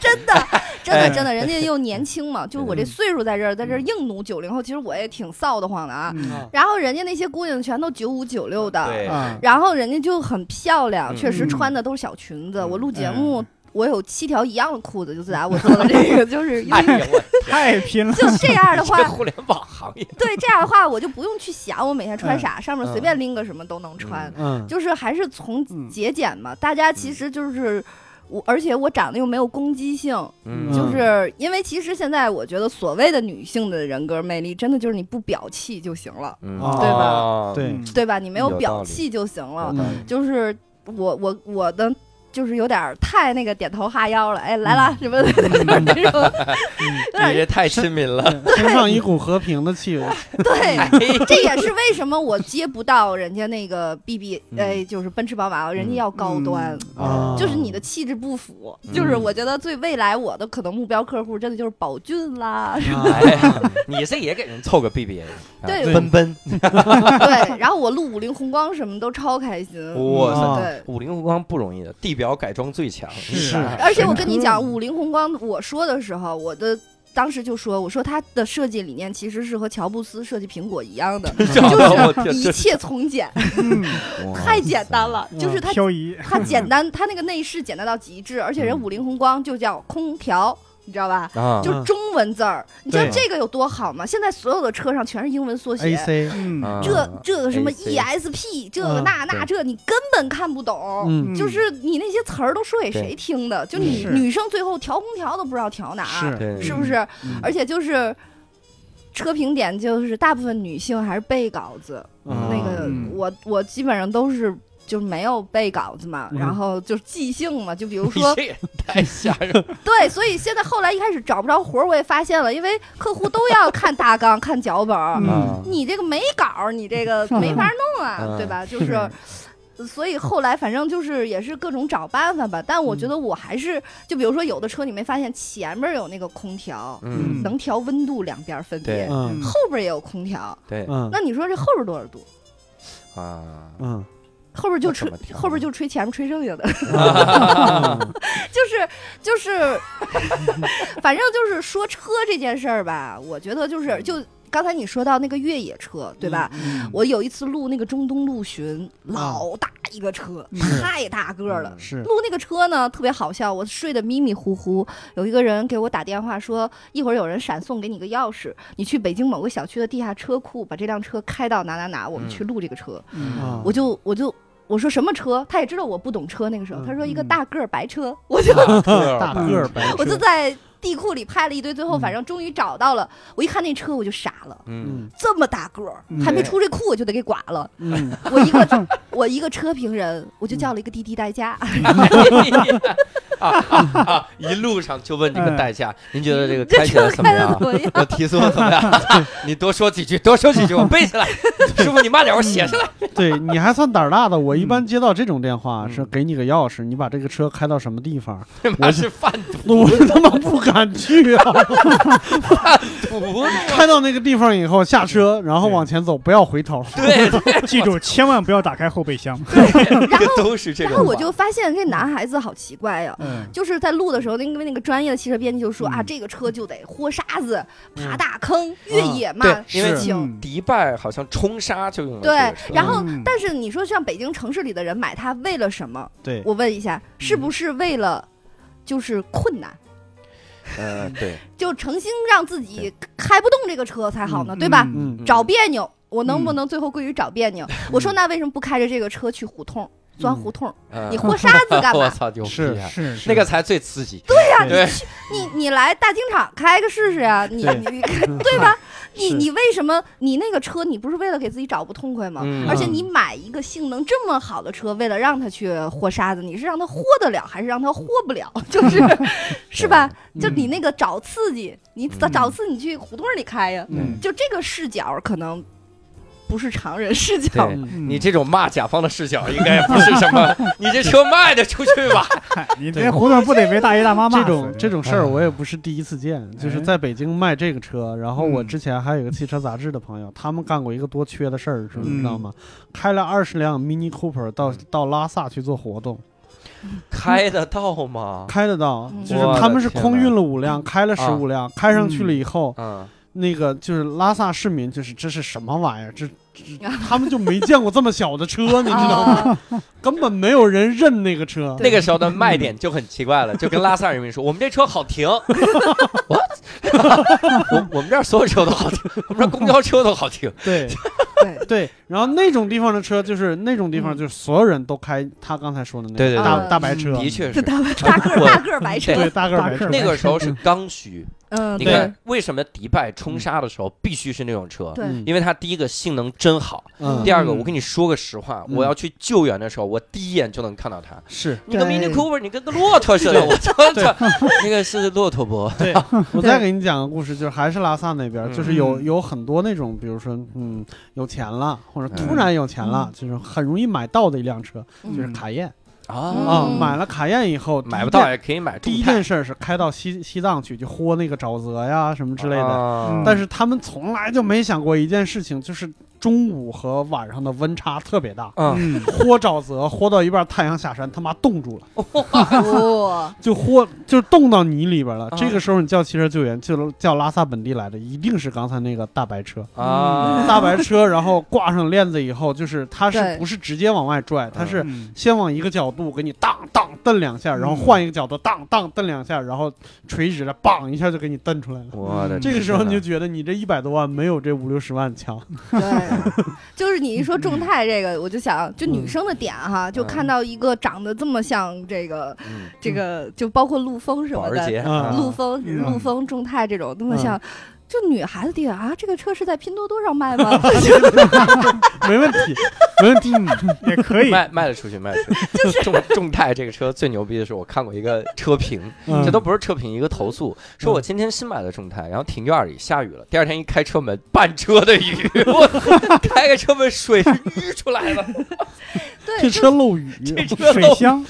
D: 真的真
A: 哎
D: 的真的，人家又年轻嘛，就是我这
B: 嗯
D: 岁数在这儿，在这儿硬奴九零后，其实我也挺臊得慌的啊。
B: 嗯
D: 然后人家那些姑娘全都九五九六的，
A: 对，
C: 啊
D: 然后人家就很漂亮，
A: 嗯
D: 确实穿的都是小裙子。
A: 嗯
D: 我录节目，我有七条一样的裤子，就自打我做了这个，就是因
A: 哎
D: 为
A: 呀，我
B: 太拼了，
D: 就这样的话
A: 这，互联网行业，
D: 对这样的话，我就不用去想我每天
A: 嗯
D: 穿啥，上面随便拎个什么都能穿。
C: 嗯，
D: 就是还是从
B: 嗯
D: 节俭嘛，大家
A: 嗯
D: 其实就是。我而且我长得又没有攻击性，
A: 嗯
D: 就是因为其实现在我觉得所谓的女性的人格魅力，真的就是你不表气就行了，
A: 嗯
C: 哦
D: 对吧
A: 哦
C: 对
B: 嗯
D: 对吧？你没有
A: 有道
D: 表
A: 理嗯
C: 嗯
D: 气就行了，
A: 有道理
D: 就是我我我的就是有点儿太那个点头哈腰了，哎，来
A: 嗯
D: 啦什么的 那种，有点
A: 你这太亲 民了。
C: 身上一股和平的气味。
A: 哎
D: 对，
A: 嘿
D: 这也是为什么我接不到人家那个 B B，
A: 嗯
D: 哎，就是奔驰、宝马，人家要高
B: 嗯
D: 端，
C: 啊
D: 就是你的气质不符。
A: 哦嗯
D: 就是我觉得最未来我的可能目标客户真的就是宝骏啦，
C: 啊
A: 哎呀，你这也给人凑个 BBA，啊
D: 对
A: 奔奔，
D: 对。然后我录五菱宏光什么都超开心，
A: 哇塞，
C: 啊
D: 哦对。
A: 五菱宏光不容易的，地表改装最强，
C: 是
A: 你看
D: 而且我跟
C: 神
D: 你
C: 车
D: 讲，五菱宏光，我说的时候，我的当时就说，我说它的设计理念其实是和乔布斯设计苹果一 样的，
A: 我
D: 就
A: 天
D: 是一
A: 这
D: 切从简，
B: 嗯，
D: 太简单了，就是它
B: 漂移，
D: 它简单，它那个内饰简单到极致，而且人
A: 嗯
D: 五菱宏光就叫空调，你知道吧？
A: 啊！
D: 就是中文字儿，你知道
A: 对
D: 这个有多好吗？现在所有的车上全是英文缩
C: A
D: 写。
C: C，
B: 嗯，
A: 啊
D: 这这个什么
A: AC
D: ESP，这个
C: 嗯
D: 那那
A: 对
D: 这，你根本看不懂。
C: 嗯，
D: 就是你那些词儿都说给
A: 对
D: 谁听的？就你
B: 是
D: 女生最后调空调都不知道调哪儿，
A: 对
D: 是不是？
C: 嗯
D: 而且就是车评点，就是大部分女性还是背稿子，
A: 嗯
D: 那个
B: 嗯
D: 我我基本上都是就没有背稿子嘛，
C: 嗯
D: 然后就是即兴嘛，就比 如
A: 你
D: 说
A: 这也太吓人了，
D: 对，所以现在后来一开始找不着活儿，我也发现了，因为客户都要看大纲、 看脚本儿，
B: 嗯
A: 啊
D: 你这个没稿儿，你这个没法弄啊，
A: 嗯
D: 对吧？就是。所以后来反正就是也是各种找办法吧，但
A: 嗯
D: 我觉得我还是就比如说有的车你没发现前面有那个空调，
A: 嗯，
D: 能调温度两边儿分别
A: 对，
C: 嗯
D: 后边儿也有空调，
A: 对
C: 嗯
D: 那你说这后边儿多少度？
A: 啊，
C: 嗯
D: 后边儿就
A: 那
D: 吹
A: 怎么，调
D: 后边儿就吹前面吹剩下的，
C: 嗯
D: 就是就是，反正就是说车这件事儿吧，我觉得就是就刚才你说到那个越野车，对吧？
B: 嗯
D: 我有一次录那个中东陆巡，老大一个车，
C: 是
D: 太大个儿了。
C: 是
D: 录那个车呢，特别好笑，我睡得迷迷糊糊。有一个人给我打电话说，一会儿有人闪送给你个钥匙，你去北京某个小区的地下车库，把这辆车开到哪哪哪，我们
A: 嗯
D: 去录这个车。
C: 啊
D: 我就我就我说什么车，他也知道我不懂车，那个时候
C: 嗯
D: 他说一个
B: 嗯
D: 大个儿白车，我就
A: 大
C: 大
A: 个
C: 个儿白
D: 嗯我
C: 车
D: 就在地库里拍了一堆，最后
C: 嗯
D: 反正终于找到了。我一看那车我就傻了，
A: 嗯
C: 嗯
D: 这么大个儿，
B: 嗯
D: 还没出这库我就得给剐了。
C: 嗯
D: 我一个我一个车评人，我就叫了一个滴滴代驾。
A: 啊啊啊！一路上就问这个代驾，您觉得这个啊开起来
D: 车
A: 怎么
D: 开的
A: 样
D: 怎？么 样？
A: 我提速怎么样？你多说几句，多说几句，我背下来。师傅，你慢点，我写下来。
C: 对你还算胆儿大的，我一般接到这种电话
A: 嗯
C: 是给你个钥匙，你把这个车开到什么 地方，
A: 我是贩毒，
C: 那我他妈不敢去啊！
A: 毒
C: 开到那个地方以后下车，然后往前走，不要回头。
A: 对，
B: 哎记住，千万不要打开后 备箱。
A: 这都是这种。
D: 然后我就发现这男孩子好奇怪呀、
B: 嗯，
D: 就是在录的时候，因为那个专业的汽车编辑就说、
C: 嗯
D: 啊，这个车就得豁沙子、
C: 嗯
D: 爬大坑、越野嘛，
A: 对因为
D: 事情。
B: 嗯
A: 迪拜好像冲杀就用了这
D: 对
A: 个车。，
D: 然后
B: 嗯
D: 但是你说像北京城市里的人买它为了什么？
C: 对，
D: 我问一下，是不是为了就是困难，
A: 嗯，对，
D: 就诚心让自己开不动这个车才好呢，对吧？
C: 嗯
A: 嗯
D: 找别扭，我能不能最后归于找别扭？我说那为什么不开着这个车去胡同钻胡同？
A: 嗯
D: 你豁沙子干
A: 我
D: 嘛？
A: 操，牛逼
C: 是
A: 啊！
B: 是
A: 那个才最刺激。对呀，对，
D: 你你来大京厂开个试试呀、你
C: 对
D: 你对 吧？你
C: 是
D: 你为什么你那个车你不是为了给自己找不痛快吗？
A: 嗯
D: 而且你买一个性能这么好的车，为了让它去豁沙子，你是让它豁得了，还是让它豁不了？ 就是 是吧？
C: 嗯
D: 就你那个找刺激，你找
A: 嗯
D: 找刺激，你去胡同里开呀。
C: 嗯
D: 就这个视角可能不是常人视 角
A: 对，
C: 嗯
A: 你这种骂甲方的视角应该不是什么，你这车卖得出去吧？
B: 嗨你这胡同不得被大爷大妈啊骂
C: 这
B: 死
C: 种这种事儿
A: 哎
C: 我也不是第一次见，就是
B: 哎
C: 在北京卖这个车，然后我
B: 嗯
C: 之前还有一个汽车杂志的朋友，他们干过一个多缺的事儿，是你知道
B: 嗯
C: 吗？开了二十辆 Mini Cooper 到
A: 嗯
C: 到拉萨去做活动，
A: 开得到吗？
C: 开得到
D: 嗯，
C: 就是
A: 我
C: 他
A: 的
C: 们是
A: 天
C: 空
A: 呐
C: 运了五辆，开了十
A: 啊
C: 五辆，开上去了以后，
A: 嗯，
C: 那个就是拉萨市民，就是这是什么玩意儿？这这他们就没见过这么小的车，你知道吗？
D: 啊，
C: 根本没有人认那个车。
A: 那个时候的卖点就很奇怪了，就跟拉萨人民说：“我们这车好停。” What？我我们这儿所有车都好停，我们这儿公交车都好停。
C: 对
D: 对，
C: 对，然后那种地方的车，就是那种地方，
D: 嗯
C: 就是所有人都开他刚才说的那
A: 对
C: 个
A: 对嗯
C: 大
D: 对
C: 大白车，
A: 的确是
D: 大个儿
A: 我
D: 大个儿白车，
C: 对大个儿
B: 大
C: 白
B: 个
C: 车
B: 儿，
A: 那个时候是刚需，
D: 嗯，
A: 你
C: 对
A: 看为什么迪拜冲沙的时候必须是那种车？
D: 对，
C: 嗯
A: 因为它第一个性能真好，
C: 嗯
A: 第二个我跟你说个实话，
C: 嗯
A: 我要去救援的时候，我第一眼就能看到它。
C: 是
A: 你跟
D: 对
A: Mini Cooper，你跟个骆驼似的，我操！那个是骆驼不？
C: 对，我再给你讲个故事，就是还是拉萨那边儿，
A: 嗯
C: 就是有有很多那种，比如说，嗯，有钱了，或者
A: 嗯
C: 突然有钱了，就是很容易买到的一辆车，
D: 嗯
C: 就是卡宴
A: 啊，
C: 啊。
D: 嗯
C: 买了卡宴以后，
A: 买不
C: 第
A: 到
C: 一件。
A: 也可以买。
C: 第一件事儿是开到西西藏去，就豁那个沼泽呀什么之类的。
A: 的
B: 嗯
C: 但是他们从来就没想过一件事情，就是中午和晚上的温差特别大。
A: 嗯，
B: 嗯，
C: 豁沼泽，豁到一半，太阳下山，他妈冻住了。
D: 哦，
C: 就豁就冻到泥里边了。
B: 嗯
A: 啊
C: 这个时候你叫汽车救援，就叫拉萨本地来的，一定是刚才那个大白车。
B: 嗯
A: 啊，
C: 大白车，然后挂上链子以后，就是它是
D: 对
C: 不是直接往外拽？它是
B: 嗯
C: 先往一个角度给你当当蹬两下，然
B: 嗯
C: 后换一个角度当当蹬两下，然后垂直的梆一下就给你蹬出来了。
A: 我的
C: 这个时候
A: 天
C: 你
A: 哪
C: 就觉得你这一百多万没有这五六十万强。
D: 对，就是你一说众泰这个，我就想，就女
C: 嗯
D: 生的点哈，就看
A: 嗯
D: 到一个长得这么像这个
A: 嗯
D: 这个，就包括陆风什
A: 保
D: 么
A: 时
D: 的，
A: 捷
C: 嗯
A: 啊
D: 陆风、
B: 嗯
D: 陆风、众泰这种，那么
C: 嗯
D: 像，就女孩子地方啊，这个车是在拼多多上卖 吗？
C: 没 问题，没问题。
B: 也可
C: 哎
B: 以，
A: 卖卖了出去，卖了出 去。众众泰这个车最牛逼的是，我看过一个车评，
C: 嗯
A: 这都不是车评，一个投诉，说我今天新买的众泰，然后停院里下雨了，第二天一开车门，半车的雨， 我开个车门水是淤出来了，
D: 对，就
C: 这车漏雨，
A: 这 车
B: 水
A: 都
B: 箱，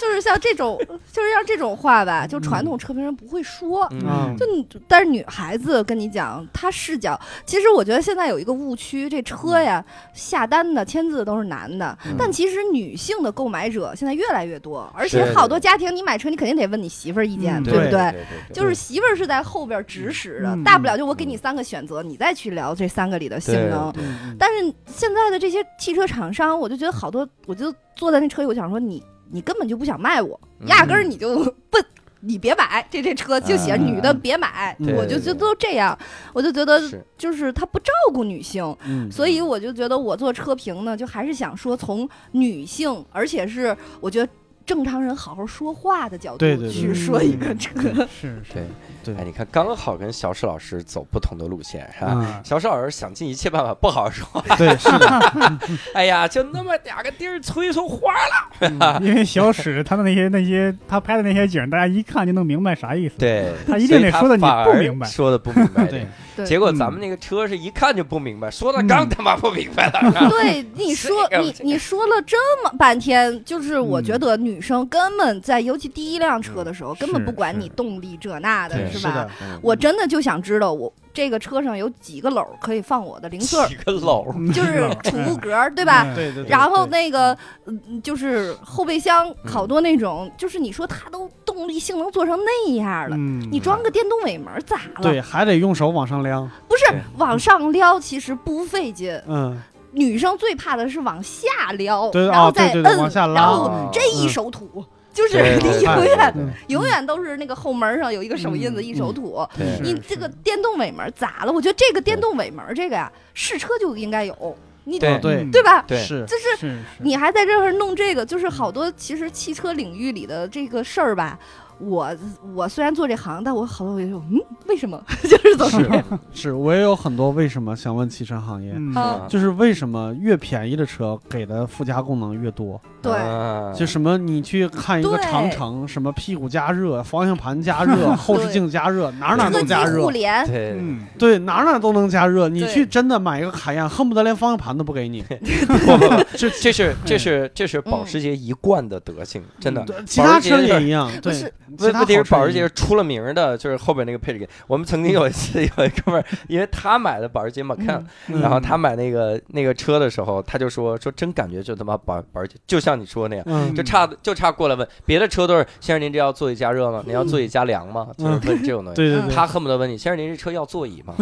D: 就是像这种，就是像这种话吧，就传统车评人不会说。
C: 啊
B: 啊
A: 嗯
D: 就你但是女孩子跟你讲，她视角，其实我觉得现在有一个误区，这车呀下单的签字的都是男的，
A: 嗯
D: 但其实女性的购买者现在越来越多，而
A: 是
D: 且
A: 对
D: 好多家庭你买车你肯定得问你媳妇儿意见，
B: 嗯
D: 不
A: 对
D: 对？
A: 对对，
D: 就是媳妇儿是在后边指使的，
B: 嗯
D: 大不了就我给你三个选择，你再去聊这三个里的性
A: 对
D: 能。
A: 对
C: 嗯
D: 但是现在的这些汽车厂商，我就觉得好多，我就坐在那车里，我想说你，你根本就不想卖我，
A: 嗯
D: 压根儿你就不，你别买这这车就写
A: 嗯
D: 女的别买，
C: 嗯
D: 我就觉得都这样，我就觉得
A: 是
D: 就是他不照顾女性，
C: 嗯
D: 所以我就觉得我做车评呢，就还是想说从女性，而且是我觉得。正常人好好说话的角度
C: 对对对
D: 去说一个车，
B: 嗯是是，
A: 对
C: 嗯对
A: 哎，你看刚好跟小史老师走不同的路线，是吧？
C: 啊，
A: 小史老师想尽一切办法不好好说话，
C: 对，是的，
A: 哎呀，就那么点个地儿吹出花来，
B: 嗯因为小史他的那些那些他拍的那些景儿，大家一看就能明白啥意思。
A: 对，
B: 他一
A: 所
B: 定
A: 以
B: 得说得你
A: 反
B: 不
A: 而
B: 明白
A: 说的不明白一点
C: 对。
D: 对
A: 结果咱们那个车是一看就不明白，说的刚他妈不明白了， 是吧
D: 对，你 说
A: 这个
D: 你
A: 这个
D: 你说了这么半天，就是我觉
C: 嗯
D: 得女生根本在，尤其第一辆车的时候，根本
B: 是
D: 不管
A: 是
D: 你动力这那
A: 对
D: 的，
C: 是
D: 吧
C: 的？，
D: 我真的就想知道，我这个车上有几个篓儿可以放我的零碎儿，
A: 几个篓 儿，
D: 就是储物格儿，对吧？
B: 嗯
C: 对对对。
D: 然后
C: 对嗯
D: 那个，嗯就是后备箱好多那种，就是你说它都动力性能做成那样了，
B: 嗯，
D: 你装个电动尾门儿咋了？
C: 对，还得用手往上撩。
D: 不是
A: 对
D: 往上撩，其实不费劲，
C: 嗯，
D: 女生最怕的是往下撩，
C: 对
D: 然后
C: 哦，
D: 再
C: 对
D: 摁，
C: 对对，往下
D: 然
C: 拉。嗯
D: 后
A: 哦
D: 这一手土，就是
A: 对
D: 你
A: 对
D: 永
A: 对
D: 远
B: 嗯
A: 对
D: 永远都是那个后门上有一个手印子，
C: 嗯
D: 一手土。
A: 对
B: 嗯
D: 你
B: 是
D: 这个电动尾门咋了？我觉得这个电动尾门这个呀，试车就应该有，你
A: 对
C: 对
D: 对吧？
A: 对
C: 是
D: 就是
B: 嗯是是，
D: 你还在这儿弄这个，就是好多其实汽车领域里的这个事儿吧。我我虽然做这行，但我好多也有嗯，为什么？ 就是总是
A: 是
C: 是，我也有很多为什么想问汽车行业，
B: 嗯
D: 啊，
C: 就是为什么越便宜的车给的附加功能越多？
D: 对
A: 啊
C: 就什么你去看一
D: 嗯
C: 个
D: 对
C: 长城，什么屁股加热、方向盘 加热、后视镜加热，哪儿哪儿
D: 科
C: 都
D: 技
C: 加热
D: 互。联，
A: 对，
B: 嗯，
C: 对，哪儿哪儿都能加热。你
D: 对
C: 去真的买一个卡宴，恨不得连方向盘都不 给你。
A: 不不不， 这这是这是这是保时捷一贯的德性，真
B: 嗯
A: 的。
C: 对其他车也一样。
D: 不
C: 对，
D: 是
C: 其
A: 问
C: 他
A: 问题是
C: 好车
A: 保时
C: 也一
A: 捷
C: 样
A: 是出了名儿的，就是后边那个配置给。我们曾经有一次有一哥们儿，因为他买的保时捷 Macan，
C: 嗯
A: 然后他买那个那个车的时候，他就说说真感觉就他妈保保时捷，就像你说那样。
C: 嗯
A: 就差就差过来问，别的车都是先生您这要座椅加热吗？您要座椅加凉吗？就是问这种东西。
C: 嗯对对对
A: 他恨不得问你，先生您这车要座椅 吗？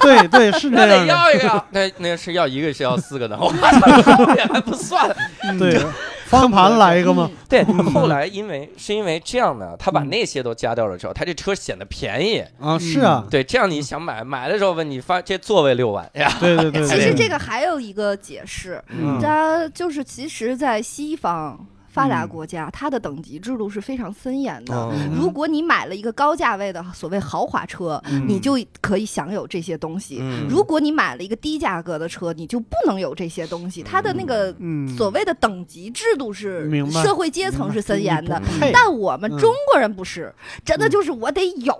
C: 对对 是
A: 嗯那
C: 这
A: 得
C: 样的。
A: 要一个啊，那那是要一个是要四个的，我操，也还不算。
B: 嗯
C: 对，方向盘来一个吗？
A: 对，后来因为是因为这样呢，他
C: 嗯
A: 把那些都加掉了之后，他这车显得便宜。
C: 啊，是啊，
A: 对，这样你想买买的时候问你发这座位六万哎呀，
C: 对对对。
D: 嗯其实
C: 对
D: 这个还有一个解释，
C: 嗯
D: 它就是其实，在西方。发达
C: 嗯
D: 国家，它的等级制度是非常森严的。
A: 嗯
D: 如果你买了一个高价位的所谓豪华车，
C: 嗯
D: 你就可以享有这些东西；
A: 嗯
D: 如果你买了一个低价格的车，你就不能有这些东西。它的那个
B: 嗯，
D: 所谓的等级制度是
C: 明白
D: 社会阶层是森严的
C: 你，不配
D: 但我们
C: 嗯
D: 中国人不是，真的就是我得有，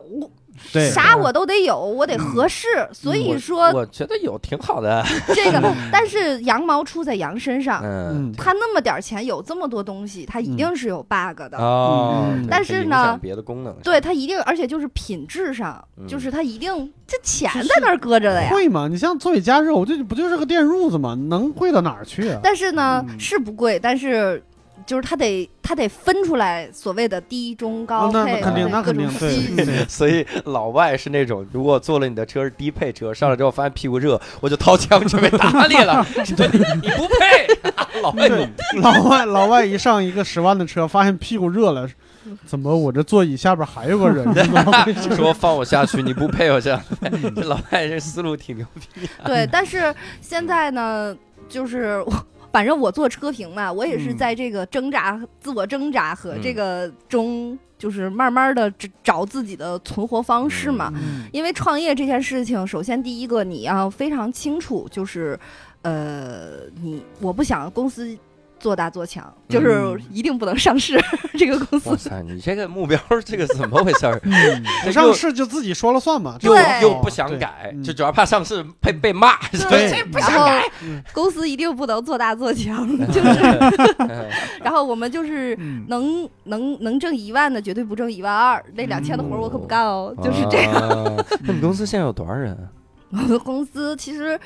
C: 对嗯
D: 啥我都得有，我得合适。所以说
A: 我觉得有挺好的，
D: 这个，但是羊毛出在羊身上，
A: 嗯
C: 嗯，
D: 他那么点儿钱有这么多东西，他一定是有 bug 的。
A: 哦
C: 嗯，
A: 对
D: 但
A: 它
D: 是
A: 影
D: 呢
A: 响别的功能，
D: 对他一定，而且就是品质上，
A: 嗯
D: 就是他一定这钱在那儿搁着的呀。
C: 会吗？你像座椅加热，我这不就是个电褥子吗？能贵到哪儿去啊？
D: 但是呢，
C: 嗯
D: 是不贵，但是就是他得他得分出来所谓的低中
C: 啊
A: 哦
D: 高
C: 那
D: 配，
C: 那肯定，那
D: 各
C: 肯
D: 种
C: 定
D: 低
C: 对嗯对。
A: 所以老外是那种，如果坐了你的车是低配车，上来之后发现屁股热，我就掏枪准备打你了， 对，你不配， 老外
C: 对，老外老外一上一个十万的车，发现屁股热了，
A: 嗯
C: 怎么我这座椅下边还有个人？怎么回事
A: 说放我下去，你不配我下来，这 老外这思路挺牛逼，
D: 对，但是现在呢，就是我。反正我做车评嘛，我也是
C: 嗯
D: 在这个挣扎、自我挣扎和
A: 嗯
D: 这个中，就是慢慢的找自己的存活方式嘛。
C: 嗯
D: 因为创业这件事情，首先第一个你要非常清楚，就是，呃，你我不想公司做大做强，就是
C: 嗯哦
D: 一定不能上市、 这个公司
A: 哇。塞，你这个目标这个怎么回 事儿？
C: 嗯
A: 这
C: 不上
A: 哎又
C: 市就自己说了算嘛，这
A: 又
C: 个
D: 对
A: 又不想改，
C: 对嗯
A: 就主要怕上市被被骂，
C: 对
A: 这不
D: 然
A: 想
D: 后
A: 改，
D: 公司一定不能做大做强，就
A: 嗯
D: 然后我们就是
B: 嗯，
D: 能能能挣一万的绝对不挣一万二，那两千的活儿我可不干哦，就是这 样。
A: 样。啊那你公司现在有多少人啊？
D: 我们公司其实，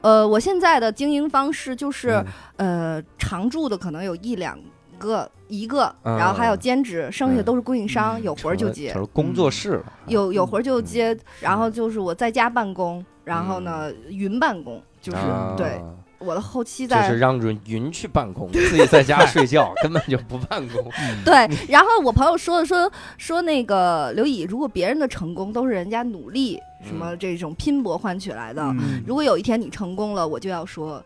D: 呃，我现在的经营方式
C: 嗯
D: 就是，呃，常驻的可能有一两个，一个，
A: 嗯
D: 然后还有兼职，剩下都是供应商，
C: 嗯
D: 有活儿就
A: 成了
D: 接
A: 成，了工作室了。嗯
D: 有有活儿就接，然后就是我在家办公，然后呢云办公，就是
A: 嗯啊
D: 对我的后期
A: 就
D: 在
A: 是让云云去办公，自己在家 睡觉，根本就不办公。
D: 对，然后我朋友说说说那个刘乙，如果别人的成功都是人家努力什么
A: 嗯
D: 这种拼搏换取来的，
B: 嗯
D: 如果有一天你成功了，我就要说。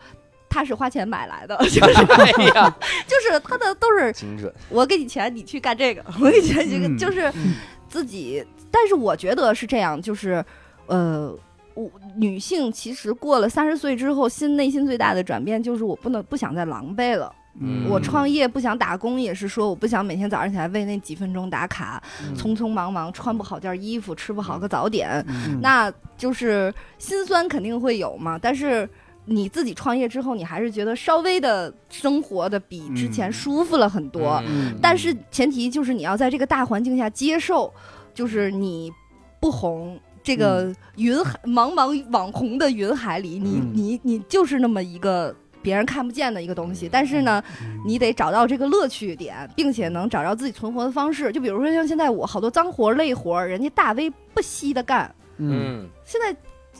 D: 他是花钱买来的，
A: 哎呀，
D: 就是他的都是
A: 精准。
D: 我给你钱，你去干这个，我给你钱，你去干
B: 嗯
D: 就是
B: 嗯
D: 自己。但是我觉得是这样，就是呃，我女性其实过了三十岁之后，心内心最大的转变就是我不能不想再狼狈了。
B: 嗯
D: 我创业不想打工，也是说我不想每天早上起来为那几分钟打卡，
B: 嗯
D: 匆匆忙忙穿不好件衣服，吃不好个早点，
C: 嗯
D: 那就是心酸肯定会有嘛。但是你自己创业之后，你还是觉得稍微的生活的比之前
B: 嗯
D: 舒服了很多。
A: 嗯
D: 但是前提就是你要在这个大环境下接受，就是你不红。这个云海、茫茫网红的云海里，你、
C: 嗯
D: 你你就是那么一个别人看不见的一个东西。但是呢，
C: 嗯
B: 嗯
D: 你得找到这个乐趣点，并且能找到自己存活的方式。就比如说像现在我好多脏活儿累活儿，人家大 V 不惜的干。
C: 嗯
A: 嗯，
D: 现在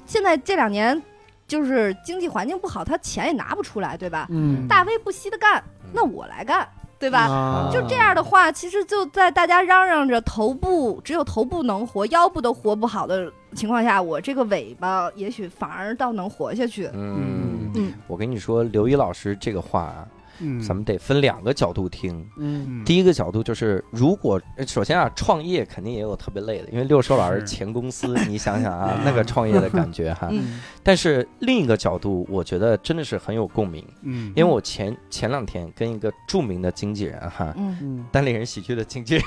D: 现在这两年就是经济环境不好，他钱也拿不出来，对吧？
C: 嗯，
D: 大 V 不惜的干
A: 嗯，
D: 那我来干，对吧？
A: 啊
C: 吧
D: 就这样的话，其实就在大家嚷嚷着头部只有头部能活，腰部都活不好的情况下，我这个尾巴也许反而倒能活下去。
A: 嗯，
D: 嗯
A: 我跟你说，刘一老师这个话啊，
B: 嗯，
A: 咱们得分两个角度听。
C: 嗯
A: 第一个角度就是，如果呃首先啊，创业肯定也有特别累的，因为六兽老师
B: 是
A: 前公司，你想想啊，那个创业的感觉哈。
D: 嗯
A: 但是另一个角度，我觉得真的是很有共鸣，
B: 嗯，
A: 因为我前前两天跟一个著名的经纪人哈，
D: 嗯，
C: 嗯
A: 单立人喜剧的经纪人，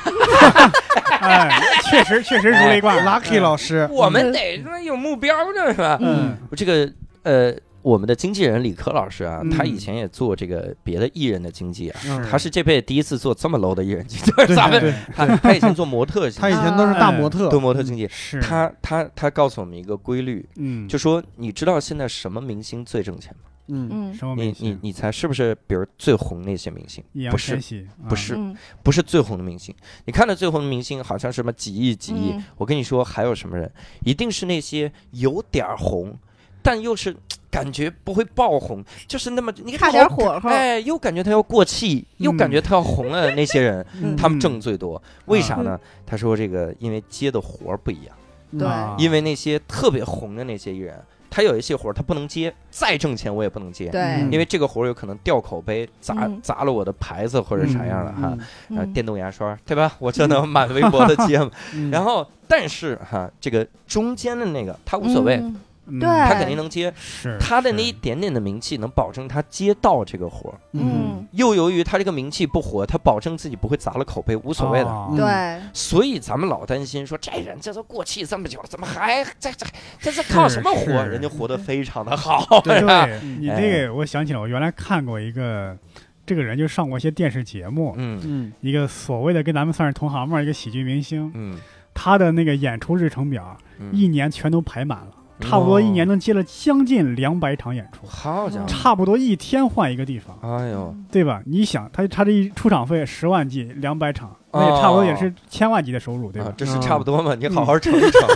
B: 哎，确实确实如雷贯耳
A: 嗯
C: ，Lucky 老师，
A: 我们得说有目标的是吧？
B: 嗯
A: 这个呃，我们的经纪人李科老师啊，
B: 嗯
A: 他以前也做这个别的艺人的经纪啊，
C: 是
A: 他是这辈子第一次做这么 low 的艺人经纪， 就是咱们
C: 对
A: 他他以前做模特经纪，
C: 他以前都是大模特
A: 做，模特经纪，
B: 是
A: 他他他告诉我们一个规律，
B: 嗯
A: 就说你知道现在什么明星最挣钱吗？
C: 嗯
D: 嗯
B: 什么
A: 你
B: 明
A: 你
B: 星？
A: 你猜是不是？比如最红那些明星，
B: 易烊
A: 不是
B: 千玺啊
A: 不是
D: 嗯
A: 不是最红的明星。你看到最红的明星好像什么几亿几亿，
D: 嗯
A: 我跟你说还有什么人？一定是那些有点儿红，但又是嗯感觉不会爆红，就是那么你
D: 差
A: 看
D: 点
A: 好
D: 火候。
A: 哎，又感觉他要过气，又感觉他要红了那些人，
D: 嗯
A: 他们挣最多。为啥呢？他说这个因为接的活儿不一样，
D: 对
B: 啊
A: 因为那些特别红的那些艺人，他有一些活儿他不能接，再挣钱我也不能接，
D: 对
C: 嗯，
A: 因为这个活儿有可能掉口碑，砸
D: 嗯
A: 砸了我的牌子或者啥样的哈。啊，
D: 嗯
A: 电动牙刷，对吧？我这能满微博的 接吗？
C: 嗯
A: 然后，但是哈，这个中间的那个他无所谓，
D: 嗯
B: 嗯
D: 对
A: 他肯定能接。
B: 是
A: 他的
B: 是
A: 那一点点的名气能保证他接到这个活儿，
D: 嗯，
A: 又由于他这个名气不火，他保证自己不会砸了口碑，无所谓的。
B: 哦
C: 嗯
D: 对，
A: 所以咱们老担心说，这人这都过气这么久了，怎么还这这这是靠什么
B: 是
A: 活？
B: 是
A: 人家活得非常的好，
B: 对
A: 是 吧？
B: 你这个，我想起来，我原来看过一个，这个人就上过一些电视节目，
A: 嗯
C: 嗯
B: 一个所谓的跟咱们算是同行嘛，一个喜剧明星，
A: 嗯
B: 他的那个演出日程表一
A: 嗯，哦
B: 年全都排满了，差不多一年能接了将近两百场演出，
A: 好家伙，
B: 差不多一天换一个地方，
A: 哎呦，
B: 对吧？你想，他他这一出场费十万级，两百场，那
A: 哦
B: 也差不多也是千万级的收入，对
A: 啊
B: 吧？，
A: 这是差不多嘛？你好好乘一 乘，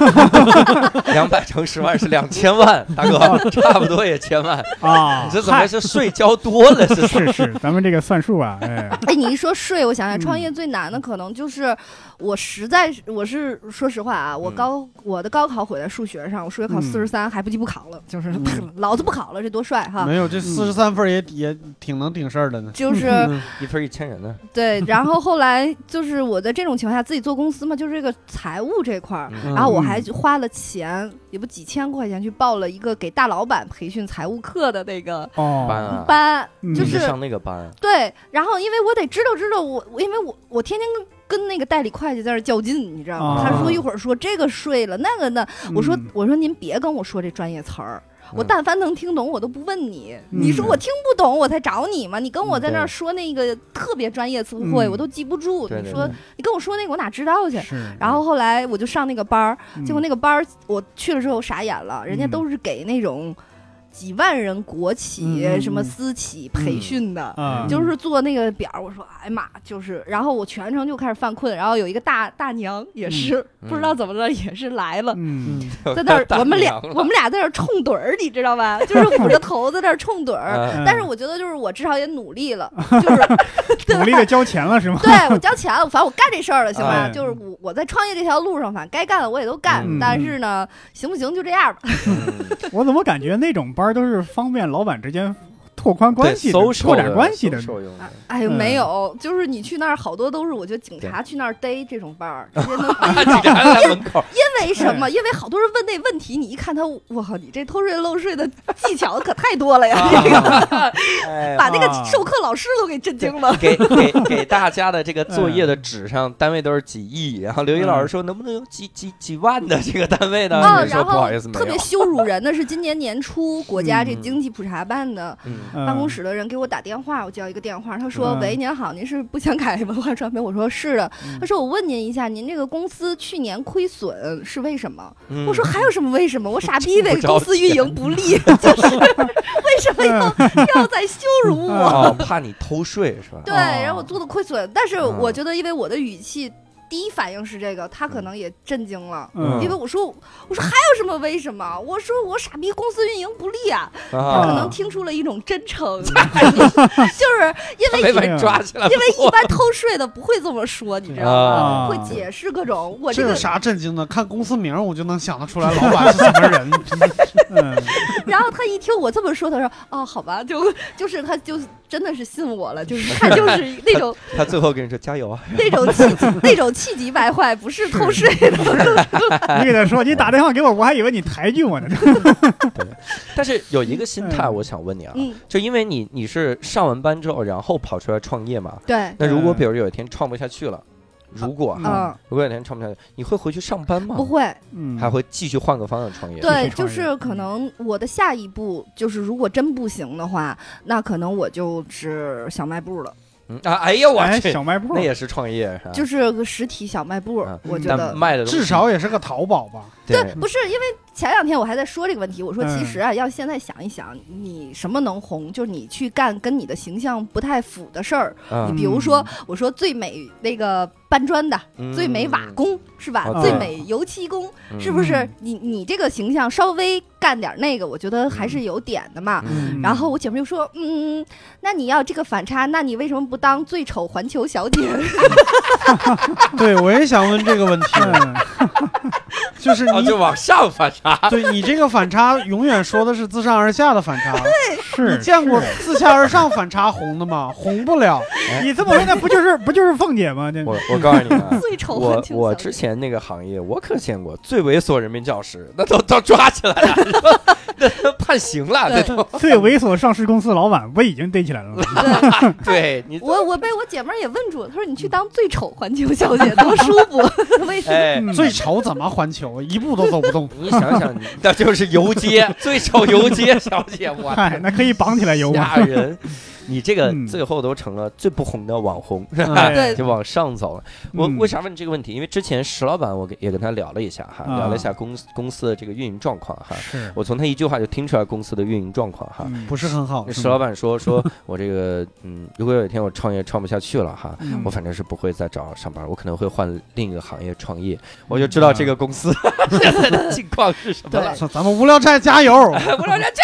A: 两百乘十万是两千万，大 哥，差不多也千万。
B: 啊，
A: 你这怎么是税交多了？是
B: 是是，咱们这个算数啊，哎，
D: 哎，你一说税，我想想，
B: 嗯
D: 创业最难的可能就是我实在是，我是说实话啊，我
A: 嗯
D: 高我的高考毁在数学上，我数学考
B: 嗯
D: 四十三，还不及不考了， 就是
C: 嗯
D: 老子不考了，这多帅哈！
C: 没有这四十三分儿也也挺能顶事儿的呢。
D: 就是
C: 嗯
A: 一分一千人呢？
D: 对，然后后来就是我在这种情况下自己做公司嘛，就是这个财务这块儿，
A: 嗯
D: 然后我还花了钱，也不几千块钱去报了一个给大老板培训财务课的那个
A: 班
B: 哦，
A: 啊，
D: 班，
B: 嗯
D: 就
A: 你
D: 是
A: 上那个班，
D: 对，然后因为我得知道知道我，我因为我我天天跟跟那个代理会计在那儿较劲，你知道吗？
B: 啊
D: 他说一会儿说这个税了那个呢，我
B: 嗯
D: 说、我说您别跟我说这专业词儿。我
A: 嗯
D: 但凡能听懂，我都不问你。
B: 嗯
D: 你说我听不懂，我才找你嘛。你跟我在那
A: 嗯
D: 儿
A: 对
D: 说那个特别专业词汇，
B: 嗯
D: 我都记不住。
A: 对
D: 你
A: 对
D: 说
A: 对
D: 你跟我说那个，我哪知道去？
B: 是，
D: 然后后来我就上那个班儿，
B: 嗯
D: 结果那个班儿我去了之后傻眼了，人家
B: 嗯
D: 都是给那种几万人国企、
C: 嗯嗯
D: 什么私企培训的，
B: 啊，
D: 就是做那个表儿，我说哎妈，就是，然后我全程就开始犯困，然后有一个大大娘也是、
A: 嗯
D: 不知道怎么了，也是来了。
B: 嗯，
C: 嗯
D: 在那
A: 大
D: 儿，我们俩
A: 娘了嗯
D: 我们俩在那儿冲盹儿，你知道吧？ 就是捂着头在那儿冲盹儿。
A: 啊
D: 但是我觉得，就是我至少也努力了，就是
B: 努力的交钱了是吗？
D: 对我交钱了，反正我干这事儿了，行吧？
B: 哎
D: 就是我我在创业这条路上，反正该干的我也都干，
A: 嗯
D: 但是呢，行不行就这样吧。
A: 嗯
B: 我怎么感觉那种班儿都是方便老板之间拓宽关
A: 对
B: 系的、
A: social
B: 拓展
A: 的
B: 关系的？
A: social 用的
D: 哎呦，
B: 嗯
D: 没有，就是你去那儿好多都是，我觉得警察去那儿逮这种班儿，直接能逮
A: 警
D: 到。
A: 察在门口，
D: 因为什么？因为好多人问那问题，你一看他，我靠，你这偷税漏税的技巧可太多了呀！
A: 啊
D: 这个
A: 哎 呀
D: 把那个授课老师都给震惊了。
A: 给给给大家的这个作业的纸上单位都是几亿，然后刘一老师说能不能有几几几万的这个单位呢？
D: 哦，
A: 人说
D: 然
A: 不好
D: 后
A: 意嗯思，没
D: 特别
A: 有。
D: 羞辱人的是，今年年初国家这
A: 嗯
D: 经济普查办的，
A: 嗯
B: 办
D: 办公室的人给我打电话，我接到一个电话，他说：“
B: 嗯
D: 喂，您好，您是不想改文化传媒？”我说：“是的。
A: 嗯
D: 他说：“我问您一下，您这个公司去年亏损是为什么？”
A: 嗯
D: 我说：“还有什么为什 么？我傻逼呗
A: 不，着
D: 公司运营不 力，就是 为什么要要在羞辱 我？
A: 哦，怕你偷税是吧？
D: 对，然后我做的亏损，但是
A: 嗯
D: 我觉得，因为我的语气，第一反应是这个，他
A: 嗯
D: 可能也震惊了。”
B: 嗯，
D: 因为我说，我说还有什么为什么？我说我傻逼，公司运营不力啊！
A: 啊，
D: 可能听出了一种真诚， 就是因为
A: 没
D: 一
A: 把你抓起来，
D: 因为一般偷税的不会这么说，你知道吗？
B: 啊
D: 会解释各种我
C: 这
D: 个
C: 有，啥震惊的？看公司名儿我就能想得出来，老板是什么 人。
B: 嗯，
D: 然后他一听我这么说，他说：“哦，好吧，就就是他就真的是信我了，就是他就是那种
A: 他最后跟你说加油啊，
D: 那种气那种气急败坏，不是偷税的。
B: 你给他说，你打电话给我，我还以为你抬举我呢。
A: 但是有一个心态，
B: 嗯
A: 我想问你啊，
D: 嗯，
A: 就因为你你是上完班之后，然后跑出来创业嘛？
D: 对，啊
A: 那如果比如有一天创不下去了，如果
B: 嗯
A: 哈，
D: 嗯，
A: 如果有一天创不下去，你会回去上班吗
D: 不？会，
B: 嗯，
A: 还会继续换个方向创业？
D: 对，
B: 继
D: 就
B: 续创业
D: 是可能我的下一步就是，如果真不行的话，那可能我就只小卖部了，
A: 嗯啊，哎呀，我
B: 哎，
A: 去，
B: 小卖部
A: 那也是创业是吧？
D: 就是个实体小卖部
A: 嗯。
D: 我觉得
A: 但卖的东西
C: 至少也是个淘宝吧？
A: 对
D: 不是因为前两天我还在说这个问题，我说
B: 嗯
D: 其实啊，要现在想一想，你什么能红，就是你去干跟你的形象不太符的事儿。
A: 嗯
B: 啊
D: 你比如说，我说最美那个搬砖的，
A: 嗯
D: 最美瓦工是吧
A: 哦？
D: 最
A: 对
D: 美油漆工，
A: 嗯
D: 是不是
B: 嗯？
D: 你你这个形象稍微干点那个，我觉得还是有点的嘛。
B: 嗯
D: 然后我姐妹就说：“嗯，那你要这个反差，那你为什么不当最丑环球小姐？
C: 对，我也想问这个问题，
B: 嗯
C: 就是
A: 哦，
C: 你
A: 啊就往上翻上
C: 对你这个反差，永远说的是自上而下的反差。
D: ，
B: 是
C: 你见过
B: 嗯是
C: 自下而上反差红的吗？ 红不了。
B: 你这么说，那不就是不就是凤姐吗？这
A: 我我告诉你们啊
D: 最仇
A: 我
D: 恨就
A: 我
D: 小
A: 之前那个行业，我可见过最猥琐人民教师，那都都抓起来了， 那判刑了，那都
B: 最猥琐上市公司老板不已经逮起来了 吗？
D: 对，
A: 对你
D: 我我被我姐妹儿也问住了，她说你去当最丑环球小姐多舒服， 为什么？
A: 哎。。
B: 嗯
C: 最丑怎么环球？一步都走不动
A: 你想想，那就是游街，最丑游街小姐， 我
B: 嗨，那可以绑起来啊游吗？
A: 吓人！你这个
B: 哎嗯
A: 最后都成了最不红的网红，
C: 嗯
B: 哎
D: 对
A: 就往上走了。我
B: 嗯
A: 为啥问这个问题？因为之前石老板我给也跟他聊了一下哈，
B: 啊
A: 聊了一下公司公司的这个运营状况哈。
B: 是
A: 我从他一句话就听出来公司的运营状况哈。
B: 嗯
C: 嗯不是很好，
A: 石老板说说我这个嗯，如果有一天我创业创不下去了哈。
B: 嗯
A: 我反正是不会再找上班，我可能会换另一个行业创业，我就知道这个公司 现在的境况是什么了。
C: 说咱们无聊斋加油！
A: 我让人家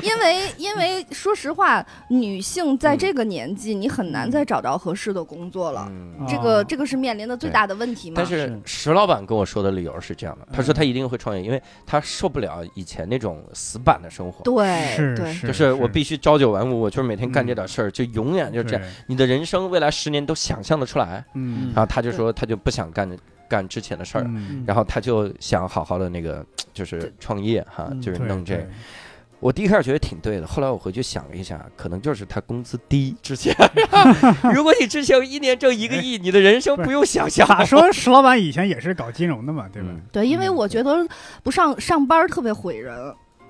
D: 因为因为说实话，女性在这个年纪，你很难再找到合适的工作了。
A: 嗯
D: 这个
B: 哦
D: 这个是面临的最大的问题嘛？
A: 但是
C: 是
A: 石老板跟我说的理由是这样的，他说他一定会创业，因为他受不了以前那种死板的生活。
D: 对
B: 是
D: 对，
A: 就是我必须朝九晚五，我就是每天干
B: 嗯
A: 这点事儿，就永远就是这样。
B: 样，
A: 你的人生未来十年都想象得出来。
B: 嗯
A: 然后他就说他就不想干干之前的事儿，
B: 嗯
A: 然后他就想好好的那个就是创业哈，
C: 嗯
A: 就是
B: 对
A: 弄这个
B: 对。
A: 我第一开始觉得挺对的，后来我回去想了一下，可能就是他工资低之 前。如果你之前一年挣一
B: 哎
A: 个亿，你的人生不用想象。
B: 咋说？石老板以前也是搞金融的嘛，对吧？
A: 嗯
D: 对，因为我觉得不上上班儿特别毁人。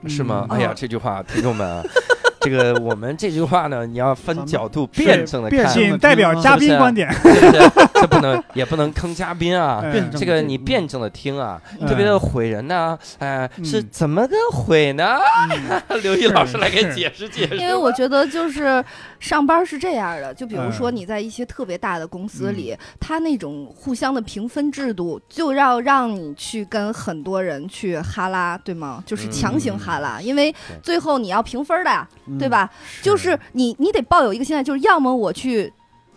A: 是吗？
D: 嗯
A: 哎呀，
D: 嗯
A: 这句话，听众们啊， 这个我们这句话呢，你要分角度辩证的
C: 辩
A: 看，
C: 证
B: 仅代表嘉宾观点，
A: 对不对？这不能也不能坑嘉宾啊。
B: 哎
A: 这个你辩证的听啊，
D: 嗯
A: 特别的毁人呐、哎，
B: 嗯
A: 是怎么个毁呢？ 刘毅老师来给
B: 是
A: 解释解释。
D: 因为我觉得就是上班儿是这样的，就比如说
B: 嗯
D: 你在一些特别大的公司里，他那种互相的评分制度，就要让你去跟很多人去哈拉，对吗？就是强行哈拉，
B: 嗯
D: 因为最后你要评分儿的呀，
C: 嗯
D: 对吧？就是你你得抱有一个心态，就是要么我去。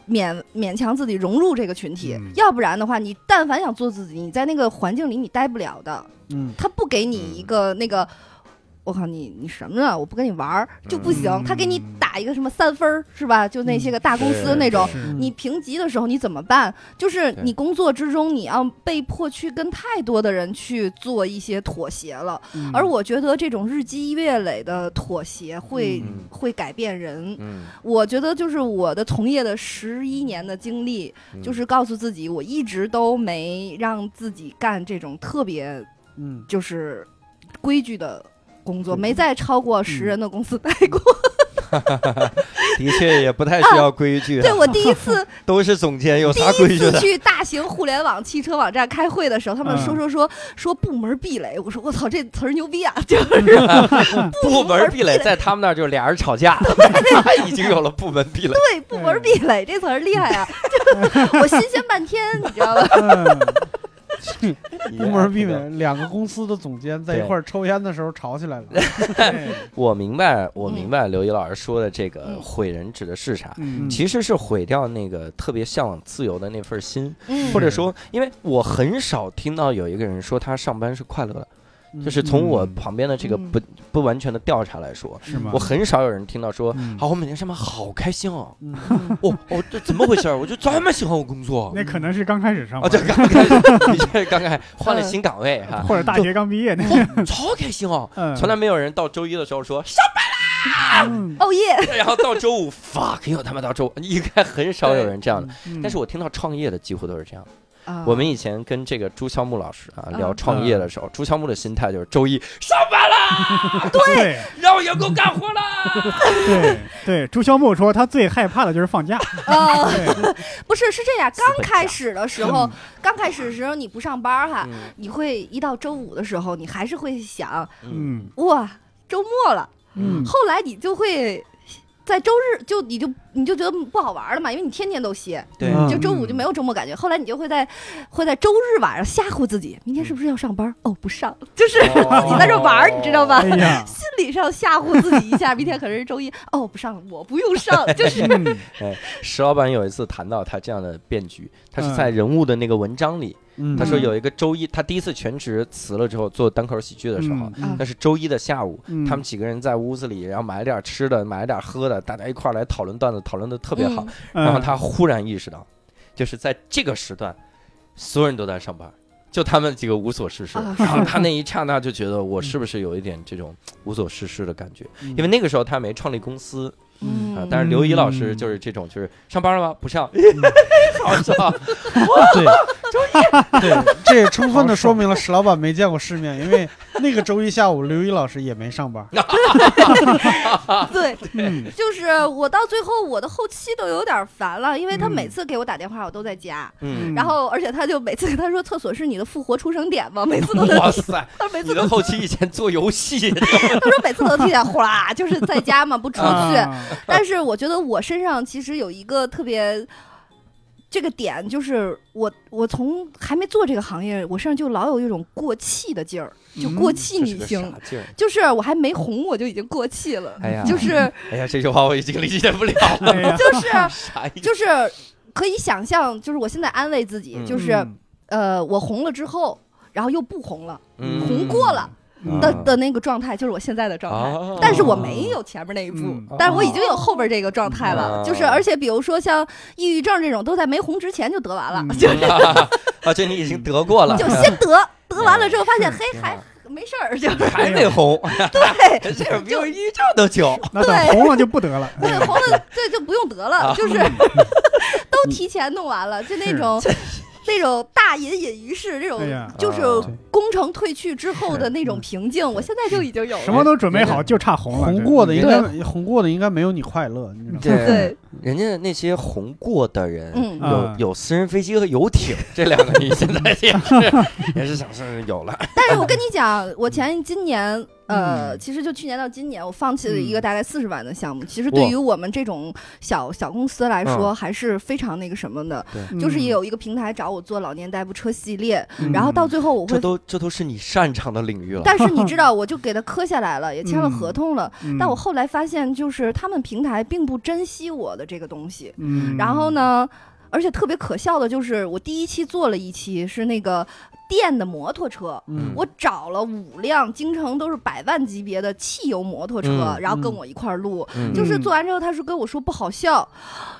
D: 勉勉强自己融入这个群体，
B: 嗯
D: 要不然的话，你但凡想做自己，你在那个环境里你待不了的。
C: 嗯？
D: 他不给你一个那个，我靠你你什么啊呢？我不跟你玩儿就不行。
B: 嗯
D: 他给你打一个什么三分儿是吧？就那些个大公司那种。
B: 是
C: 嗯，
D: 你评级的时候你怎么办？就是
A: 对
D: 你工作之中，你要被迫去跟太多的人去做一些妥协了。
C: 嗯
D: 而我觉得这种日积月累的妥协会、
A: 嗯
D: 会改变人。
A: 嗯，
D: 我觉得就是我的从业的十一年的经历，
A: 嗯
D: 就是告诉自己，我一直都没让自己干这种特别
C: 嗯，
D: 就是规矩的工作，
C: 嗯
D: 没在超过十人的公司待过。
A: 的确也不太需要规矩、啊，
D: 对我第一次
A: 都是总监，有
D: 第
A: 啥规
D: 一
A: 矩
D: 次
A: 的？
D: 去大型互联网汽车网站开会的时候，他们
B: 嗯
D: 说说说说部门壁垒，我说我操这词儿牛逼啊！就是
A: 部门
D: 门
A: 壁
D: 壁
A: 垒
D: 垒
A: 在他们那儿就是俩人吵架， 他已经有了部门壁垒。
D: 对部门壁垒这词儿厉害啊！就 我新鲜半天，你知道吧？
C: 哎
A: 部
C: 部门壁
A: 哎
C: 垒，两个公司的总监在一块儿抽烟的时候吵起来了。
B: 嗯
A: 我明白，我
D: 嗯
A: 明白刘毅老师说的这个
D: 嗯
A: 毁人指的是啥。
B: 嗯，
A: 其实是毁掉那个特别向往自由的那份心，
D: 嗯
A: 或者说，因为我很少听到有一个人说他上班是快乐的，
C: 嗯
A: 就是从我旁边的这个
D: 嗯
A: 不不完全的调查来说，
B: 是吗？
A: 我很少有人听到说，
B: 嗯
A: 啊，我每天上班好开心哦，
C: 嗯
A: 我我这怎么回事儿？我就这么喜欢我工作
B: 那可能是刚开始上
A: 啊！
B: 班，
A: 对，刚开始，你这刚开始换了新岗位 哈，
B: 或者大学刚毕业那，
A: 超开心哦！
B: 嗯
A: 从来没有人到周一的时候说上
B: 嗯
D: 哦耶，
A: 班，然后到周五 fuck 又他妈到周五，应该很少有人这
B: 嗯
A: 样的。嗯但是我听到创业的几乎都是这样。
D: 啊
A: 我们以前跟这个朱孝木老师啊
D: 嗯
A: 聊创业的时候，朱孝木的心态就是周一上班啦，
B: 对
A: 让员工干活啦。
B: 对对，朱萧木说他最害怕的就是 放假，
D: 啊
B: 对，
D: 不是是这样，
A: 资
D: 刚
A: 本家
D: 开始的时候，刚开始的时候你不上班儿哈，
A: 嗯
D: 你会一到周五的时候，你还是会想
B: 嗯
D: 哇，周末了。
B: 嗯
D: 后来你就会在周日就你就你就觉得不好玩了嘛，因为你天天都歇，
A: 对，
C: 嗯
D: 就周五就没有周末感觉。后来你就会在会在周日晚上吓唬自己，明天是不是要上班？哦，不上， 就是
A: 哦
D: 你在这玩儿，你知道吧？
B: 哎呀，
D: 心理上吓唬自己一下，明天可是周一，哦，不上了，我不用上， 就是
B: 嗯
A: 石老板有一次谈到他这样的变局，他是在人物的那个文章里，
C: 嗯
A: 他说有一个周一，他第一次全职辞了之后做单口喜剧的时候，
D: 嗯
A: 那是周一的下午，
B: 嗯
A: 他们几个人在屋子里，然后买了点吃的，买了点喝的，大家一块儿来讨论段子，讨论的特别好。
D: 嗯
B: 嗯
A: 然后他忽然意识到，就是在这个时段，所有人都在上班，就他们几个无所事事。
D: 啊 嗯
A: 然后他那一刹那就觉得，我是不是有一点这种无所事事的感觉？因为那个时候他没创立公司
D: 嗯
A: 啊，但是刘一老师就是这种，就是上班了吗？不 上，好笑。
C: 对，对，这也充分的说明了史老板没见过世面，因为那个周一下午，刘一老师也没上班。
D: 对，
B: 嗯
D: 就是我到最后我的后期都有点烦了，因为他
B: 嗯
D: 每次给我打电话我都在家，
A: 嗯，
D: 然后而且他就每次他说厕所是你的复活出生点吗？每次 都在，
A: 哇塞，
D: 他每
A: 你
D: 次
A: 的
D: 都
A: 后期以前做游戏，
D: 他说每次都提前哗啦，就是在家嘛不出去，
B: 啊
D: 但是我觉得我身上其实有一个特别。这个点就是我，我从还没做这个行业，我身上就老有一种过气的劲儿，
B: 嗯
D: 就过气
A: 嗯这是
D: 女
A: 个
D: 性，
A: 啥劲儿？
D: 就是我还没红我就已经过气 了，
A: 哎呀，
D: 就是
A: 哎呀，这句话我已经理解不了了，
B: 哎呀
D: 就是
A: 啥意思？
D: 就是可以想象，就是我现在安慰自己，
A: 嗯
D: 就是、呃，我红了之后，然后又不红了
A: 嗯
D: 红过了
B: 嗯
D: 的、
A: 啊
D: 的那个状态，就是我现在的状态。
A: 啊
D: 但是 我没有前面那一步，
B: 嗯
D: 但是我已经有后边这个状态了。
A: 哦
D: 就是而且比如说像抑郁症这种，都在没红之前就得完了，
B: 嗯
D: 就
A: 啊，这你已经得过 了，
D: 就先得。得完了之后发现，
A: 是
D: 嘿，
A: 嗯挺好
D: 还没事儿， 就是
A: 还没红，
D: 对
A: 这事儿比我抑郁症都久。
B: 那等红了就不得了。
D: 对红了，对就不用得了，
A: 啊
D: 就是 都提前弄完了，就那种
A: 嗯
D: 那种大隐隐于市，这种
B: 哎呀
D: 就是
A: 啊嗯
C: 对
D: 工程退去之后的那种平静，我现在就已经有
B: 什
D: 了。
B: 么都准备好，就差红了。
C: 红
B: 这
C: 过的应
A: 对
C: 该红过的应该没有你快乐，你知道吗？
D: 对，
A: 人家那些红过的人，
D: 嗯，
B: 啊
A: 有有私人飞机和游艇，这两个你现在 也是也是想是有了。
D: 但是我跟你讲，我前今年。呃，
B: 嗯
D: 其实就去年到今年，我放弃了一个
B: 嗯
D: 大概四十万的项目。其实对
A: 哇
D: 于我们这种小小公司来
B: 嗯
D: 说，还是非常那个什么的。就是也，有一个平台找我做老年代步车系列，
B: 嗯
D: 然后到最后我
A: 这
D: 会，
A: 都这都是你擅长的领域了。
D: 但是你知 道，我就给他磕下来了，也签了
B: 嗯
D: 合同了。
B: 嗯
D: 但我，后来发现，就是他们平台并不珍惜我的这个东西。
B: 嗯
D: 然后？呢，而且特别可笑的就是，我第一期做了一期是那个电的摩托车。
C: 嗯，
D: 我找了五辆京城都是百万级别的汽油摩托车，
A: 嗯
D: 然后跟
C: 嗯
D: 我一块儿录，
A: 嗯
D: 就是做完之后，他是跟我说不好笑，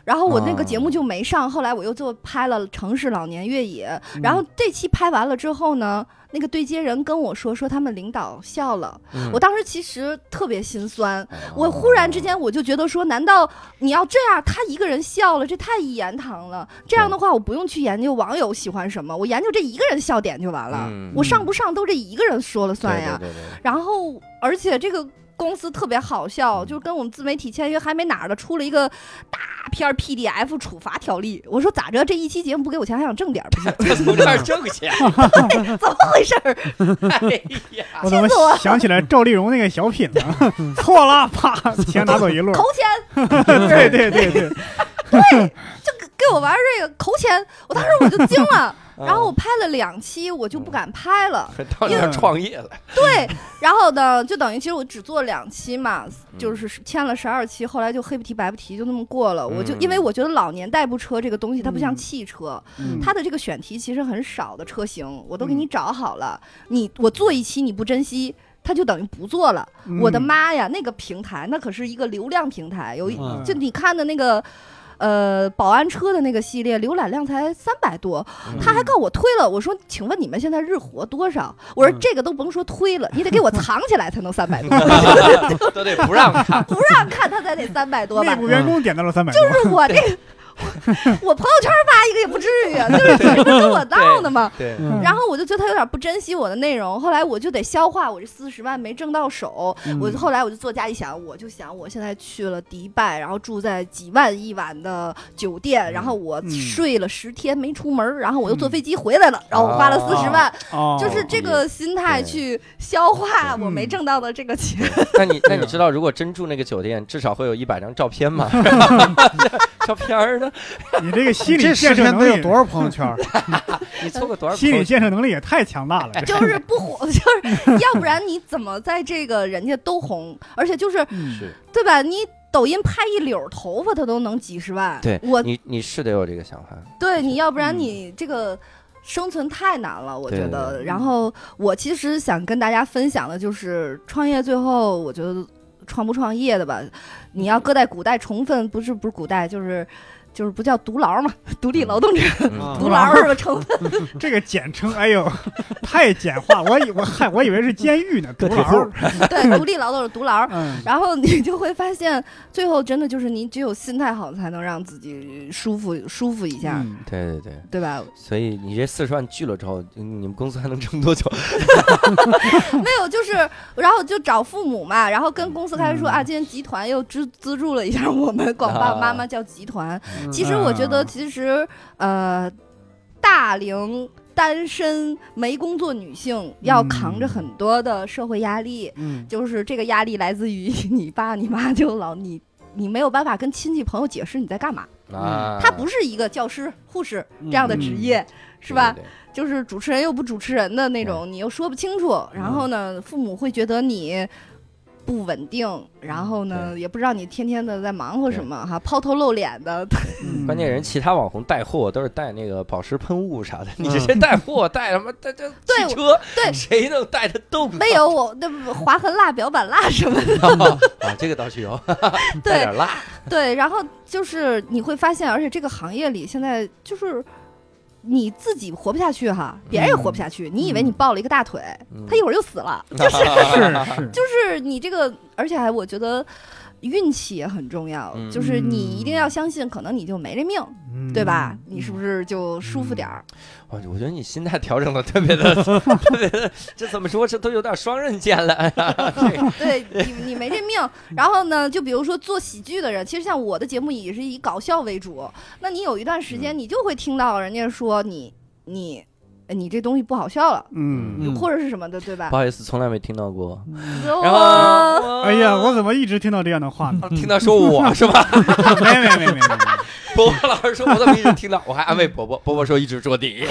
D: 然后我那个节
A: 哦
D: 目就没上。后来我又做拍了城市老年越野，
A: 嗯
D: 然后这期拍完了之后呢，那个对接人跟我说说他们领导笑了，
A: 嗯哦
D: 我当时其实特别心酸，我忽然之间我就觉得说，难道你要这样？他一个人笑了，这太一言堂了。这样的话，我不用去研究网友喜欢什么，我研究这一个人笑点就完了。
A: 嗯
D: 我上不上都这一个人说了算呀。
A: 对对对对
D: 然后，而且这个公司特别好笑，
A: 嗯
D: 就是跟我们自媒体签约还没哪儿呢，出了一个大片儿 PDF 处罚条例。我说咋着？这一期节目不给我钱还想挣点儿，不行，
A: 他从这儿挣钱，
D: 怎么回事儿？
A: 哎呀，
B: 我怎么
D: 气死我了
B: 想起来赵丽蓉那个小品了？ 错了，啪，钱拿走一 摞。
D: 扣钱，
B: 对对对对，
D: 给我玩儿这个扣钱！我当时我就惊了。 然后我
A: 啊
D: 拍了两期，我就不敢拍了。
A: 到那儿创业了，
D: 对，然后呢，就等于其实我只做两期嘛，
A: 嗯
D: 就是签了十二期，后来就黑不提白不提，就那么过了。我就因为
A: 嗯
D: 我觉得老年代步车这个东西，它不像
B: 嗯
D: 汽车，
C: 嗯
D: 它的这个选题其实很少的车型，我都给
B: 嗯
D: 你找好了。你我做一期你不珍惜，它就等于不做了。 我的
B: 嗯，
D: 妈呀，那个平台那可是一个流量平台，有一
C: 嗯
D: 就你看的那个。呃，保安车的那个系列浏览量才三百多，
A: 嗯
D: 他还告我推了，我说，请问你们现在日活多少？我说
C: 嗯
D: 这个都甭说推了，你得给我藏起来才能三百 多，
A: 嗯 都得不让看，
D: 不让看他才得三百多
B: 内
D: 吧？
B: 部员工点到了三百多，
D: 就是我这， 我我朋友圈发一个也不至于啊，就是你们跟我闹呢嘛。
A: 对
C: 嗯
D: 然后我就觉得他有点不珍惜我的内容，后来我就得消化我这四十万没挣到手，
C: 嗯
D: 我就后来我就作家一想，我就想我现在去了迪拜，然后住在几万一晚的酒店，然后我
B: 嗯
D: 睡了十天没出门儿，然后我又坐
B: 嗯
D: 飞机回来了，然后我花了四十万，
B: 哦
D: 就是这个心态
A: 对
D: 去消化
B: 对
D: 我没挣到的这个钱。
A: 那你那你
D: 啊
A: 知道，如果真住那个酒店，至少会有一百张照片 吗？照片儿呢？
B: 你这个心理
C: 这十
B: 建设
C: 天
B: 能
C: 得有
B: 力，
C: 多少朋 友圈？
A: 你凑个多少
B: 心
A: 朋
B: 理
A: 友
B: 建设能力也太强大了。这
D: 哎 就是不火，就是要不然你怎么在这个人家都红，而且就是
B: 嗯
A: 是
D: 对吧？你抖音拍一绺头发，他都能几十万。
A: 对
D: 我
A: 你你是得有这个想法，
D: 对你要不然
B: 嗯
D: 你这个生存太难了，我
A: 对
D: 觉
A: 对
D: 得。然后我其实想跟大家分享的就是创业，最后我觉得创不创业的吧，你要搁在古代重分，不是不是古代，就是就是不叫独劳嘛，独立劳动者，
A: 嗯
C: 啊
D: 独劳是吧？ 成分
B: 这个简称，哎呦， 太简化，我以我嗨，我以为是监狱呢，
A: 个
B: 独
A: 体
B: 牢
A: 户
B: 儿，
D: 对，独立劳动者独劳。
B: 嗯，
D: 然后你就会发现，最后真的就是你只有心态好，才能让自己舒服舒服一下，
B: 嗯
A: 对对对，
D: 对吧？
A: 所以你这四十万拒了之后，嗯你们公司还能挣多
D: 嗯
A: 久？
D: 没有，就是然后就找父母嘛，然后跟公司开始说、
B: 嗯
D: 啊，今天集团又资资助了一下我们，广
A: 啊
D: 爸妈妈叫集团。
A: 嗯
D: 其实我觉得，其实呃，大龄单身没工作女性要
A: 嗯
D: 扛着很多的社会压力，
C: 嗯
D: 就是这个压力来自于 你爸你妈就老你。你没有办法跟亲戚朋友解释你在干嘛，
A: 啊，嗯
D: 他不是一个教师、护士
C: 嗯
D: 这样的职业，是吧？
A: 对？对对
D: 就是主持人又不主持人的那种，你又说不清楚。然后呢，父母会觉得你不稳定，然后呢，也不知道你天天的在忙活什么哈，抛头露脸的。
B: 嗯
A: 关键人其他网红带货都是带那个宝石喷雾啥的，你这些带货带什么？带这
D: 嗯对
A: 汽车，
D: 对
A: 谁能带的动啊？
D: 没有我那不划痕蜡、表板蜡什么的，
A: 啊，这个倒是有，带
D: 对
A: 点辣，
D: 对。然后就是你会发现，而且这个行业里现在就是。你自己活不下去哈，别人也活不下去。你以为你抱了一个大腿，
A: 嗯
D: 他一会儿又死了。
B: 是是，
D: 就是你这个，而且还我觉得运气也很重要，
A: 嗯
D: 就是你一定要相信，可能你就没这命，
B: 嗯
D: 对吧？你是不是就舒服点儿？
A: 我我觉得你心态调整的特别的，特别的，这怎么说？这都有点双刃剑了。哎呀 这
D: 对你，你没这命。然后呢，就比如说做喜剧的人，其实像我的节目也是以搞笑为主。那你有一段时间，你就会听到人家说你你呃你这东西不好笑了，
B: 嗯，
C: 嗯
D: 或者是什么的，对吧
A: 不？好意思，从来没听到过。
D: 哦嗯
A: 然
D: 哇
A: 后，嗯
B: 哎呀，我怎么一直听到这样的话呢？
A: 听到说我是吧？
B: 没没没没没，
A: 伯伯老师说，我怎么一直听到？我还安慰伯伯，伯伯说一直说你。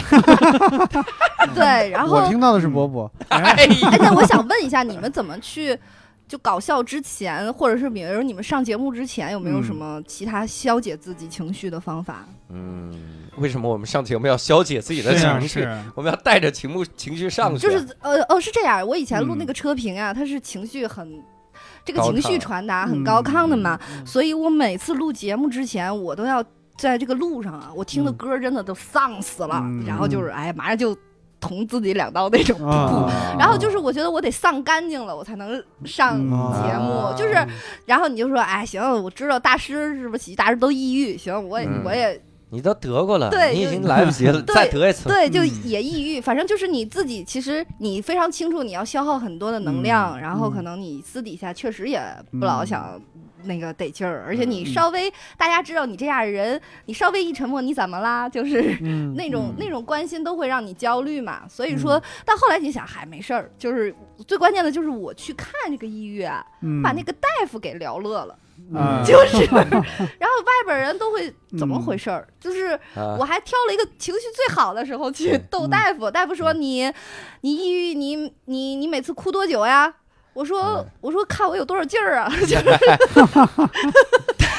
D: 对，然后
C: 我听到的是伯伯，
A: 哎呀，
D: 哎，那我想问一下，你们怎么去就搞笑之前，或者是比如你们上节目之前，有没有什么其他消解自己情绪的方法？
A: 嗯，为什么我们上节目要消解自己的
B: 是啊
A: 情
B: 是
A: 绪？
B: 啊，
A: 我们要带着情目情绪上去。
D: 就是呃哦，是这样，我以前录
B: 嗯
D: 那个车评啊，它是情绪很。这个
A: 高
D: 情绪
A: 亢
D: 传达很
B: 嗯
D: 高亢的嘛，
C: 嗯
D: 所以我每次录节目之前，我都要在这个路上啊，我听的歌真的都丧死了，
B: 嗯
D: 然后就是哎，马上就捅自己两刀那种。
C: 啊，
D: 然
B: 哦
D: 后就是我觉得我得丧干净了，我才能上
B: 嗯
D: 节目，
A: 啊
D: 就是然后你就说，哎，行，我知道大师是不是喜剧大师都抑郁，行，我也、
A: 嗯
D: 我也
A: 你都得过了，
D: 对
A: 你已
D: 就
A: 经来不及了，
D: 对
A: 再得一次。
D: 对，就
B: 嗯
D: 也抑郁。反正就是你自己，其实你非常清楚你要消耗很多的能量，
B: 嗯
D: 然后
B: 嗯
D: 可能你私底下确实也不老想。那个得劲儿，而且你
B: 嗯
D: 稍微、大家知道你这样的人，你稍微一沉默，你怎么啦？就是
C: 嗯
D: 那种、
A: 嗯
D: 那种关心都会让你焦虑嘛。所以说，但后来你想，还没事儿，就是最关键的就是我去看这个抑郁啊，把那
A: 嗯
D: 个
B: 个
D: 大夫给聊乐 了。
B: 啊
D: 就是，然后外边人都会怎么
B: 嗯
D: 回事儿？就是
A: 啊
D: 我还挑了一个情绪最好的时候去
A: 对
D: 逗
B: 嗯
D: 大夫，大夫说你你抑郁，你你你每次哭多久呀？我说
A: 嗯
D: 我说看我有多少劲 儿啊！就是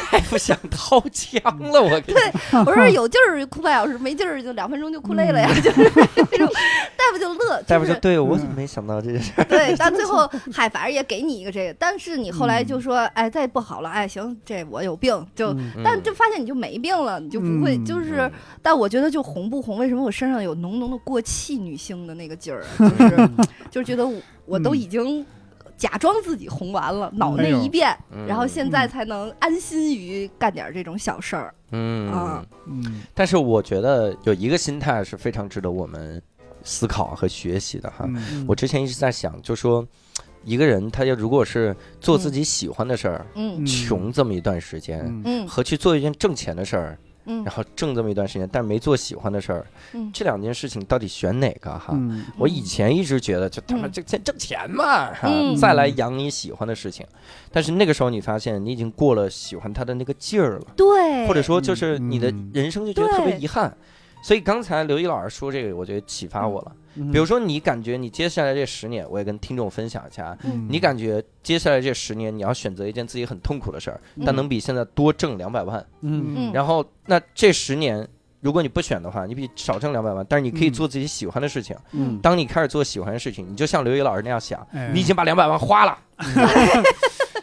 A: 太不想掏枪了，我跟你说
D: 我说有劲儿哭半小时，没劲儿就两分钟就哭累了呀，就是那种 大夫就乐，
A: 嗯大夫
D: 就
A: 说
D: 是
A: 对，我怎么没想到这件事？
D: 对，但最后嗨，反正也给你一个这个，但是你后来
A: 嗯
D: 就说哎再不好了，哎行，这我有病就。
C: 嗯
D: 但就发现你就没病了，你就不会
B: 嗯
D: 就是，
A: 嗯
D: 但我觉得就红不红，为什么我身上有浓浓的过气女性的那个劲儿 啊，就是就是觉得
A: 嗯
D: 我我都已经假装自己红完了，脑内
B: 哎呦
D: 一变，
A: 嗯
D: 然后现在才能安心于干点这种小事儿。
A: 嗯
D: 啊，
B: 嗯
A: 但是我觉得有一个心态是非常值得我们思考和学习的哈。
B: 嗯
A: 我之前一直在想，就说一个人他要如果是做自己喜欢的事儿，
D: 嗯
B: 嗯
A: 穷这么一段时间，
B: 嗯
D: 嗯
A: 和去做一件挣钱的事儿，
D: 嗯
A: 然后挣这么一段时间，但没做喜欢的事儿，
D: 嗯
A: 这两件事情到底选哪个哈？
C: 嗯
A: 我以前一直觉得，就他妈
D: 嗯
A: 挣钱挣钱嘛，哈
D: 嗯
A: 再来养你喜欢的事情。但是那个时候你发现你已经过了喜欢他的那个劲儿了，
D: 对，
A: 或者说就是
C: 嗯
A: 你的
C: 嗯
A: 人生就觉得特别
D: 对
A: 遗憾。所以刚才刘一老师说这个，我觉得启发我了。
C: 嗯
A: 比如说你感觉你接下来这十年，我也跟听众分享一下，
D: 嗯
A: 你感觉接下来这十年你要选择一件自己很痛苦的事儿，
D: 嗯
A: 但能比现在多挣两百万，
C: 嗯
D: 嗯
A: 然后那这十年如果你不选的话，你比少挣两百万，但是你可以
B: 嗯
A: 做自己喜欢的事情。
C: 嗯，
A: 当你开始做喜欢的事情，你就像刘一老师那样想，
B: 哎
A: 你已经把两百万花了，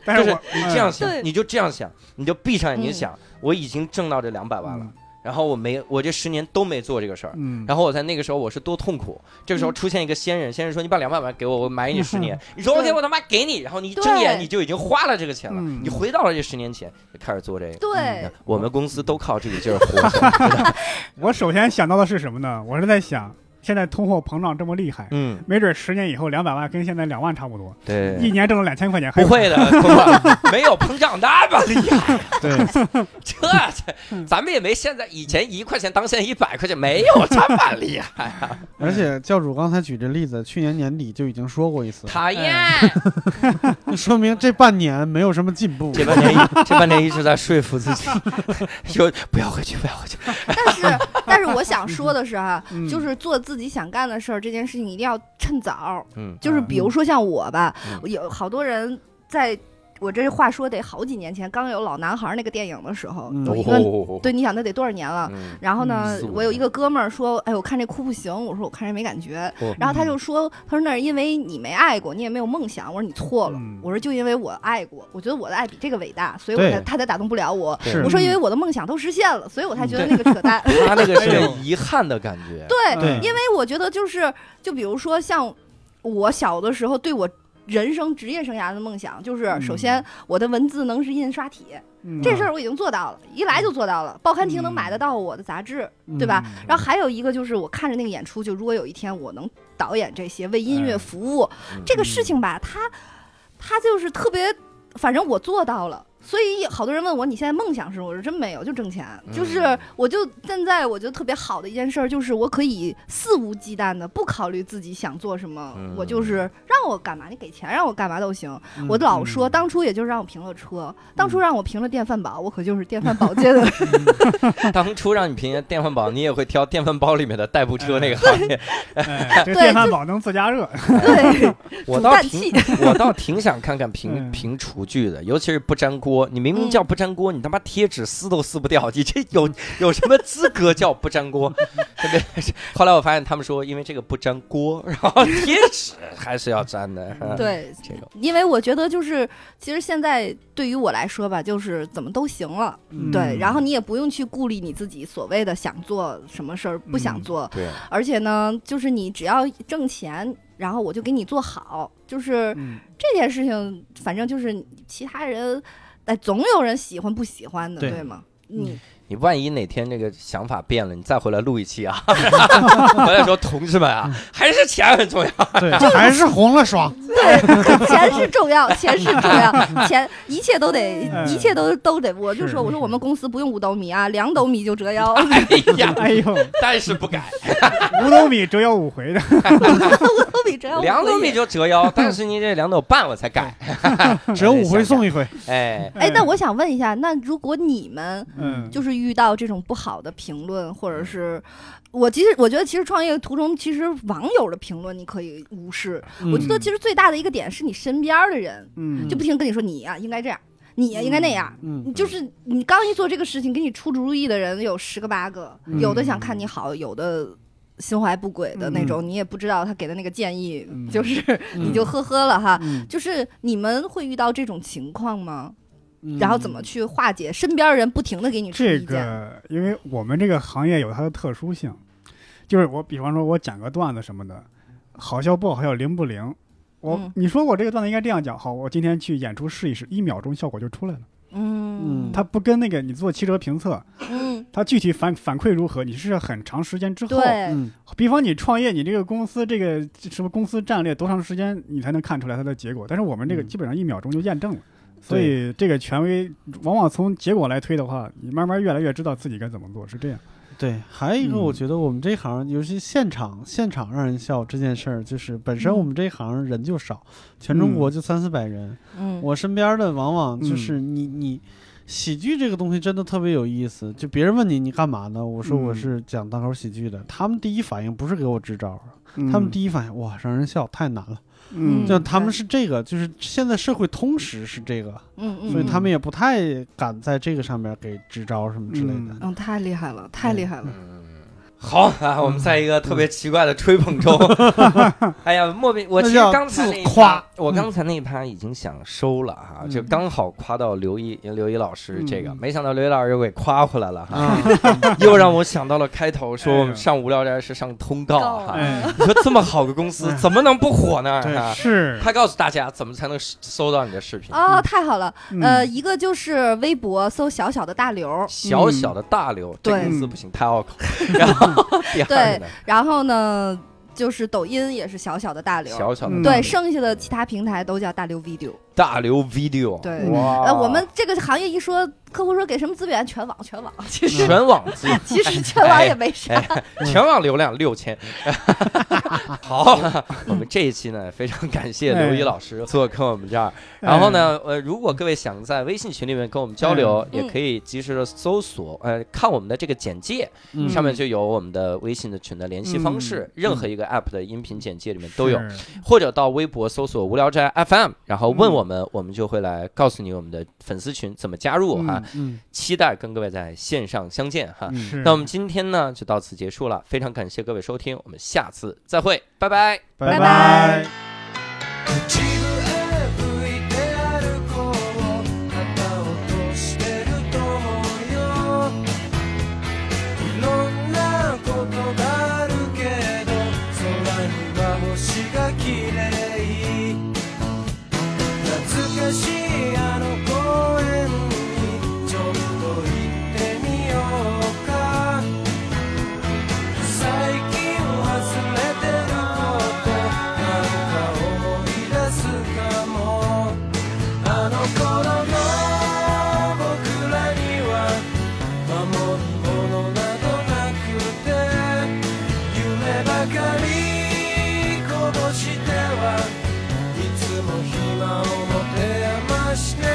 B: 但
A: 就是
B: 我嗯
A: 你这样
D: 对
A: 想，你就这样想，你就闭上眼睛
D: 嗯
A: 想，我已经挣到这两百万了，，然后我没，我这十年都没做这个事儿。
B: 嗯，
A: 然后我在那个时候我是多痛苦，这个时候
D: 嗯
A: 出现一个仙人，仙人说你把两百万给我，我 买你十年。你说 OK，
D: 对
A: 我他妈给你，然后你一睁眼
D: 对
A: 你就已经花了这个钱了，
B: 嗯
A: 你回到了这十年前，就开始做这个。
D: 对，
A: 我们公司都靠这股劲儿活 下来。
B: 我首先想到的是什么呢？我是在想，现在通货膨胀这么厉害，
A: 嗯，
B: 没准十年以后两百万跟现在两万差不多，一
A: 对，
B: 年挣了两千块钱，
A: 不
B: 还有
A: 会 的，不会没有膨胀那么厉害。
C: 对，
A: 这
D: 嗯
A: 这，咱们也没现在以前一块钱当现在一百块钱，没有这 么厉害啊！
C: 而且教主刚才举这例子，去年年底就已经说过一次，
D: 哎
A: 讨厌，
C: 说明这半年没有什么进步。
A: 这半年一这半年一直在说服 自己，说不要回去，不要回去。
D: 但是但是我想说的是啊，
B: 嗯
D: 就是做自己想干的事儿，这件事情一定要趁早。
A: 嗯
D: 就是
B: 嗯
D: 比如说像我吧，
A: 嗯
D: 有好多人在。我这话说得好几年前，刚有《老男孩》那个电影的时候，
C: 嗯
A: 哦
D: 有一个、对，你想那得多少年了？
A: 嗯
D: 然后呢
A: 嗯四五，
D: 我有一个哥们儿说，哎，我看这哭不行。我说我看这没感觉
A: 哦。
D: 然后他就说，他说那是因为你没爱过，你也没有梦想。我说你错了
B: 嗯。
D: 我说就因为我爱过，我觉得我的爱比这个伟大，所以我
C: 对
D: 才他才打动不了我。
A: 对
C: 是
D: 我说因为我的梦想都实现了，所以我才觉
A: 嗯
D: 得那个扯 淡。
A: 他那个是
B: 哎
A: 个
B: 呦
A: 遗憾的感觉。
D: 对，
C: 对，
B: 嗯
D: 因为我觉得就是，就比如说像我小的时候，对我人生职业生涯的梦想，就是首先我的文字能是印刷体，
B: 嗯
D: 这事儿我已经做到了，一来就做到了。报刊亭能买得到我的杂志，
C: 嗯
D: 对吧？然后还有一个就是，我看着那个演出，就如果有一天我能导演这些，为音乐服务
A: 嗯
D: 这个事情吧，它它就是特别，反正我做到了。所以好多人问我你现在梦想是什么？我说真没有，就挣钱。就是
A: 嗯
D: 我就现在我觉得特别好的一件事儿，就是我可以肆无忌惮的，不考虑自己想做什么，
A: 嗯
D: 我就是让我干嘛你给钱让我干嘛都行。
C: 嗯
D: 我老说，当初也就是让我评了车，当
A: 嗯
D: 初让我评了电饭煲，我可就是电饭煲界的
A: 当初让你评电饭煲，你也会挑电饭煲里面的代步车那个行业。
B: 哎 这
D: 对
B: 电饭煲能自加热，
D: 对
A: 我
D: 煮
A: 倒
D: 蛋
A: 挺
D: 器，
A: 我倒挺想看看评
B: 嗯
A: 评厨具的，尤其是不粘锅。你明明
D: 嗯
A: 叫不粘锅，你他妈贴纸撕都撕不掉，你这有有什么资格叫不粘锅？ 对不对？后来我发现他们说，因为这个不粘锅，然后贴纸还是要粘的。是 吧，
D: 对，
A: 这种
D: 因为我觉得就是，其实现在对于我来说吧，就是怎么都行了，
C: 嗯
D: 对。然后你也不用去顾虑你自己所谓的想做什么事儿，不
A: 嗯
D: 想做，
A: 对，
D: 而且呢，就是你只要挣钱，然后我就给你做好，就是
B: 嗯
D: 这件事情，反正就是其他人，哎，总有人喜欢不喜欢的，
C: 对
D: 对吗？你
A: 你万一哪天这个想法变了，你再回来录一期啊。 回来说，同志们啊，还是钱很重要。
C: 对，还是红 了爽。
A: 嗯
D: 对，钱是重要，钱是重 要，钱一切都得，
B: 嗯
D: 一切都都得。我就是说，我说
B: 是
D: 我们公司不用五斗米啊，两斗米就折 腰。
A: 哎呀，
B: 哎呦，
A: 但是不改，
B: 五斗米折腰五回的，
D: 五斗米折腰，
A: 两斗米就折腰，但是你这两斗半我才改，
C: 只有五回送一回，
A: 哎。
D: 哎，
C: 嗯
D: 那我想问一下，那如果你们
B: 嗯
D: 就是遇到这种不好的评论，或
C: 嗯
D: 者是我其实我觉得，其实创业途中，其实网友的评论你可以无视。我
C: 嗯
D: 觉得其实最大的一个点是你身边的人
B: 嗯
D: 就不停地跟你说你呀、应该这样，你呀、应该那样。
C: 嗯
D: 你就是你刚一做这个事情，给你出主意的人有十个八个，
C: 嗯
D: 有的想看你好，有的心怀不轨的那种，你也不知道他给的那个建议，
B: 嗯
D: 就是
C: 嗯
D: 你就呵呵了哈。
C: 嗯
D: 就是你们会遇到这种情况吗？
C: 嗯
D: 然后怎么去化解？身边人不停的给你出
B: 这
D: 意见，
B: 个，因为我们这个行业有它的特殊性，就是我比方说我讲个段子什么的，好笑不好笑，灵不灵？我、
D: 嗯
B: 你说我这个段子应该这样讲，好，我今天去演出试一试，一秒钟效果就出来了。
D: 嗯
C: 嗯
B: 它不跟那个你做汽车评测，
D: 嗯，
B: 它具体反反馈如何，你是很长时间之后，
D: 对，
C: 嗯
B: 比方你创业，你这个公司这个什么公司战略多长时间你才能看出来它的结果？但是我们这个
C: 嗯
B: 基本上一秒钟就验证了。所以这个权威往往从结果来推的话，你慢慢越来越知道自己该怎么做，是这样。
C: 对，还有一个，
B: 嗯
C: 我觉得我们这行，尤其现场现场让人笑这件事儿，就是本身
D: 嗯
C: 我们这行人就少，全中国就三四百人，
D: 嗯，
C: 我身边的往往就是你你。喜剧这个东西真的特别有意思，就别人问你你干嘛呢？我说
B: 嗯
C: 我是讲嗯单口喜剧的，他们第一反应不是给我支招，他们第一反应哇让人笑太难了，
B: 嗯，
C: 就他们是这个，就是现在社会通识是这个，
D: 嗯嗯，
C: 所以他们也不太敢在这个上面给支招什么之类的。
D: 嗯太厉害了，太厉害
A: 嗯
D: 了，
A: 好啊，我们在一个特别奇怪的吹捧中，哎呀，莫名我其实刚才那一
C: 那叫自夸
A: 趴，我刚才那一趴已经想收了哈、
B: 嗯
A: 就刚好夸到刘一刘一老师这个，
B: 嗯
A: 没想到刘一老师又给夸回来了哈、
C: 啊，
A: 又让我想到了开头说
B: 哎呦
A: 我们上无聊斋是上通告哈、
D: 告
B: 哎，
A: 你说这么好个公司怎么能不火呢？
C: 对
A: 啊
B: 是
A: 快告诉大家怎么才能搜到你的视频？
D: 啊，太好了，
B: 嗯
D: 呃，一个就是微博搜小小的大刘，
A: 小小的大刘，这个
D: 对
A: 公司不行，太拗口。 然后第二呢，
D: 然后呢就是抖音也是小小的大刘，
A: 小小的
B: 嗯
A: 大
D: 对，
A: 刘
D: 剩下的其他平台都叫大刘 video。
A: 大刘 video，
D: 对
A: 哇，
D: 呃，我们这个行业一说，客户说给什么资源，全网全网，其实嗯
A: 全网资源，
D: 其实全网也没啥。
A: 全网流量 六千。好，我们这一期呢，非常感谢刘一老
D: 哎
A: 师做客我们这儿。然后呢，呃，如果各位想在微信群里面跟我们交流，
D: 嗯
A: 也可以及时的搜索，呃，看我们的这个简介，
C: 嗯
A: 上面就有我们的微信的群的联系方
D: 嗯
A: 式，任何一个 app 的音频简介里面
B: 是
A: 都有，或者到微博搜索“无聊斋 FM”，然后问我们，
D: 嗯
A: 我们就会来告诉你我们的粉丝群怎么加入哈。
C: 嗯，
A: 期待跟各位在线上相见哈。
C: 嗯
B: 是，
A: 那我们今天呢就到此结束了，非常感谢各位收听，我们下次再会，拜拜。
D: 拜
B: 拜
D: 拜
E: 口笛吹いて歩こう肩を落としてると思うよいろんなことがあるけど空には星が綺麗懐かしいあの公園にちょっと行ってみようか最近忘れてることなんか思い出すかもあの頃の僕らには守るものなどなくて夢ばかり殺してはいつも暇を持て余して